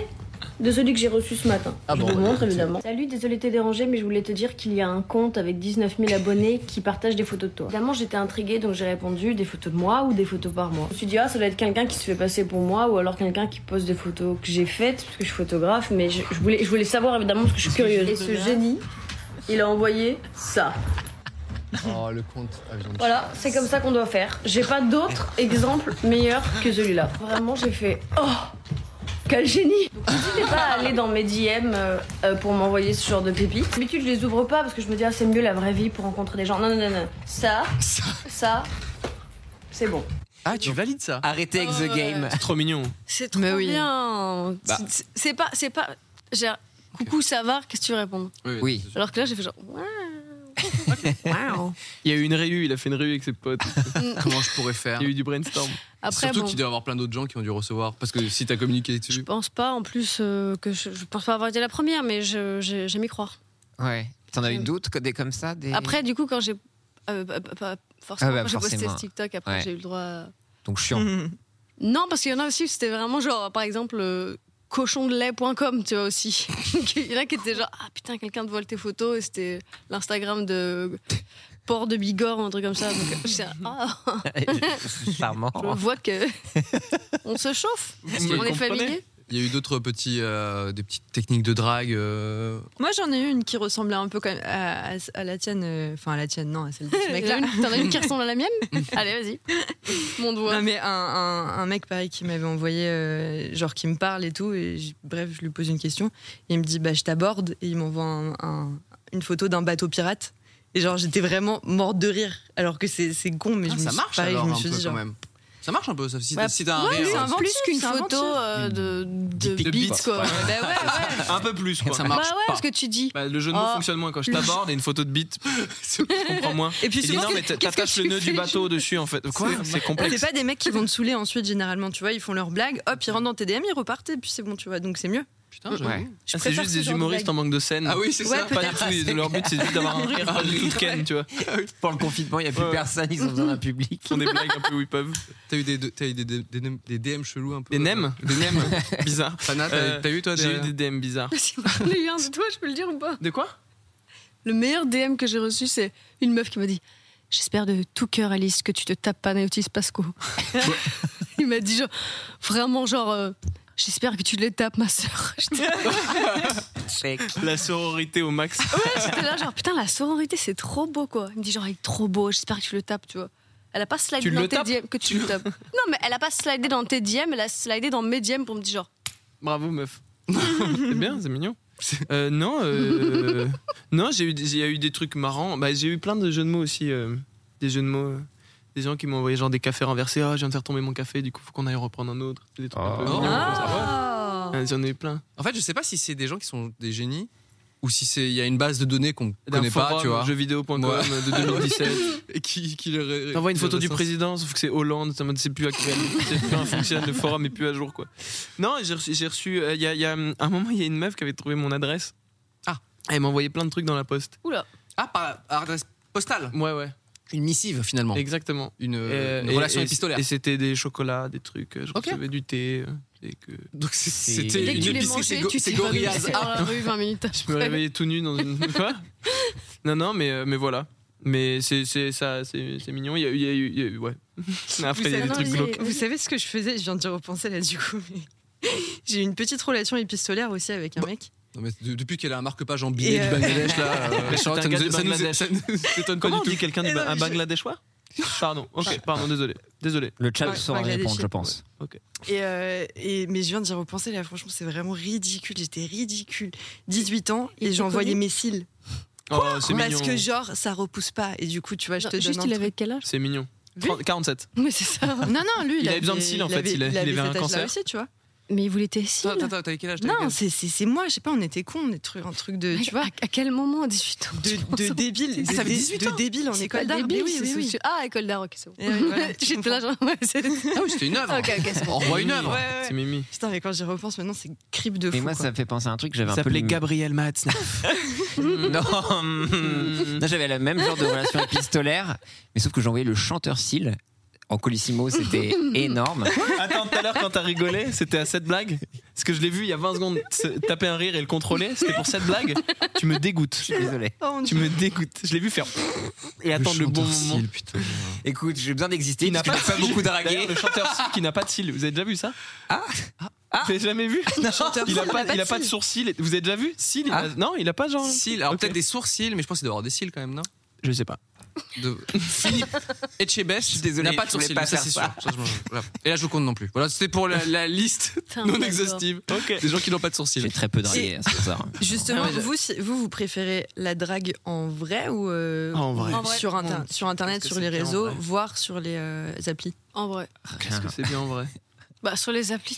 S10: de celui que j'ai reçu ce matin.
S4: Ah
S10: je
S4: bon,
S10: vous
S4: bah,
S10: montre
S4: écoute.
S10: évidemment. Salut, désolé de te déranger, mais je voulais te dire qu'il y a un compte avec 19 000 abonnés qui partagent des photos de toi. Évidemment, j'étais intriguée, donc j'ai répondu des photos de moi ou des photos par moi. Je me suis dit, ah, ça doit être quelqu'un qui se fait passer pour moi ou alors quelqu'un qui pose des photos que j'ai faites, parce que je suis photographe, mais je, je voulais, je voulais savoir évidemment parce que je suis curieuse. Et ce génie, il a envoyé ça.
S1: Oh, le compte. Ah, j'en ai-
S10: Voilà, c'est comme ça qu'on doit faire. J'ai pas d'autre exemple meilleur que celui-là. Vraiment, j'ai fait oh quel génie Donc, N'hésitez pas à aller dans mes DM euh, euh, pour m'envoyer ce genre de pépites. D'habitude, je les ouvre pas parce que je me dis ah c'est mieux la vraie vie pour rencontrer des gens. Non non non non. Ça, ça, c'est bon.
S1: Ah, tu valides ça
S5: Arrêtez avec
S6: Oh,
S5: The Game.
S3: C'est trop mignon.
S4: C'est trop bien.
S3: Bah.
S4: C'est- c'est- C'est pas, c'est pas. Genre, coucou, ça va Qu'est-ce que tu réponds
S3: Oui, Oui. c'est sûr.
S4: Alors que là, j'ai fait genre. ouais.
S3: Il y a eu une réu, il a fait une réu avec ses potes.
S1: Comment je pourrais faire
S3: Il y a eu du brainstorm.
S4: Après,
S1: Surtout
S4: bon.
S1: qu'il doit y avoir plein d'autres gens qui ont dû recevoir. Parce que si t'as communiqué dessus.
S4: Je pense pas, en plus, euh, que je, je pense pas avoir été la première, mais je- j'ai- j'aime y croire.
S5: Ouais. T'en as eu d'autres que des comme ça des-
S4: Après, du coup, quand j'ai. euh, pas- pas- pas- forcément,
S5: Ah bah,
S4: quand j'ai posté
S5: forcément.
S4: ce TikTok, après,
S5: Ouais.
S4: j'ai eu le droit. à-
S5: Donc chiant.
S6: Mm.
S4: Non, parce qu'il y en a aussi, c'était vraiment genre, par exemple, euh, cochondelait.com, tu vois aussi. Il y en a qui étaient genre, ah putain, quelqu'un te vole tes photos, et c'était l'Instagram de Port de Bigorre, un truc comme ça. Donc, j'étais là, ah,
S5: Charmant.
S4: je vois que on se chauffe, on est familier.
S1: Il y a eu d'autres petits, euh, des petites techniques de drague. euh,
S6: Moi, j'en ai eu une qui ressemblait un peu quand même à, à- à la tienne. euh, Enfin, à la tienne, non, à celle de ce mec-là.
S4: T'en as une- t'en as une qui ressemble à la mienne Allez, vas-y. Mon doigt.
S6: Non, mais un, un- un mec, pareil, qui m'avait envoyé, euh, genre, qui me parle et tout. Et j- bref, je lui pose une question. Et il me dit, bah, je t'aborde. Et il m'envoie un- un- une photo d'un bateau pirate. Et genre, j'étais vraiment morte de rire. Alors que c'est c'est con, mais
S1: Ah,
S6: je me
S1: ça
S6: suis-
S1: marche
S6: pareil,
S1: alors
S6: je me
S1: un
S6: suis
S1: peu
S6: dit,
S1: quand
S6: genre,
S1: même. Ça marche un peu. Ça, si
S6: Bah,
S1: t'as- si t'as un
S6: ouais,
S1: rire,
S6: c'est
S1: euh,
S6: inventif,
S4: Plus qu'une
S6: c'est
S4: photo
S6: inventif.
S4: euh, de, de
S3: pic
S4: beats,
S3: beats,
S4: quoi.
S3: ouais.
S4: Bah ouais, ouais.
S3: Un peu plus, quoi.
S4: Ça marche Bah ouais, pas. parce que tu dis-
S3: Bah, le jeu de mots
S4: Oh,
S3: fonctionne moins. Quand je
S4: le-
S3: t'aborde et une photo de bite, je comprends moins.
S6: Et puis
S3: Il dit,
S6: souvent,
S3: non,
S6: qu'est-
S3: mais t'a-
S6: qu'est-ce que
S3: t'attaches
S6: tu
S3: le nœud
S6: fais,
S3: du bateau dessus, en fait. Quoi C'est complexe.
S6: C'est pas des mecs qui vont te saouler ensuite, généralement, tu vois. Ils font leur blague, hop, ils rentrent dans tes DM, ils repartent, et puis c'est bon, tu vois. Donc c'est mieux.
S1: Putain,
S3: j'avoue.
S6: Ouais. Je
S3: Ah, C'est
S6: préfère
S3: juste
S6: ce
S3: des
S6: genre de
S3: humoristes
S6: blague.
S3: en manque de scène.
S6: Ah oui, c'est
S3: Ouais,
S6: ça.
S3: Pas du tout. ils- Leur but, c'est juste d'avoir un rire, pas du tout de Ken, tu vois.
S5: Pour le confinement, il n'y a plus personne, ils ont besoin d'un public.
S3: Ils font des blagues un peu où ils peuvent.
S1: T'as eu des, t'as eu des, des, des- des DM chelous un peu.
S3: Des nems
S1: Des nems
S3: Bizarre.
S1: Fana, t'as- t'as eu, toi, des-
S3: J'ai eu des DM bizarres.
S4: J'ai eu un de toi, je peux le dire ou pas
S3: De quoi
S4: Le meilleur DM que j'ai reçu, c'est une meuf qui m'a dit J'espère de tout cœur, Alice, que tu te tapes pas Naotis Pasco. Il m'a dit genre, vraiment, genre, euh, j'espère que tu les tapes, ma sœur. J'étais
S3: La sororité au max.
S4: j'étais là, genre, putain, la sororité, c'est trop beau, quoi. Il me dit genre, il est trop beau, j'espère que tu le tapes, tu vois. Elle a pas slidé
S3: Tu
S4: dans
S3: le
S4: tes
S3: tapes
S4: DM, que tu, le tapes. Non, mais elle a pas slidé dans tes DM, elle a slidé dans mes DM pour me dire genre,
S3: Bravo, meuf. c'est bien, c'est mignon. Euh, non, euh, non, j'ai eu, des- il y a eu des trucs marrants. Bah, j'ai eu plein de jeux de mots aussi, euh, des jeux de mots, euh, des gens qui m'ont envoyé genre des cafés renversés. Ah, je viens de faire tomber mon café, du coup, faut qu'on aille en reprendre un autre. Des trucs un
S1: Oh.
S3: peu mignons comme
S1: Ah,
S3: ça. Ouais. Ouais, J'en ai eu plein.
S1: En fait, je sais pas si c'est des gens qui sont des génies ou si c'est il y a une base de données qu'on connaît pas,
S3: forum,
S1: tu vois.
S3: jeuxvideo.com
S1: Ouais.
S3: de 2017.
S1: Et qui, qui le ré-
S3: T'envoies une
S1: le
S3: photo du
S1: ressent.
S3: président, sauf que c'est Hollande, ça me- c'est plus actuel, c'est plus un fonctionne, le forum est plus à jour quoi. Non, j'ai reçu, j'ai reçu, euh, il y a, il y a, hum, un moment, il y a une meuf qui avait trouvé mon adresse.
S1: Ah,
S3: elle m'envoyait plein de trucs dans la poste.
S4: oula.
S1: Ah, par par adresse postale
S3: Ouais, ouais.
S1: Une missive finalement.
S3: Exactement.
S1: Une,
S3: Euh,
S1: une
S3: et-
S1: relation
S3: et-
S1: épistolaire.
S3: Et c'était des chocolats, des trucs, euh, je
S1: Ok.
S3: recevais du thé. euh, Et que...
S1: Donc c'est- c'était
S4: Dès que
S1: une
S4: tu les
S1: épicerie, c'est
S4: mangeais,
S1: go-
S4: tu
S1: c'est
S4: t'es réveillé
S1: Gorillaz. Ah.
S4: dans la rue 20 minutes.
S3: Je me réveillais tout nu dans une. Quoi Non, non, mais, euh, mais voilà. Mais c'est c'est ça, c'est c'est mignon. Il y a eu. il y a eu- il y a eu- ouais. Après, il y a eu des trucs glauques.
S6: Vous savez ce que je faisais Je viens d'y repenser là du coup. mais J'ai eu une petite relation épistolaire aussi avec un mec.
S1: Non, mais de- depuis qu'elle a un marque-page en billet
S6: Et,
S1: du
S6: euh,
S1: Bangladesh là, euh, Charlotte,
S3: Mais c'est un
S1: ça
S3: gars
S1: nous-
S3: du
S1: ça nous-
S3: Bangladesh.
S1: ça nous étonne pas
S3: Comment
S1: du
S3: on
S1: tout.
S3: dit quelqu'un du
S6: Eh
S3: Ba-
S6: non,
S3: un
S6: je-
S3: Bangladeshois Pardon, ok, pardon, désolé. Désolé.
S5: Le chat
S6: Ouais,
S5: saura
S6: Bangladesh,
S5: répondre, je
S6: ouais.
S5: pense.
S6: Et, euh, et- mais je viens d'y repenser là, franchement, c'est vraiment ridicule. J'étais ridicule. 18 ans et j'envoyais mes cils.
S3: oh, c'est
S6: Parce
S3: mignon.
S6: que genre, ça repousse pas. Et du coup, tu vois, je
S4: Non,
S6: te donne.
S4: Juste,
S6: un
S4: il
S6: truc.
S4: avait quel âge
S3: C'est mignon. 30 47.
S4: Mais c'est ça.
S6: Non, non, lui,
S3: Il avait besoin de cils, en fait, il a- il avait un
S6: cet âge-là
S3: cancer.
S6: aussi, tu vois.
S4: Mais il voulait tes cils.
S1: Toi, toi, toi, T'avais quel âge t'avais quel
S6: Non,
S1: âge
S6: c'est- c'est c'est moi, je sais pas, on était cons, on est tru- un truc de.
S4: Mec,
S6: Tu vois,
S4: à, à quel moment à 18 ans tu penses
S6: de, de
S4: au-
S6: débile.
S4: Ah,
S6: de,
S4: ça fait
S6: dé-
S4: 18
S6: de
S4: ans.
S6: débile en
S4: C'est pas
S6: école d'art.
S4: débile,
S6: oui,
S4: c'est
S6: oui,
S4: sous-
S6: oui.
S4: Ah, école d'art, ok, c'est bon.
S6: Eh oui, voilà, tu
S4: J'étais là, genre, ouais, c'est.
S1: Ah oui, c'était une œuvre.
S4: Ok, ok, c'est bon.
S1: On revoit une
S6: Ouais,
S1: œuvre.
S6: ouais.
S3: Mmh. C'est Mimi.
S6: Putain, mais quand j'y repense maintenant, c'est cripe de fou.
S5: Et moi,
S6: quoi.
S5: ça me fait penser à un truc, j'avais
S3: Il
S5: un peu les
S3: s'appelait Gabriel Matz.
S5: Non,
S3: Mmh.
S5: Mmh. hum, hum. Non, j'avais le même genre de relation épistolaire, mais sauf que j'envoyais le chanteur Seal en colissimo, c'était énorme.
S3: Attends, tout à l'heure, quand t'as rigolé, c'était à cette blague Parce que je l'ai vu il y a 20 secondes se- taper un rire et le contrôler, c'était pour cette blague Tu me dégoûtes. Je suis
S5: désolé.
S6: Oh,
S3: Tu me dégoûtes. Je l'ai vu faire. Et attendre le bon
S5: chanteur
S3: moment.
S5: Seal, Écoute, j'ai besoin d'exister.
S3: Il n'a
S5: parce que
S3: pas,
S5: j'ai pas beaucoup dragué.
S3: D'ailleurs, Le chanteur Seal qui n'a pas de cils. Vous avez déjà vu ça Ah Vous avez jamais vu
S1: chanteur
S3: Il n'a
S1: Seal
S3: pas,
S1: n'a pas
S3: il a
S1: de
S3: pas de
S1: cils.
S3: sourcils. Vous avez déjà vu Seal il
S1: Ah.
S3: a- Non, il a pas genre.
S1: Cils. Alors peut-être des sourcils, mais je pense qu'il doit avoir des cils quand même, non
S3: Je sais pas.
S1: De... Philippe Etchebest
S5: désolé,
S1: n'a pas de
S5: je voulais
S1: sourcils,
S5: pas
S1: ça
S5: faire
S1: c'est sûr.
S5: ça.
S1: Ça, je m'en- voilà. Et là je vous compte non plus. Voilà, c'était pour la, la liste
S4: Ah,
S6: Putain,
S1: non
S6: d'accord.
S1: exhaustive des gens qui n'ont pas de sourcils. J'ai
S5: très peu
S6: dragué, hein,
S5: c'est pour ça.
S6: Justement,
S1: Non, mais je-
S6: vous, si- vous, vous préférez la drague en vrai ou euh,
S3: En vrai. En vrai.
S6: Sur, inter-
S3: Mmh.
S6: sur Internet,
S3: Qu'est-ce que
S6: sur les
S3: c'est bien en
S6: réseaux,
S3: vrai
S6: voire sur les euh, applis
S4: En vrai.
S1: Qu'est-ce que c'est bien en vrai
S4: Bah, sur les applis.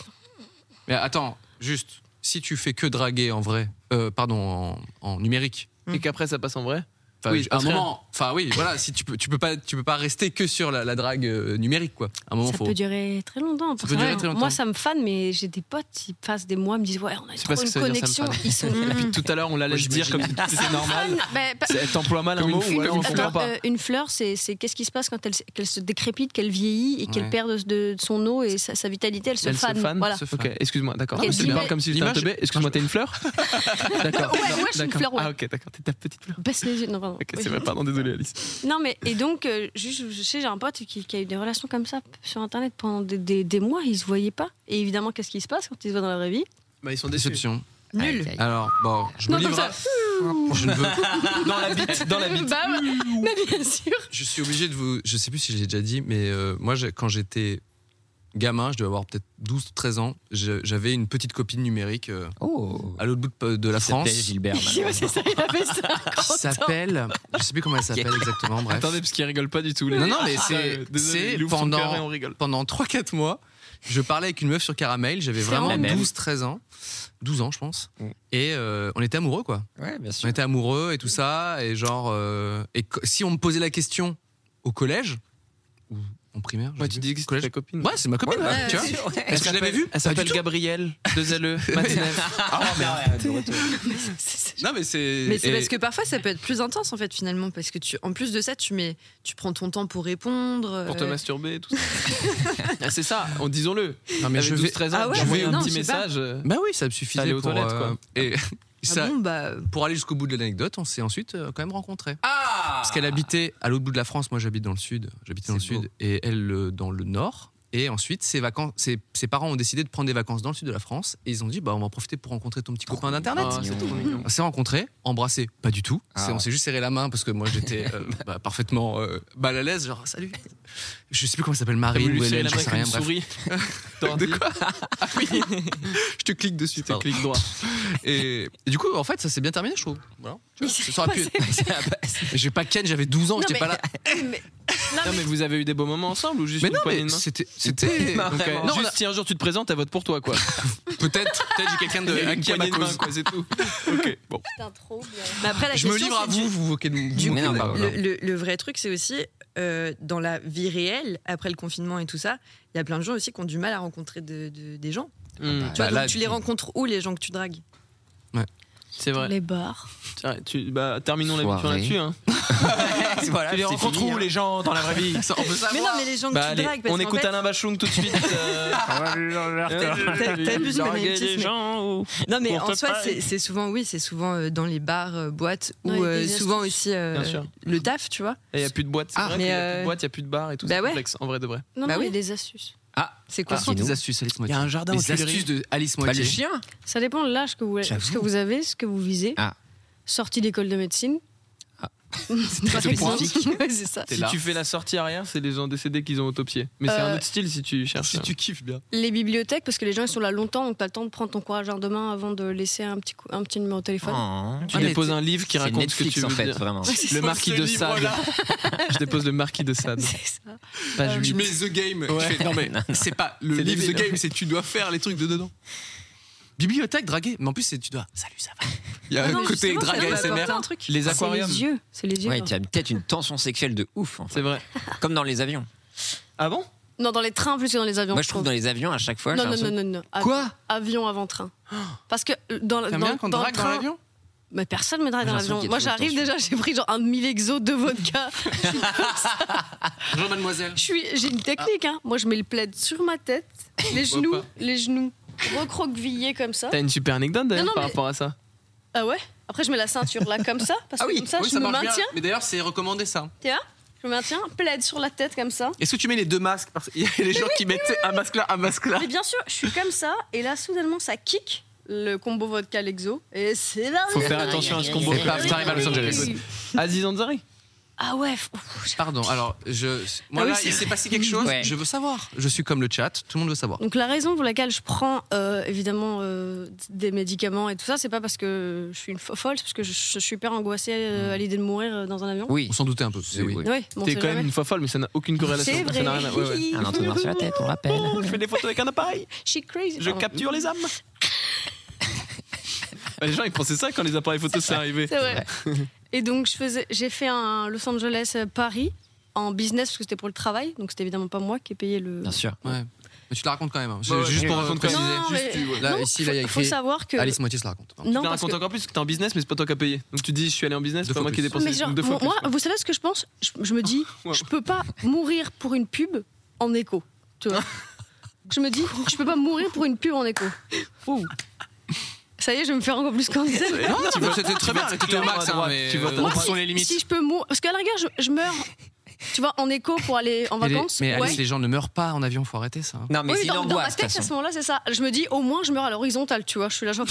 S1: Mais attends, juste, si tu fais que draguer en vrai, euh, pardon, en, en numérique.
S3: Et qu'après ça passe en vrai
S1: Enfin,
S3: Oui,
S1: à un
S3: après-
S1: moment, enfin oui, voilà, si tu peux, tu peux pas, tu peux pas rester que sur la, la drague euh, numérique, quoi. À un moment,
S4: ça
S1: faut.
S4: peut durer très longtemps.
S1: Ça peut durer très longtemps.
S4: Moi, ça me fan, mais j'ai des potes qui passent des mois, ils me disent ouais, on a
S3: Je sais pas
S4: trop
S3: ce que
S4: une
S3: ça veut dire, ça
S4: connexion.
S3: me fan.
S4: Ils sont.
S3: Et puis tout à l'heure, on la laisse dire comme si c'était normal.
S4: Fan, bah, pas-
S3: C'est- Elle t'emploie mal un mot ou alors on
S4: Attends,
S3: comprend pas.
S4: euh, une fleur, c'est c'est qu'est-ce qui se passe quand elle, s- qu'elle se décrépite, qu'elle vieillit et qu'elle
S3: Ouais.
S4: perd de, de- de son eau et sa, sa vitalité, elle se
S3: Elle
S4: fane.
S3: se fan
S4: voilà.
S3: Ok, excuse-moi, d'accord.
S4: Ok,
S3: Ah, tu
S4: dis-
S3: me parles comme si j'étais un
S1: l'image-
S3: teubé. Excuse-moi, t'es une fleur D'accord.
S4: Ouais, moi, je suis une
S3: D'accord.
S4: fleur, ouais.
S3: Ah, ok, d'accord. T'es ta petite fleur.
S4: Baisse les yeux. Non, pardon.
S3: Ok, c'est vrai, pardon, désolé, Alice.
S4: Non, mais et donc, euh, juste, je, sais, j'ai un pote qui, qui a eu des relations comme ça sur Internet pendant des, des- des mois, ils se voyaient pas. Et évidemment, qu'est-ce qui se passe quand ils se voient dans la vraie vie
S3: Bah, ils sont
S1: Déception.
S4: Nul.
S1: Alors, bon, je me
S4: Non, comme
S1: livre. à-
S4: ça.
S1: Je ne veux.
S3: Dans la bite, dans la bite.
S4: Bah, ouais. mais bien sûr.
S3: Ah,
S1: Je suis obligé de vous. Je sais plus si je l'ai déjà dit, mais euh, moi, j'ai- quand j'étais gamin, je devais avoir peut-être 12-13 ans, je- j'avais une petite copine numérique euh,
S3: Oh.
S1: à l'autre bout de, de la
S5: Qui
S1: France.
S5: s'appelait
S3: bah
S5: Oh, Gilbert,
S4: malheureusement. C'est ça, il avait ça
S3: Ah,
S1: Qui s'attelle. Je sais plus comment elle s'appelle exactement, bref.
S3: Attendez, parce qu'il rigole pas du tout. là.
S1: Non, non, mais
S3: Ah,
S1: c'est
S3: euh, désolé,
S1: c'est
S3: il ouvre son cœur et on
S1: pendant,
S3: rigole.
S1: pendant 3-4 mois, je parlais avec une meuf sur Caramel, j'avais
S3: C'est
S1: vraiment
S3: la même.
S1: 12-13 ans, 12 ans je pense,
S3: Mm.
S1: et euh, on était amoureux quoi.
S5: Ouais, bien
S1: On était amoureux et tout ça, et genre, euh, et co- si on me posait la question au collège, ou en primaire, je
S3: Ouais, tu dis que c'est ta copine.
S1: Ouais, c'est ma copine,
S3: Ouais,
S1: ouais,
S3: ouais,
S1: tu
S3: ouais,
S1: vois.
S3: c'est vrai.
S1: Est-ce que je l'avais vue
S3: Elle
S1: Pas
S3: s'appelle
S1: du tout.
S3: Gabrielle, 2 LE,
S1: Non, mais c'est.
S6: Mais c'est
S1: et-
S6: parce que parfois ça peut être plus intense en fait finalement parce que tu en plus de ça tu mets tu prends ton temps pour répondre
S3: Pour te
S6: euh,
S3: masturber et tout ça. Ah, c'est ça, en- disons-le.
S1: Non, mais
S3: Avec
S1: je vais.
S3: 12-13 ans,
S6: Ah ouais,
S3: je vais
S6: mais non,
S3: un petit
S6: je sais pas.
S3: message. euh,
S1: Bah oui, ça me suffisait
S3: T'allais aux
S1: pour. euh, Ah
S3: toilettes, quoi.
S1: et ça-
S6: bon, bah-
S1: Pour aller jusqu'au bout de l'anecdote, on s'est ensuite euh, quand même rencontrés.
S5: Ah
S1: Parce qu'elle habitait à l'autre bout de la France, moi j'habite dans le sud, j'habitais dans le sud, et elle euh, dans le nord. Et ensuite, ses, vacances, ses, ses parents ont décidé de prendre des vacances dans le sud de la France. Et ils ont dit, bah, on va en profiter pour rencontrer ton petit copain d'internet.
S3: Ah, c'est trop mignon.
S1: On s'est rencontrés, embrassés, pas du tout.
S3: Ah.
S1: C'est- On s'est juste serré la main parce que moi j'étais euh, bah, parfaitement euh, mal à l'aise, genre salut. Je sais plus comment elle s'appelle
S3: T'as
S1: Marine
S3: voulu
S1: ou
S3: serrer
S1: Hélène,
S3: la
S1: je
S3: main
S1: sais
S3: avec
S1: rien.
S3: une
S1: bref.
S3: souris.
S1: De quoi Ah oui. Je te clique dessus. Je te
S3: clique droit.
S1: Et, et du coup, en fait, ça s'est bien terminé, je trouve. Voilà. Tu vois,
S3: s'est
S1: ça aurait pu
S3: passé.
S1: être- J'ai pas Ken, j'avais 12 ans, j'étais pas là.
S3: Non, mais vous avez eu des beaux moments ensemble ou juste
S1: Mais
S3: une
S1: non,
S3: poignée
S1: mais
S3: de main
S1: c'était- c'était-
S3: Donc, euh,
S1: Non, on
S3: juste
S1: a-
S3: si un jour tu te présentes, elle vote pour toi, quoi.
S1: Peut-être, peut-être j'ai quelqu'un de-
S3: Il y a
S1: à
S3: Une
S1: qui elle
S3: poignée de
S1: cause.
S3: main, quoi, c'est tout. Ok, bon.
S6: Mais après, la
S1: Je me
S6: question,
S1: livre à
S6: Bah, c'est
S1: vous, vous vous moquez de
S6: Du
S1: vous
S6: coup,
S1: moquez de moi.
S6: le, le- le vrai truc, c'est aussi euh, dans la vie réelle, après le confinement et tout ça, il y a plein de gens aussi qui ont du mal à rencontrer de- de- des gens.
S3: Hmm.
S1: Bah
S6: Tu, vois, donc tu les rencontres où les gens que tu dragues
S3: C'est vrai.
S4: Les bars.
S3: Tiens, tu- bah, terminons l'émission
S5: Soirée.
S3: là-dessus. Hein.
S5: Voilà,
S3: tu les
S5: c'est
S3: rencontres
S5: fini,
S3: où
S5: hein.
S3: les gens dans la vraie vie
S5: Ça, on veut savoir. Mais non, mais les gens que
S3: Bah,
S5: tu
S3: allez,
S5: dragues, parce
S3: On
S5: qu'en
S3: écoute
S5: fait-
S3: Alain Bachung tout de suite. euh,
S6: T'as- t'as vu ce
S3: Draguer
S6: magnétisme
S3: les gens ou-
S6: Non, mais
S3: pour
S6: en
S3: te
S6: soi,
S3: parler.
S6: c'est c'est souvent, oui, c'est souvent euh, dans les bars, euh, boîtes, ou
S3: Ouais, des
S6: euh,
S3: astuces.
S6: souvent aussi euh,
S3: Bien sûr.
S6: le taf, tu vois.
S3: Et Il n'y Eh, a plus de boîte, c'est
S6: Ah,
S3: vrai
S6: mais
S3: qu'il y a plus
S6: euh,
S3: de boîte, il n'y a plus de bar et tout.
S6: bah
S3: c'est
S6: ouais.
S3: complexe, en vrai de vrai.
S4: Non,
S6: Bah
S4: non,
S6: oui.
S4: il y a des astuces.
S5: Ah,
S6: c'est
S1: quoi des astuces, Alice Moitié
S3: Il y a un jardin
S1: Des
S3: aux Tuileries.
S1: astuces de Alice
S5: Bah,
S1: Moitié.
S5: le chien
S4: Ça dépend de l'âge que vous,
S5: J'avoue.
S4: ce que vous avez, ce que vous visez.
S5: Ah.
S4: Sortie d'école de médecine. C'est
S3: très spécifique.
S4: c'est ça.
S3: Si tu fais la sortie arrière, c'est les gens décédés qu'ils ont autopsiés. Mais c'est
S4: Euh,
S3: un autre style si tu cherches. hein. Si tu
S1: kiffes bien.
S4: Les bibliothèques, parce que les gens ils sont là longtemps, donc t'as le temps de prendre ton courage demain avant de laisser un petit, coup- un petit numéro de téléphone.
S3: Ah,
S5: Ah. hein.
S3: Tu déposes un livre qui
S5: c'est
S3: raconte ce
S5: Netflix,
S3: que tu veux
S5: en fait,
S3: dire.
S5: vraiment.
S3: Le marquis
S1: Ce
S3: de Sade.
S1: livre-là.
S3: Je dépose le marquis de Sade. Page
S1: Tu
S3: huit.
S1: mets The Game. tu
S3: Ouais.
S1: fais, non mais c'est pas le
S3: C'est
S1: livre The
S3: débile.
S1: Game, c'est tu dois faire les trucs de dedans. Bibliothèque draguer, mais en plus c'est tu dois. Salut, ça va. Il y a
S4: Ah non,
S1: un côté
S4: justement, ça
S1: drague
S4: peut
S1: ASMR.
S4: apporter un truc.
S3: Les
S4: C'est les yeux. C'est les yeux.
S5: Ouais,
S4: hein.
S5: tu as peut-être une tension sexuelle de ouf. en fait.
S3: C'est vrai.
S5: Comme dans les avions.
S3: Ah bon
S4: Non, dans les trains plus que dans les avions.
S5: Moi, je trouve dans les avions, à chaque fois.
S4: non,
S5: j'ai
S4: non, Ah, non,
S5: l'impression-
S4: non, non. Av-
S5: Quoi
S4: Avion avant train. Parce que dans,
S5: T'aimes
S4: dans,
S5: bien qu'on
S4: dans le
S5: drague dans
S4: train-
S5: l'avion
S4: Mais personne me drague
S9: J'ai
S4: dans
S9: l'impression
S4: l'avion.
S9: qu'il y a
S4: Moi,
S9: toujours
S4: j'arrive
S9: tension.
S4: déjà, j'ai pris genre un mille-exo de vodka.
S9: Bonjour mademoiselle.
S4: Je suis- J'ai une technique, hein. Moi, je mets le plaid sur ma tête, les
S3: Je vois
S4: genoux,
S3: pas.
S4: les genoux recroquevillés comme ça.
S3: T'as une super anecdote d'ailleurs
S4: Non, non,
S3: par
S4: mais-
S3: rapport à ça.
S4: Ah ouais Après, je mets la ceinture là comme ça,
S3: Ah
S4: parce que comme ça,
S1: Oui,
S4: je me
S1: marche bien.
S4: maintiens.
S1: Mais d'ailleurs, c'est recommandé ça.
S4: Tu vois Je me maintiens, plaid sur la tête comme ça.
S1: Est-ce que tu mets les deux masques Parce qu'il y a les gens qui mettent un masque là, un masque là.
S4: Mais bien sûr, je suis comme ça, et là, soudainement, ça kick le combo vodka l'exo, et c'est là.
S3: Faut faire attention à ce combo.
S1: Et paf, t'arrives à Los Angeles.
S3: Aziz Ansari.
S4: Ah ouais,
S1: Pardon, alors, je, moi
S4: Ah oui,
S1: là,
S4: c'est
S1: il s'est
S4: vrai.
S1: passé quelque chose,
S4: Ouais.
S1: je veux savoir. Je suis comme le chat, tout le monde veut savoir.
S4: Donc la raison pour laquelle je prends euh, évidemment euh, des médicaments et tout ça, c'est pas parce que je suis une fo- folle, c'est parce que je, je suis hyper angoissée euh, à l'idée de mourir euh, dans un avion.
S5: Oui.
S1: On s'en doutait un peu. Oui.
S4: Oui, bon,
S3: T'es
S4: c'est
S3: quand même
S4: jamais.
S3: une fois folle, mais ça n'a aucune corrélation.
S4: C'est
S3: Ça n'a
S4: vrai. Ah,
S3: rien à- ouais, ouais.
S5: Un entonnoir sur la tête, on rappelle.
S3: Je fais des photos avec un appareil.
S4: Je suis crazy.
S3: Je
S4: pardon.
S3: capture les âmes. Bah, les gens, ils pensaient ça quand les appareils photos sont arrivés.
S4: C'est vrai. Et donc je faisais, j'ai fait un Los Angeles euh, Paris en business parce que c'était pour le travail, donc c'était évidemment pas moi qui ai payé le.
S5: Bien sûr.
S1: Ouais. Mais tu la racontes quand même. hein. C'est
S3: Bah ouais,
S1: juste
S3: tu
S1: pour
S3: la racontes
S1: préciser.
S4: quand même. Non,
S1: Juste,
S4: mais-
S1: tu- là,
S4: non,
S1: ici, là, il y a
S4: faut- faut
S1: écrit
S4: savoir que-
S1: Alice Moitié se la raconte. hein.
S4: Non,
S3: tu la
S4: parce
S3: racontes
S4: que-
S3: encore plus parce que t'es en business, mais c'est pas toi qui as payé. Donc tu dis, je suis allé en business,
S1: Deux
S3: c'est pas
S1: fois
S3: moi qui ai
S1: plus.
S3: dépensé.
S4: Mais genre,
S3: Donc, deux fois
S4: moi,
S3: plus, quoi.
S4: vous savez ce que je pense je, je me dis, je peux pas mourir pour une pub en écho. Tu vois Je me dis, je peux pas mourir pour une pub en écho. Ouh. Ça y est, je vais me faire encore plus cancel.
S1: Non, tu vas- c'était très bien, c'était au max. hein, mais-
S3: Tu vas
S1: euh,
S3: t'en-
S4: Moi,
S3: Où
S4: si,
S3: sont les limites
S4: si je peux mourir. Parce qu'à la rigueur, je, je meurs, tu vois, en écho pour aller en
S1: Mais les-
S4: vacances.
S1: Mais
S4: ouais.
S1: Alice, les gens ne meurent pas en avion, faut arrêter ça. hein.
S5: Non, mais
S4: oui,
S5: c'est
S4: dans, dans ma
S5: l'angoisse, de toute
S4: tête, à ce
S5: façon.
S4: moment-là, c'est ça. Je me dis, au moins, je meurs à l'horizontale, tu vois. Je suis là, genre.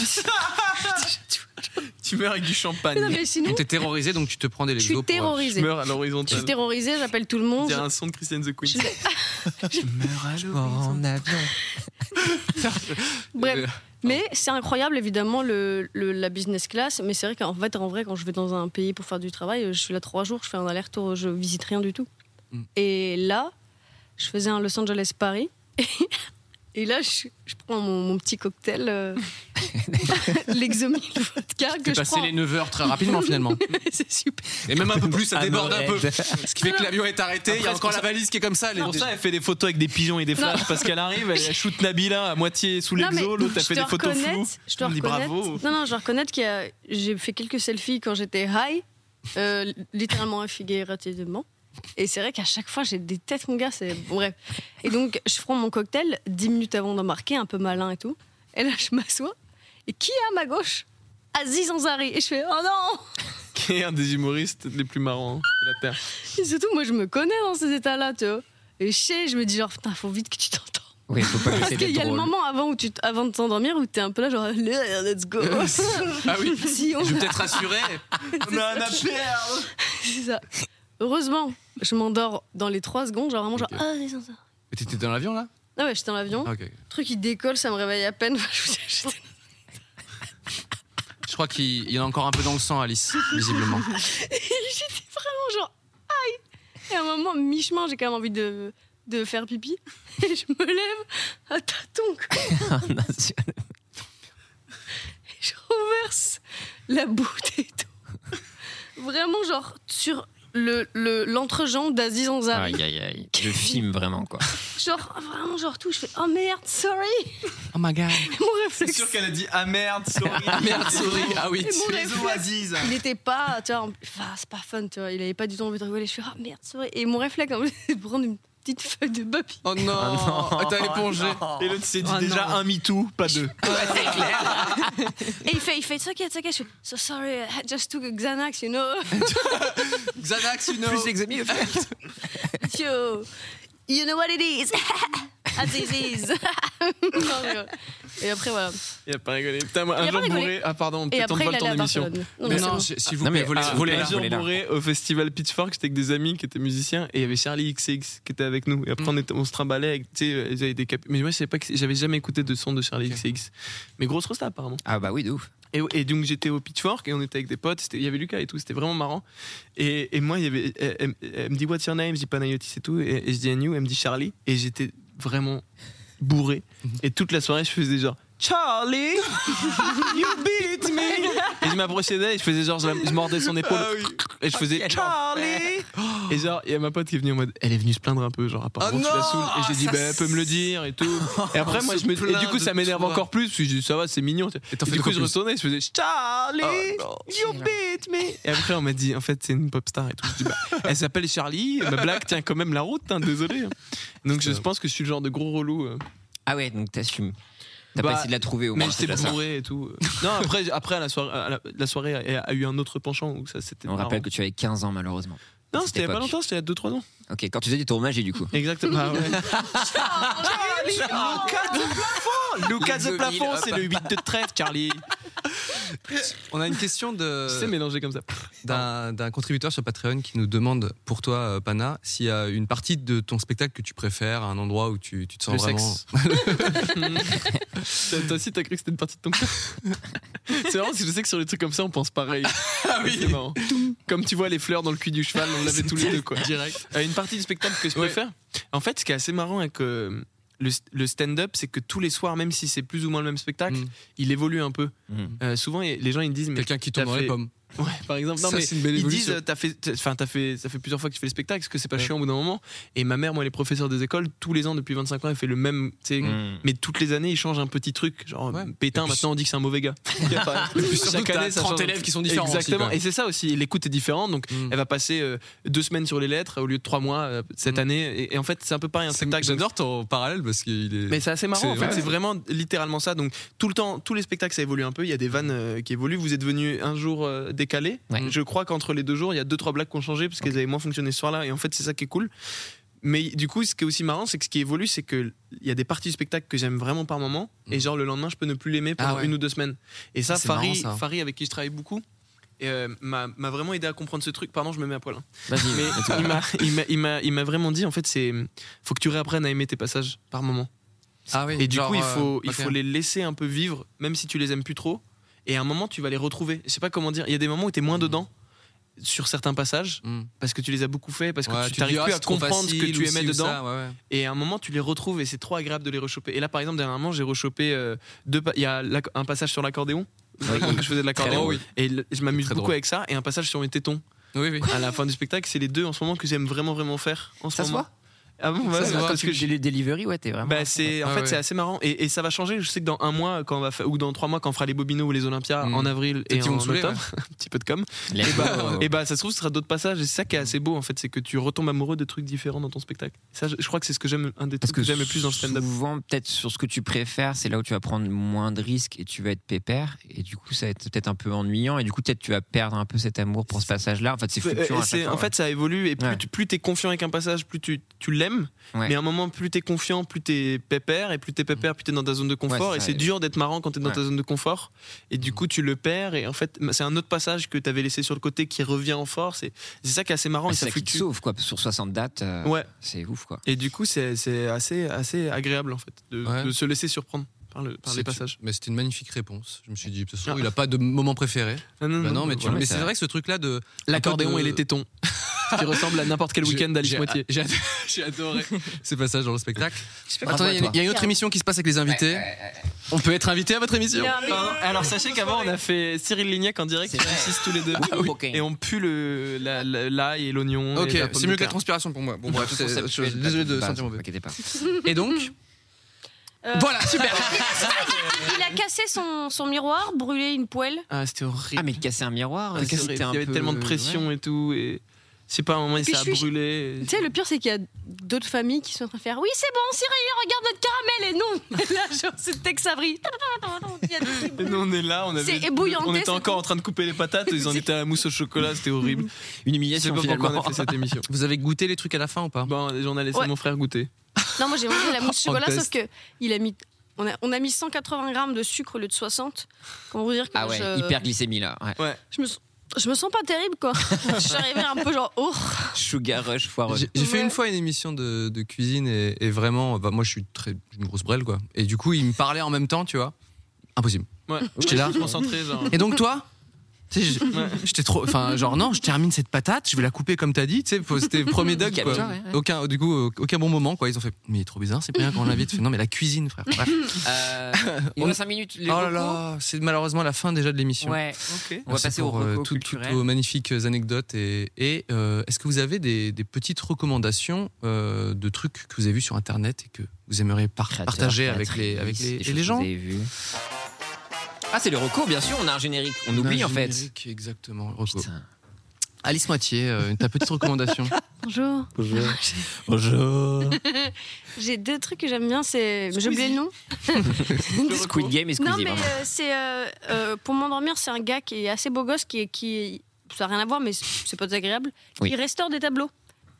S3: Tu meurs avec du
S4: non,
S3: champagne.
S4: mais sinon,
S1: Donc t'es terrorisé, donc tu te prends des
S4: je suis
S1: lexos pour. euh,
S3: Je
S4: terrorisée.
S3: meurs à
S4: Je suis
S3: l'horizontale.
S4: terrorisée, j'appelle tout le
S3: On
S4: monde.
S3: dirait un son de Christiane the Queen.
S5: Je mors en avion.
S4: Bref.
S1: euh,
S4: Mais c'est incroyable, évidemment, le, le- la business class. Mais c'est vrai qu'en fait, en vrai, quand je vais dans un pays pour faire du travail, je suis là trois jours, je fais un aller-retour, je visite rien du tout.
S1: Mm.
S4: Et là, je faisais un Los Angeles-Paris. Et là, je, je prends mon, mon petit cocktail, euh, l'exomil vodka que
S1: T'es
S4: je
S1: passé
S4: prends.
S1: les 9 heures très rapidement finalement.
S4: c'est super.
S1: Et même un peu plus, ça
S5: Ah,
S1: déborde un peu.
S5: Mohamed.
S1: Ce qui fait que l'avion est arrêté, il y a encore la valise qui est comme ça. les-
S3: Pour ça, elle fait des photos avec des pigeons et des flashs parce qu'elle arrive, elle elle shoot Nabila à moitié sous
S4: Non, mais
S3: l'exo, l'autre elle
S4: je
S3: fait
S4: te
S3: des photos
S4: reconnais-
S3: floues.
S4: Je te
S3: On dit
S4: reconnais.
S3: bravo.
S4: Non, non, je reconnais qu'il y a- euh, j'ai fait quelques selfies quand j'étais high, euh, littéralement et figurativement. Et c'est vrai qu'à chaque fois, j'ai des têtes, mon gars. C'est bon, bref. Et donc, je prends mon cocktail 10 minutes avant d'embarquer, un peu malin et tout. Et là, je m'assois. Et qui est à ma gauche Aziz Ansari. Et je fais Oh non
S3: Qui est un des humoristes les plus marrants de la Terre.
S4: Et surtout, moi, je me connais dans ces états-là, tu vois. Et je sais, je me dis genre, putain, faut vite que tu t'entends.
S5: Oui, faut pas que
S4: Parce
S5: c'est
S4: qu'il y a le
S5: drôle.
S4: moment avant, où tu t- avant de t'endormir où t'es un peu là, genre, Allez, let's go.
S1: Ah oui,
S4: Si on
S1: je vais peut-être rassurer.
S3: On a un affaire
S4: C'est ça. Heureusement, je m'endors dans les 3 secondes, genre vraiment genre ah c'est ça.
S1: Mais t'étais dans l'avion là
S4: Ah ouais, j'étais dans l'avion.
S1: Ah, ok.
S4: Le truc il décolle, ça me réveille à peine. Je vous dis, j'étais-
S1: Je crois qu'il il y en a encore un peu dans le sang, Alice, visiblement.
S4: J'étais vraiment genre aïe. Et à un moment mi-chemin, j'ai quand même envie de de faire pipi et je me lève à tâtons. quoi.
S5: Non, c'est-
S4: Je renverse la bouteille d'eau. Vraiment genre sur le le- l'entrejambe d'Aziz Ansari.
S5: Aïe, aïe, aïe. Le film, vraiment, quoi.
S4: Genre vraiment genre tout, je fais oh merde, sorry.
S1: Oh my god.
S4: Mon
S3: C'est
S4: réflexe.
S3: sûr qu'elle a dit ah merde, sorry. Ah
S1: Merde, souris. Ah oui.
S4: Et mon
S3: Bisous
S4: réflexe-
S3: Aziz.
S4: il était pas, tu vois, en- enfin, c'est pas fun, tu vois, il avait pas du tout envie de rigoler. Je suis, ah merde, c'est vrai. Et mon réflexe, en plus, c'est de prendre une petite feuille de papier.
S1: Oh non,
S3: Ah
S1: t'as épongé.
S3: Et l'autre s'est dit
S4: Oh,
S3: déjà
S4: non.
S3: un MeToo, pas deux.
S4: Et il fait, il fait, it's okay, it's okay. Je suis, so sorry, I just took a Xanax, you know.
S1: Xanax, you know.
S5: Plus l'examen, le film.
S4: You, you know what it is. As it is. Non, mais ouais. Et après, voilà.
S3: Il a pas rigolé. Putain, moi,
S4: Il
S3: un
S4: a
S3: jour
S4: pas rigolé.
S3: bourré. Ah pardon,
S4: Et
S3: peut-être on
S4: après, il
S3: vole
S4: allait
S3: ton
S4: à
S3: émission.
S4: Barcelone.
S1: Mais
S4: Non, mais c'est
S1: non,
S4: bon.
S1: je- s'il vous
S5: Non,
S1: plaît,
S5: mais-
S1: volez,
S5: ah,
S1: volez
S3: Un
S1: là.
S3: jour
S5: volez-la.
S3: bourré au festival Pitchfork, j'étais avec des amis qui étaient musiciens et il y avait Charlie XX qui était avec nous. Et
S1: Mm.
S3: après, on, était- on se trimballait avec, tu sais, euh, ils avaient des cap- Mais moi, je savais pas que j'avais jamais écouté de son de Charlie
S1: Ok.
S3: XX. Mais grosse rosta, apparemment.
S5: Ah, bah oui, de ouf.
S3: Et, et donc, j'étais au Pitchfork et on était avec des potes. c'était- Il y avait Lucas et tout, c'était vraiment marrant. Et, et moi, il y avait, elle, elle- elle me dit What's your name Je dis Panayotis et tout. Et, et je dis And you Elle me dit Charlie. Et j'étais vraiment bourré.
S5: Mhm.
S3: Et toute la soirée, je faisais genre Charlie You
S5: Ah
S3: beat me Et je m'approchais d'elle et je faisais genre, je, la- je mordais son épaule. Et je faisais Charlie
S5: Oh.
S3: Et genre, il y a ma pote qui est venue en mode, elle est venue se plaindre un peu, genre, apparemment
S5: Oh
S3: tu la
S5: non
S3: saoules. Et j'ai dit,
S5: Ça
S3: bah, elle peut me le dire et tout. Et après,
S5: On
S3: moi,
S5: se
S3: je me. Et du
S5: plaint
S3: coup,
S5: de
S3: ça m'énerve
S5: toi.
S3: encore plus. Je dis, ça va, c'est mignon. Et,
S5: fais
S3: du coup,
S5: quoi
S3: je
S5: plus Ah, bah,
S3: retournais, je faisais, Charlie, you bit me. Et après, on m'a dit, en fait, c'est une pop star et tout. Je dis, bah, elle s'appelle Charlie, ma blague tient quand même la route, hein, désolé. Donc, je pense que je suis le genre de gros relou. euh,
S5: Ah ouais, donc t'assumes. T'as pas essayé de la trouver au
S3: Bah, mais
S5: moins, c'est
S3: j'étais
S5: déjà ça.
S3: bourré et tout. Non, après, après à la soirée, à la, la soirée a, a eu un autre penchant où ça c'était.
S5: On
S3: marrant.
S5: rappelle que tu avais 15 ans malheureusement.
S3: Non, c'était il y a pas longtemps, c'était il y a 2-3 ans.
S5: Ok, quand tu faisais du tournage et du coup.
S3: Exactement. Ah ouais. Lucas de plafond Lucas de plafond, c'est le 8 de trèfle, Charlie.
S1: On a une question de.
S5: Euh.
S3: C'est mélangé comme ça.
S1: D'un d'un contributeur sur Patreon qui nous demande pour toi, euh, Pana, s'il y a une partie de ton spectacle que tu préfères, un endroit où tu, tu te sens
S3: Le
S1: vraiment.
S3: sexe. Toi toi aussi, t'as cru que c'était une partie de ton corps C'est marrant parce que je sais que sur les trucs comme ça, on pense pareil. Ah oui, c'est marrant. Comme tu vois les fleurs dans le cul du cheval, on l'avait tous les deux, quoi. Direct. Euh, une partie du spectacle que je préfère. En fait, ce qui est assez marrant avec euh, le, le stand-up, c'est que tous les soirs, même si c'est plus ou moins le même spectacle, il évolue un peu. Euh, souvent, y- les gens ils me disent. Mm. Quelqu'un
S1: qui tombe dans les pommes.
S3: Ouais, par exemple. Non,
S1: Ça,
S3: mais
S1: c'est une belle
S3: ils
S1: évolution.
S3: disent, euh, t'as fait, t'as- enfin, t'as fait, ça fait plusieurs fois que tu fais le spectacle, est-ce que c'est pas chiant au bout d'un moment Et ma mère, moi, les professeurs des écoles, tous les ans depuis 25 ans, elle fait le même, tu sais,
S1: Mm.
S3: mais toutes les années, ils changent un petit truc. Genre,
S1: Et
S3: Pétain,
S1: puis-
S3: maintenant, on dit que c'est un mauvais gars. Y a pas-
S1: Et puis surtout que t'as 30
S3: change un
S1: élèves
S3: petit-
S1: qui sont différents aussi, Hmm.
S3: Exactement.
S1: quand même.
S3: et c'est ça aussi, l'écoute est différente, donc elle va passer euh, deux semaines sur les lettres au lieu de trois mois euh, cette
S1: Mm.
S3: année. Et, et en fait, c'est un peu pareil, un spectacle.
S1: J'adore ton parallèle parce qu'il est.
S3: Mais c'est assez marrant en fait,
S1: ouais.
S3: c'est vraiment littéralement ça. Donc tout le temps, tous les spectacles ça évolue un peu, il y a des vannes euh, qui évoluent. Vous êtes venu un jour euh, décalé. Je crois qu'entre les deux jours, il y a deux trois blagues qui ont changé parce qu'elles avaient moins fonctionné ce soir-là et en fait, c'est ça qui est cool. Mais du coup, ce qui est aussi marrant, c'est que ce qui évolue, c'est que il y a des parties du spectacle que j'aime vraiment par moment et genre le lendemain, je peux ne plus l'aimer pendant
S1: Mm. Ah ouais. Ah,
S3: une ou deux semaines. Et ça,
S1: C'est
S3: Farid,
S1: marrant, ça.
S3: Farid, avec qui je travaille beaucoup, et, euh, m'a m'a vraiment aidé à comprendre ce truc. Pardon, je me mets à poil. hein.
S5: Vas-y,
S3: Mais
S5: mets-toi.
S3: il m'a- il m'a- il m'a- il m'a vraiment dit en fait, c'est faut que tu réapprennes à aimer tes passages par moment.
S1: Ah oui,
S3: Et du
S1: genre,
S3: coup, il
S1: euh,
S3: faut, il
S1: ok.
S3: faut les laisser un peu vivre, même si tu les aimes plus trop. Et à un moment, tu vas les retrouver. Je sais pas comment dire. Il y a des moments où tu es moins
S1: Mhm.
S3: dedans sur certains passages parce que tu les as beaucoup faits, parce que
S1: Hmm. Ouais, tu
S3: tu
S1: te dis,
S3: t'arrives
S1: ah,
S3: plus à
S1: c'est trop
S3: comprendre ce que
S1: facile,
S3: tu
S1: ou
S3: aimais
S1: ci, ou ça,
S3: dedans.
S1: ouais, ouais.
S3: Et à un moment, tu les retrouves et c'est trop agréable de les rechoper. Et là, par exemple, dernièrement, j'ai rechopé euh, deux. pa- Il y a l'ac- un passage sur l'accordéon. Vraiment, Je faisais de
S1: Très
S3: l'accordéon
S1: drôle.
S3: et le- je m'amuse
S1: Très
S3: beaucoup
S1: drôle.
S3: avec ça. Et un passage sur mes tétons. À la fin du spectacle, c'est les deux en ce moment que j'aime vraiment vraiment faire. En ce
S5: Ça se
S3: moment.
S5: voit
S3: ah bon, bah,
S5: Ça se
S3: c'est
S5: voit,
S3: parce
S5: tu-
S3: que
S5: j'ai les delivery, ouais, t'es vraiment.
S3: bah, c'est, en
S5: Ah
S3: fait,
S5: ouais.
S3: c'est assez marrant. Et, et ça va changer. Je sais que dans un mois, quand on va fa- ou dans trois mois, quand on fera les Bobino ou les Olympias en avril et
S1: Petit
S3: en
S1: monde saoulé,
S3: octobre,
S1: ouais.
S3: un petit peu de com. Et
S5: hein.
S1: Let's
S3: bah,
S1: go.
S3: et bah, ça se trouve, ce sera d'autres passages. Et c'est ça qui est assez beau, en fait, c'est que tu retombes amoureux de trucs différents dans ton spectacle. Ça, je, je crois que c'est ce que j'aime, un des trucs que, j'aime le plus dans le stand-up.
S5: Souvent, peut-être sur ce que tu préfères, c'est là où tu vas prendre moins de risques et tu vas être pépère. Et du coup, ça va être peut-être un peu ennuyant. Et du coup, peut-être tu vas perdre un peu cet amour pour ce passage-là. En fait, c'est
S3: Euh,
S5: fluctuant.
S3: et
S5: à chaque
S3: c'est-
S5: fois,
S3: en
S5: ouais.
S3: fait, ça évolue et plus, tu plus t'es confiant avec un passage, plus tu, tu l'aimes.
S5: Ouais.
S3: Mais à un moment, plus t'es confiant, plus t'es pépère et plus t'es pépère, plus t'es dans ta zone de confort.
S5: Ouais,
S3: et
S5: ça,
S3: c'est
S5: et-
S3: dur d'être marrant quand t'es dans
S5: Ouais. Mm.
S3: ta zone de confort. Et du coup, tu le perds. Et en fait, c'est un autre passage que t'avais laissé sur le côté qui revient en force. Et c'est ça qui est assez marrant.
S5: Ah,
S3: et
S5: c'est
S3: ça
S5: ça qui te
S3: fluctue.
S5: sauve, quoi. Sur 60 dates, euh,
S3: Ouais.
S5: c'est ouf, quoi.
S3: Et du coup, c'est c'est assez, assez agréable en fait de,
S1: Ouais.
S3: de se laisser surprendre par, le, par
S1: C'est-
S3: les passages.
S1: Mais c'était une magnifique réponse. Je me suis dit, peut-être il a pas de moment préféré.
S3: Ah, non,
S1: Bah
S3: non,
S1: non, mais,
S3: mais
S1: tu-
S3: voilà,
S1: mais
S3: ça-
S1: c'est vrai que ce truc-là de.
S3: L'accordéon
S1: un peu de-
S5: euh,
S3: et les tétons. Ce qui ressemble à n'importe quel
S1: J'ai-
S3: week-end d'Alice
S1: j'ai-
S3: Moitié.
S1: j'ai- J'ai adoré ces passages dans le spectacle.
S3: Bravo
S1: Attendez, il
S3: à
S1: y a une-
S3: toi.
S1: il y, a une autre émission qui se passe avec les invités. On peut être invité à votre émission
S3: Pardon. Hein, Alors sachez qu'avant on a fait Cyril Lignac en direct, qui consiste tous les deux et on pue le la- la- l'ail et l'oignon.
S1: Ok,
S3: et la pomme
S1: c'est
S3: de
S1: mieux que la
S3: terre.
S1: transpiration pour moi. Bon, bref, c'est autre chose.
S3: Conceptuel,
S1: Désolé
S3: pas de
S1: de
S3: base,
S1: sentir mauvais.
S4: Et
S1: donc Voilà, super
S4: Euh, Il a cassé son, son miroir, brûlé une poêle.
S3: Ah c'était horrible.
S5: Ah, mais casser un miroir,
S3: Ah,
S5: euh,
S3: c'est horrible.
S5: c'était un
S3: Il y avait
S5: peu-
S3: tellement de pression et tout et c'est pas un moment
S4: Et
S3: il
S4: puis
S3: s'est
S4: je suis-
S3: brûlé.
S4: Tu sais, le pire, c'est qu'il y a d'autres familles qui sont en train de faire Oui, c'est bon, Cyril, regarde notre caramel. Et non, là, genre, c'est Tex Avery. Il y a des trucs
S3: Et nous on est là, on avait-
S4: C'est ébouillanté,
S3: on
S4: c'est
S3: était encore en train de couper les patates, ils en étaient à la mousse au chocolat, c'était horrible.
S5: Une
S3: humiliation on a fait cette émission.
S1: Vous avez goûté les trucs à la fin ou pas
S3: Bon, Ben, j'en ai laissé
S4: Ouais.
S3: mon frère goûter.
S4: Non, moi j'ai mangé la mousse au
S5: Oh,
S4: chocolat,
S3: On
S4: sauf que il a mis, on, a, on a mis 180 grammes de sucre au lieu de 60. Comment vous dire que
S5: Ah
S4: moi,
S5: ouais,
S4: je,
S5: hyperglycémie là. Ouais.
S4: je me, sens- je me sens pas terrible quoi. je suis arrivée un peu genre oh.
S5: euh, Sugar rush foireux.
S1: J'ai j'ai fait une fois une émission de, de cuisine et, et vraiment, bah, moi je suis très une grosse brêle quoi. Et du coup, il me parlait en même temps, tu vois. Impossible.
S3: Ouais.
S1: J'étais là.
S3: Je me concentrais, genre.
S1: Et donc toi Tu sais, je- j'étais trop. Enfin, genre, non, je termine cette patate, je vais la couper comme t'as dit, tu sais, faut- c'était premier dog,
S5: Nickel,
S1: quoi.
S5: ouais, ouais.
S1: Aucun, du coup, euh, aucun bon moment, quoi. Ils ont fait, mais il est trop bizarre, c'est pas bien quand on l'invite. Je fais, Non, mais la cuisine, frère. Bref.
S5: Euh, il
S1: On-
S5: nous reste 5 minutes. les
S1: oh là
S5: recos.
S1: là, c'est malheureusement la fin déjà de l'émission.
S5: Ouais, ok. On va
S1: Merci
S5: passer
S1: pour,
S5: aux
S1: euh,
S5: recos
S1: tout-
S5: culturels.
S1: toutes vos magnifiques euh, anecdotes. Et, et, euh, est-ce que vous avez des, des petites recommandations euh, de trucs que vous avez vus sur Internet et que vous aimeriez par- partager avec les, avec les, et les gens
S5: Ah, c'est le recours, bien sûr, on a un générique. On oublie en fait.
S1: Générique, Oh. Exactement, reco. Alice Moitié, euh, ta petite recommandation.
S4: Bonjour.
S1: Bonjour. Bonjour.
S4: J'ai deux trucs que j'aime bien, c'est. J'ai oublié le nom.
S5: Squid Game hein. et Squeezie.
S4: Non, mais
S5: vraiment.
S4: euh, c'est. euh, euh, pour m'endormir, c'est un gars qui est assez beau gosse, qui. qui ça n'a rien à voir, mais c'est pas désagréable.
S5: Oui.
S4: Il restaure des tableaux.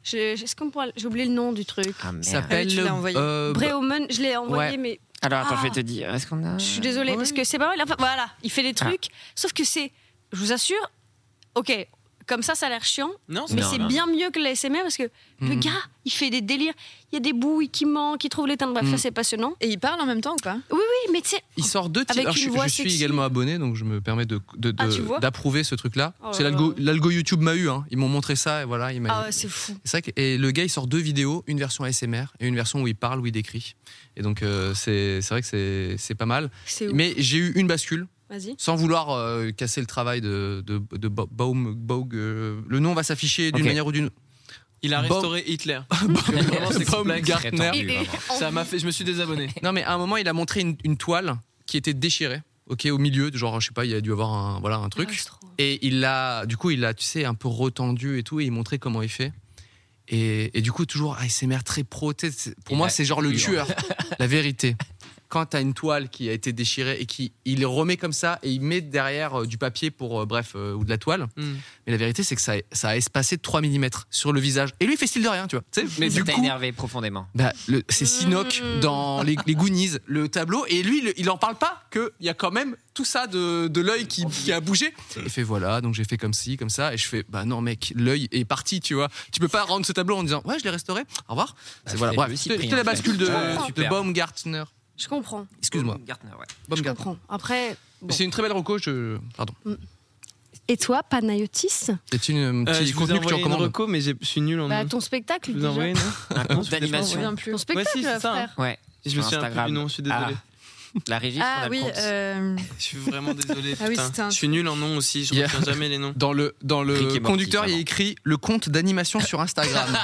S4: Je- je- Est-ce qu'on pourra. J'ai oublié le nom du truc.
S5: Ah, merde.
S1: S'appelle, Ah oui, tu l'as envoyé. euh,
S4: Breoman, je l'ai envoyé,
S5: Ouais.
S4: mais.
S5: Alors attends, je
S4: Ah.
S5: vais te dire. Est-ce qu'on a.
S4: Je suis désolée parce que c'est pas mal. Enfin, voilà, il fait des
S5: Ah.
S4: trucs. Sauf que c'est, je vous assure, ok, comme ça, ça a l'air chiant.
S3: Non, c'est
S4: mais
S3: pas
S4: c'est
S3: mal.
S4: bien mieux que l'ASMR parce que le
S3: Mhm.
S4: gars, il fait des délires. Il y a des bouilles qui manquent, il trouve les teintes. Bref,
S1: Mhm.
S4: ça, c'est passionnant.
S6: Et il parle en même temps ou pas
S4: Oui, oui, mais tu sais.
S1: Il sort deux titres.
S4: Avec
S1: Alors,
S4: une
S1: je, suis-
S4: voix
S1: je suis
S4: sexy.
S1: également abonné, donc je me permets de- de-
S4: Ah,
S1: de-
S4: tu vois
S1: d'approuver ce truc-là.
S4: Oh
S1: c'est
S4: là
S1: l'algo l'algo YouTube m'a eu. hein. Ils m'ont montré ça et voilà. il m'a-
S4: Ah, ouais, c'est fou.
S1: C'est vrai que- et le gars, il sort deux vidéos, une version ASMR et une version où il parle, où il décrit. Et donc, euh, c'est c'est vrai que c'est- c'est pas mal.
S4: C'est ouf.
S1: Mais j'ai eu une bascule.
S4: Vas-y.
S1: Sans vouloir euh, casser le travail de, de, de Bo- Baum- Baug, euh, le nom va s'afficher d'une
S3: Ok.
S1: manière ou d'une.
S3: Il a
S1: Bon.
S3: restauré Hitler. Vraiment, c'est
S1: Baum
S3: complexe.
S1: Gartner.
S3: Il est Ça m'a fait. Je me suis désabonné.
S1: Non, mais à un moment, il a montré une, une toile qui était déchirée, ok, au milieu, genre, je sais pas, il y a dû avoir un, voilà, un
S4: Ah,
S1: truc. et il l'a, du coup, il l'a, tu sais, un peu retendu et tout, et il montrait comment il fait. Et, et du coup, toujours ASMR très pro. tu sais, c'est- Pour
S5: Il
S1: moi,
S5: a-
S1: c'est genre le
S5: oui,
S1: tueur. La vérité. Quand t'as une toile qui a été déchirée et qui il remet comme ça et il met derrière euh, du papier pour euh, bref euh, ou de la toile.
S5: Hmm.
S1: Mais la vérité c'est que ça, ça a espacé de 3 mm sur le visage. Et lui il fait style de rien, tu vois. Tu sais, mais
S5: Mais ça
S1: du
S5: t'a
S1: coup,
S5: énervé profondément.
S1: bah, le- c'est Sinoc
S3: Mmh.
S1: dans les, les Goonies, le tableau, et lui, le- il en parle pas qu'il y a quand même tout ça de, de l'œil qui, qui a bougé. Il fait voilà, donc j'ai fait comme ci, comme ça, et je fais bah non mec, l'œil est parti, tu vois. Tu peux pas rendre ce tableau en disant ouais, je l'ai restauré, au revoir. C'est- hein, voilà,
S5: c'est
S1: bref,
S5: le
S1: c'était
S5: Cyprien,
S1: c'était la
S5: en fait.
S1: bascule de,
S5: Ouais,
S1: de
S5: super.
S1: Baumgartner.
S4: Je comprends.
S1: Excuse-moi.
S5: Gartner, ouais.
S1: Baumgartner.
S4: Après. bon.
S1: C'est une très belle reco, je... pardon.
S4: Et toi, Panayotis
S1: C'est une
S3: Euh,
S1: petit
S3: je vous ai
S1: contenu que tu
S3: envoyé une
S1: recommandes.
S3: reco, mais j'ai- je suis nul en.
S4: bah, Ton
S3: Je
S4: spectacle,
S3: vous ai
S4: déjà.
S3: envoyé, non
S5: Un compte d'animation.
S4: Ton spectacle,
S3: Ouais, si, c'est ça, hein.
S4: frère.
S5: Ouais.
S3: Je me
S5: sur
S3: souviens plus
S5: Instagram. Ah.
S3: du nom, je suis désolé.
S5: La régie,
S6: Ah
S5: on a
S6: oui,
S5: le compte.
S6: euh,
S3: Je suis vraiment désolé.
S6: Ah oui,
S3: putain.
S6: c'était un-
S3: Je suis nul en nom aussi. Je
S1: Yeah.
S3: retiens jamais les noms.
S1: Dans le, dans
S3: Rick
S1: le
S3: et Morty,
S1: conducteur, il y a
S3: vraiment.
S1: écrit le compte d'animation sur Instagram.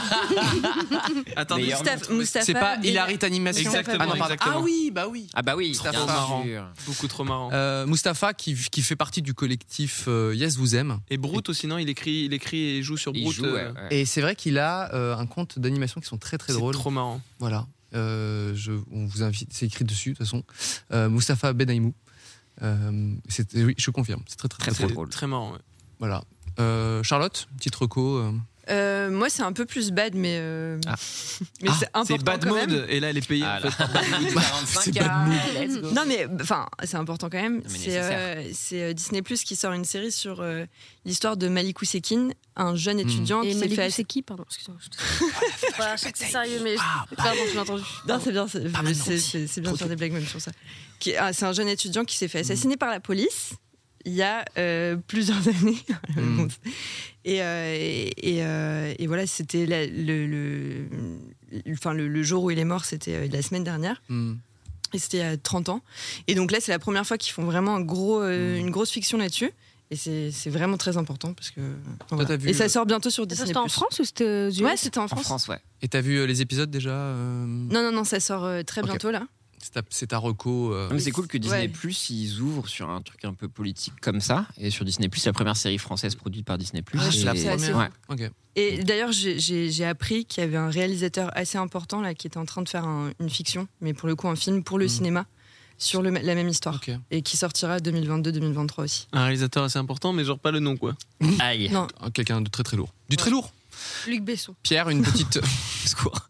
S3: Attendez,
S1: Meilleur
S3: Moustapha-
S1: nom.
S3: Moustapha
S1: c'est pas
S3: Bella-
S6: euh,
S1: Hilarite Animation.
S3: Exactement,
S1: Ah, non, pardon.
S3: exactement.
S1: Ah oui, bah oui.
S5: Ah bah oui,
S1: Trop
S5: bien
S1: marrant.
S5: sûr.
S3: Beaucoup trop marrant.
S1: Euh, Mustapha qui, qui fait partie du collectif euh, Yes vous aime.
S3: Et Brute aussi, non Il écrit, il écrit et joue sur
S5: Il
S3: Brute.
S5: joue,
S3: euh,
S5: ouais, ouais.
S1: Et c'est vrai qu'il a euh, un compte d'animation qui sont très très
S3: C'est
S1: drôles.
S3: trop marrant.
S1: Voilà. Euh, je, on vous invite, c'est écrit dessus de toute façon. Euh, Mustapha Benaimou. Euh, c'est- oui, je confirme, c'est très très, très,
S3: C'est
S1: drôle.
S3: Très marrant. ouais.
S1: Voilà. Euh, Charlotte, petite reco. euh.
S6: euh, moi, c'est un peu plus bad, mais, euh, mais c'est
S3: Ah,
S6: important
S3: bad
S6: quand
S3: mode
S6: même.
S3: et là elle est payée.
S5: Ah,
S3: en fait.
S5: Bah,
S1: C'est
S5: k
S1: bad mood.
S5: Let's go.
S6: Non, mais enfin, c'est important quand même.
S5: mais
S6: C'est
S5: nécessaire.
S6: euh, c'est, euh, Disney Plus qui sort une série sur euh, l'histoire de Malikou Sekin, un jeune étudiant
S4: Et
S6: qui s'est
S4: Malibu,
S6: fait.
S4: c'est qui Pardon, excusez-moi. je te- Voilà, je sais que c'est sérieux, mais. je- Pardon, je l'ai entendu.
S6: Non, c'est bien, c'est
S4: mal,
S6: c'est- c'est- c'est bien de faire des blagues même sur ça. Qui- ah, c'est un jeune étudiant qui s'est fait assassiner par la police il y a euh, plusieurs années.
S1: Mm.
S6: Et, euh, et, et, euh, et voilà, c'était la- le, le, le- enfin, le, le jour où il est mort, c'était euh, la semaine dernière.
S1: Hmm.
S6: Et c'était à 30 ans. Et donc là, c'est la première fois qu'ils font vraiment un gros, euh, une grosse fiction là-dessus. Et c'est c'est vraiment très important parce que. enfin, voilà.
S1: t'as vu
S6: et ça
S1: le-
S6: sort bientôt sur
S4: Ça,
S6: Disney.
S4: C'était en France ou c'était euh, aux US
S6: Ouais, c'était en
S5: En
S6: France.
S5: France, ouais.
S1: Et t'as vu euh, les épisodes déjà euh,
S6: Non, non, non, ça sort euh, très
S1: Ok.
S6: bientôt là.
S1: C'est ta, c'est ta reco. euh.
S5: Non, mais c'est cool que Disney
S6: Ouais.
S5: Plus ils ouvrent sur un truc un peu politique comme ça et sur Disney Plus la première série française produite par Disney Plus.
S6: Ouais, Ah, je trouve ça assez
S5: ouais.
S1: Ok.
S6: Et d'ailleurs, j'ai- j'ai j'ai appris qu'il y avait un réalisateur assez important là qui était en train de faire un- une fiction, mais pour le coup un film pour le cinéma sur le m- la même histoire
S1: Mm. Ok.
S6: et qui sortira 2022-2023 aussi.
S3: Un réalisateur assez important, mais genre pas le nom quoi.
S5: Aïe.
S6: Non,
S1: Ah, Quelqu'un de très très lourd. Du très lourd.
S4: Luc Besson.
S1: Pierre, une petite,
S5: Secours.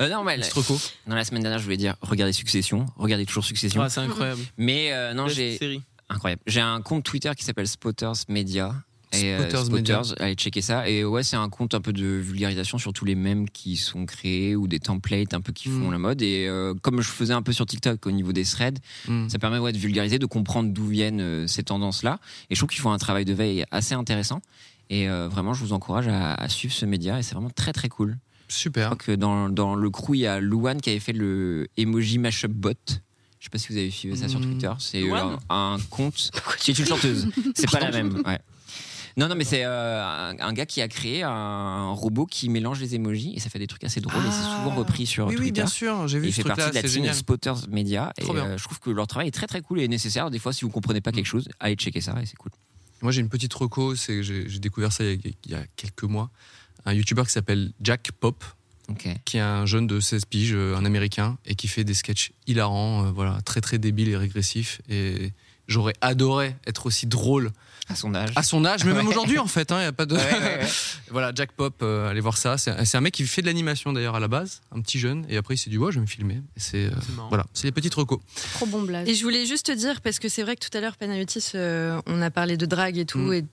S5: Euh, non, mais
S1: une
S5: la,
S1: petite reco.
S5: non, la semaine dernière, je voulais dire regardez Succession, regardez toujours Succession.
S3: Ah, c'est incroyable.
S5: mais euh, non,
S3: Best
S5: j'ai
S3: série.
S5: incroyable. J'ai un compte Twitter qui s'appelle Spotters Media. Et, euh,
S1: Spotters Media.
S5: allez checker ça. Et ouais, c'est un compte un peu de vulgarisation sur tous les mèmes qui sont créés ou des templates un peu qui font
S1: Mm.
S5: la mode. Et euh, comme je faisais un peu sur TikTok au niveau des threads,
S1: Mm.
S5: ça permet ouais, de vulgariser, de comprendre d'où viennent euh, ces tendances-là. Et je trouve qu'ils font un travail de veille assez intéressant. Et euh, vraiment, je vous encourage à, à suivre ce média. Et c'est vraiment très très cool.
S1: Super.
S5: Je crois que Hein dans, dans le crew, il y a Louane qui avait fait le emoji mashup bot. Je sais pas si vous avez suivi ça sur
S1: Hmm.
S5: Twitter. C'est
S1: Louane
S5: un, un compte. C'est une chanteuse. C'est pas la même. Ouais. Non, non, mais c'est euh, un, un gars qui a créé un robot qui mélange les emojis et ça fait des trucs assez drôles et c'est souvent repris sur
S1: Ah. oui, oui,
S5: Twitter.
S1: bien sûr, j'ai vu
S5: Et Il
S1: ce
S5: fait
S1: truc-là,
S5: partie de la
S1: c'est
S5: team
S1: génial.
S5: Spotters Media et
S1: Trop bien. Hmm.
S5: euh, je trouve que leur travail est très très cool et nécessaire. Des fois, si vous comprenez pas quelque chose, allez checker ça et c'est cool.
S1: Moi, j'ai une petite reco, c'est que j'ai j'ai découvert ça il y, a, il y a quelques mois. Un youtubeur qui s'appelle Jack Pop, qui est un jeune de 16 piges, euh, un américain, et qui fait des sketchs hilarants, euh, voilà, très très débiles et régressifs. Et j'aurais adoré être aussi drôle.
S5: À son âge.
S1: À son âge, mais même
S5: Ouais.
S1: aujourd'hui en fait, hein, il y a pas de.
S5: Ouais, ouais, ouais.
S1: voilà, Jack Pop, euh, allez voir ça. C'est un- c'est un mec qui fait de l'animation d'ailleurs à la base, un petit jeune, et après il s'est dit, ouais, je vais me filmer. Et C'est euh,
S6: marrant.
S1: voilà, c'est les petites recos.
S4: Trop bon blague.
S6: Et je voulais juste te dire, parce que c'est vrai que tout à l'heure, Panayotis, euh, on a parlé de drague et tout,
S1: Mm.
S6: et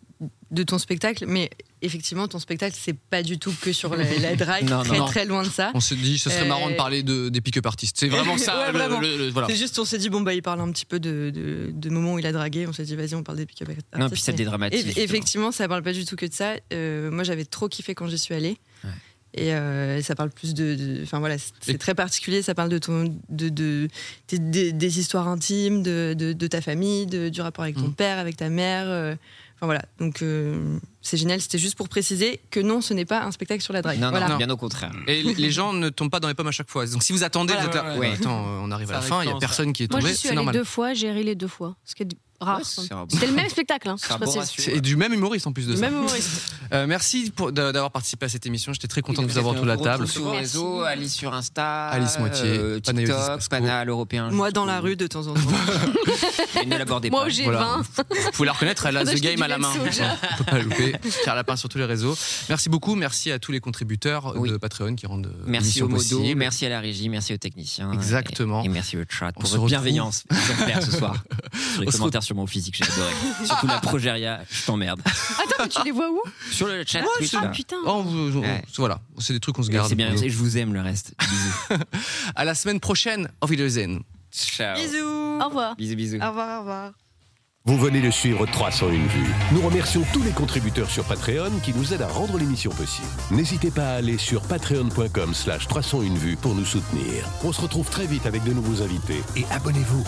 S6: de ton spectacle, mais effectivement, ton spectacle, c'est pas du tout que sur la, la drague,
S1: Non, non,
S6: très
S1: non.
S6: très loin de ça.
S1: On se dit, ce serait
S6: Euh,
S1: marrant de parler de, des pick-up artistes. C'est vraiment ça.
S6: Ouais,
S1: le-
S6: vraiment.
S1: le- le- voilà.
S6: C'est juste, on s'est dit, bon, bah, il parle un petit peu de, de, de moments où il a dragué. On s'est dit, vas-y, on parle des pick-up artists.
S5: Non, puis ça
S6: mais
S5: dédramatise,
S6: eff-
S5: justement.
S6: Effectivement, ça parle pas du tout que de ça. Euh, moi, j'avais trop kiffé quand j'y suis allée.
S5: Ouais.
S6: Et euh, ça parle plus de. de- Enfin voilà, c'est- c'est très particulier. Ça parle de ton, de, de- des- des, des histoires intimes, de, de- de ta famille, de- du rapport avec ton père, avec ta mère. euh, Enfin voilà, donc euh, c'est génial. C'était juste pour préciser que non, ce n'est pas un spectacle sur la drague. voilà.
S5: au contraire.
S1: Et les- les gens ne tombent pas dans les pommes à chaque fois. Donc si vous attendez,
S6: Voilà,
S1: vous êtes là,
S6: ouais, ouais.
S1: Ouais, attends, euh, on arrive à
S6: Ça
S1: la fin, il n'y
S6: arrive
S1: a
S6: quand,
S1: personne qui est
S4: Moi,
S1: tombé,
S4: j'y suis
S1: c'est
S4: allée
S1: normal.
S4: deux fois, j'ai ri les deux fois. Ce qui est rare.
S1: Ah, c'est un bon-
S4: C'était le même spectacle. Hein,
S1: C'est
S4: je précise.
S1: du même humoriste en plus de
S4: Du
S1: ça.
S4: même humoriste.
S1: Euh, merci pour- d'a- d'avoir participé à cette émission. J'étais très content de vous avoir autour de la table.
S5: Sur vos réseaux, Alice sur Insta,
S1: Alice Moitié,
S5: euh,
S1: Panayotis
S5: TikTok, Pana à l'européen.
S6: Moi dans la rue de temps en temps.
S5: Mais ne l'abordez
S6: Moi,
S5: pas.
S6: j'ai Voilà. 20.
S1: Vous pouvez la reconnaître, elle a
S6: On a
S1: The
S6: acheté
S1: Game
S6: du
S1: à la
S6: lait de
S1: main.
S6: soja.
S1: On peut pas le louper. Pierre Lapin sur tous les réseaux. Merci beaucoup. Merci à tous les contributeurs de Patreon qui rendent euh,
S5: Merci
S1: l'émission
S5: au modo,
S1: possible.
S5: merci à la régie, merci aux techniciens.
S1: Exactement.
S5: Et, et merci au chat
S1: On
S5: pour
S1: se
S5: votre
S1: retrouve.
S5: bienveillance exemplaire ce soir. Sur les
S1: On se
S5: commentaires sur mon physique, j'ai adoré. Surtout la progéria, je t'emmerde.
S4: Attends, mais tu les vois où
S5: Sur le chat,
S4: Ah,
S5: Twitch,
S4: ah,
S5: là.
S4: putain.
S1: Oh, vous- vous-
S5: Ouais.
S1: Voilà, c'est des trucs qu'on se
S5: Mais
S1: garde.
S5: c'est bien, je vous aime le reste.
S1: à la semaine prochaine. Auf Wiedersehen.
S5: Ciao.
S6: Bisous. Au
S4: revoir.
S5: Bisous, bisous.
S6: Au revoir, au revoir.
S7: Vous venez de suivre 301 vues. Nous remercions tous les contributeurs sur Patreon qui nous aident à rendre l'émission possible. N'hésitez pas à aller sur patreon.com slash 301 vues pour nous soutenir. On se retrouve très vite avec de nouveaux invités et abonnez-vous.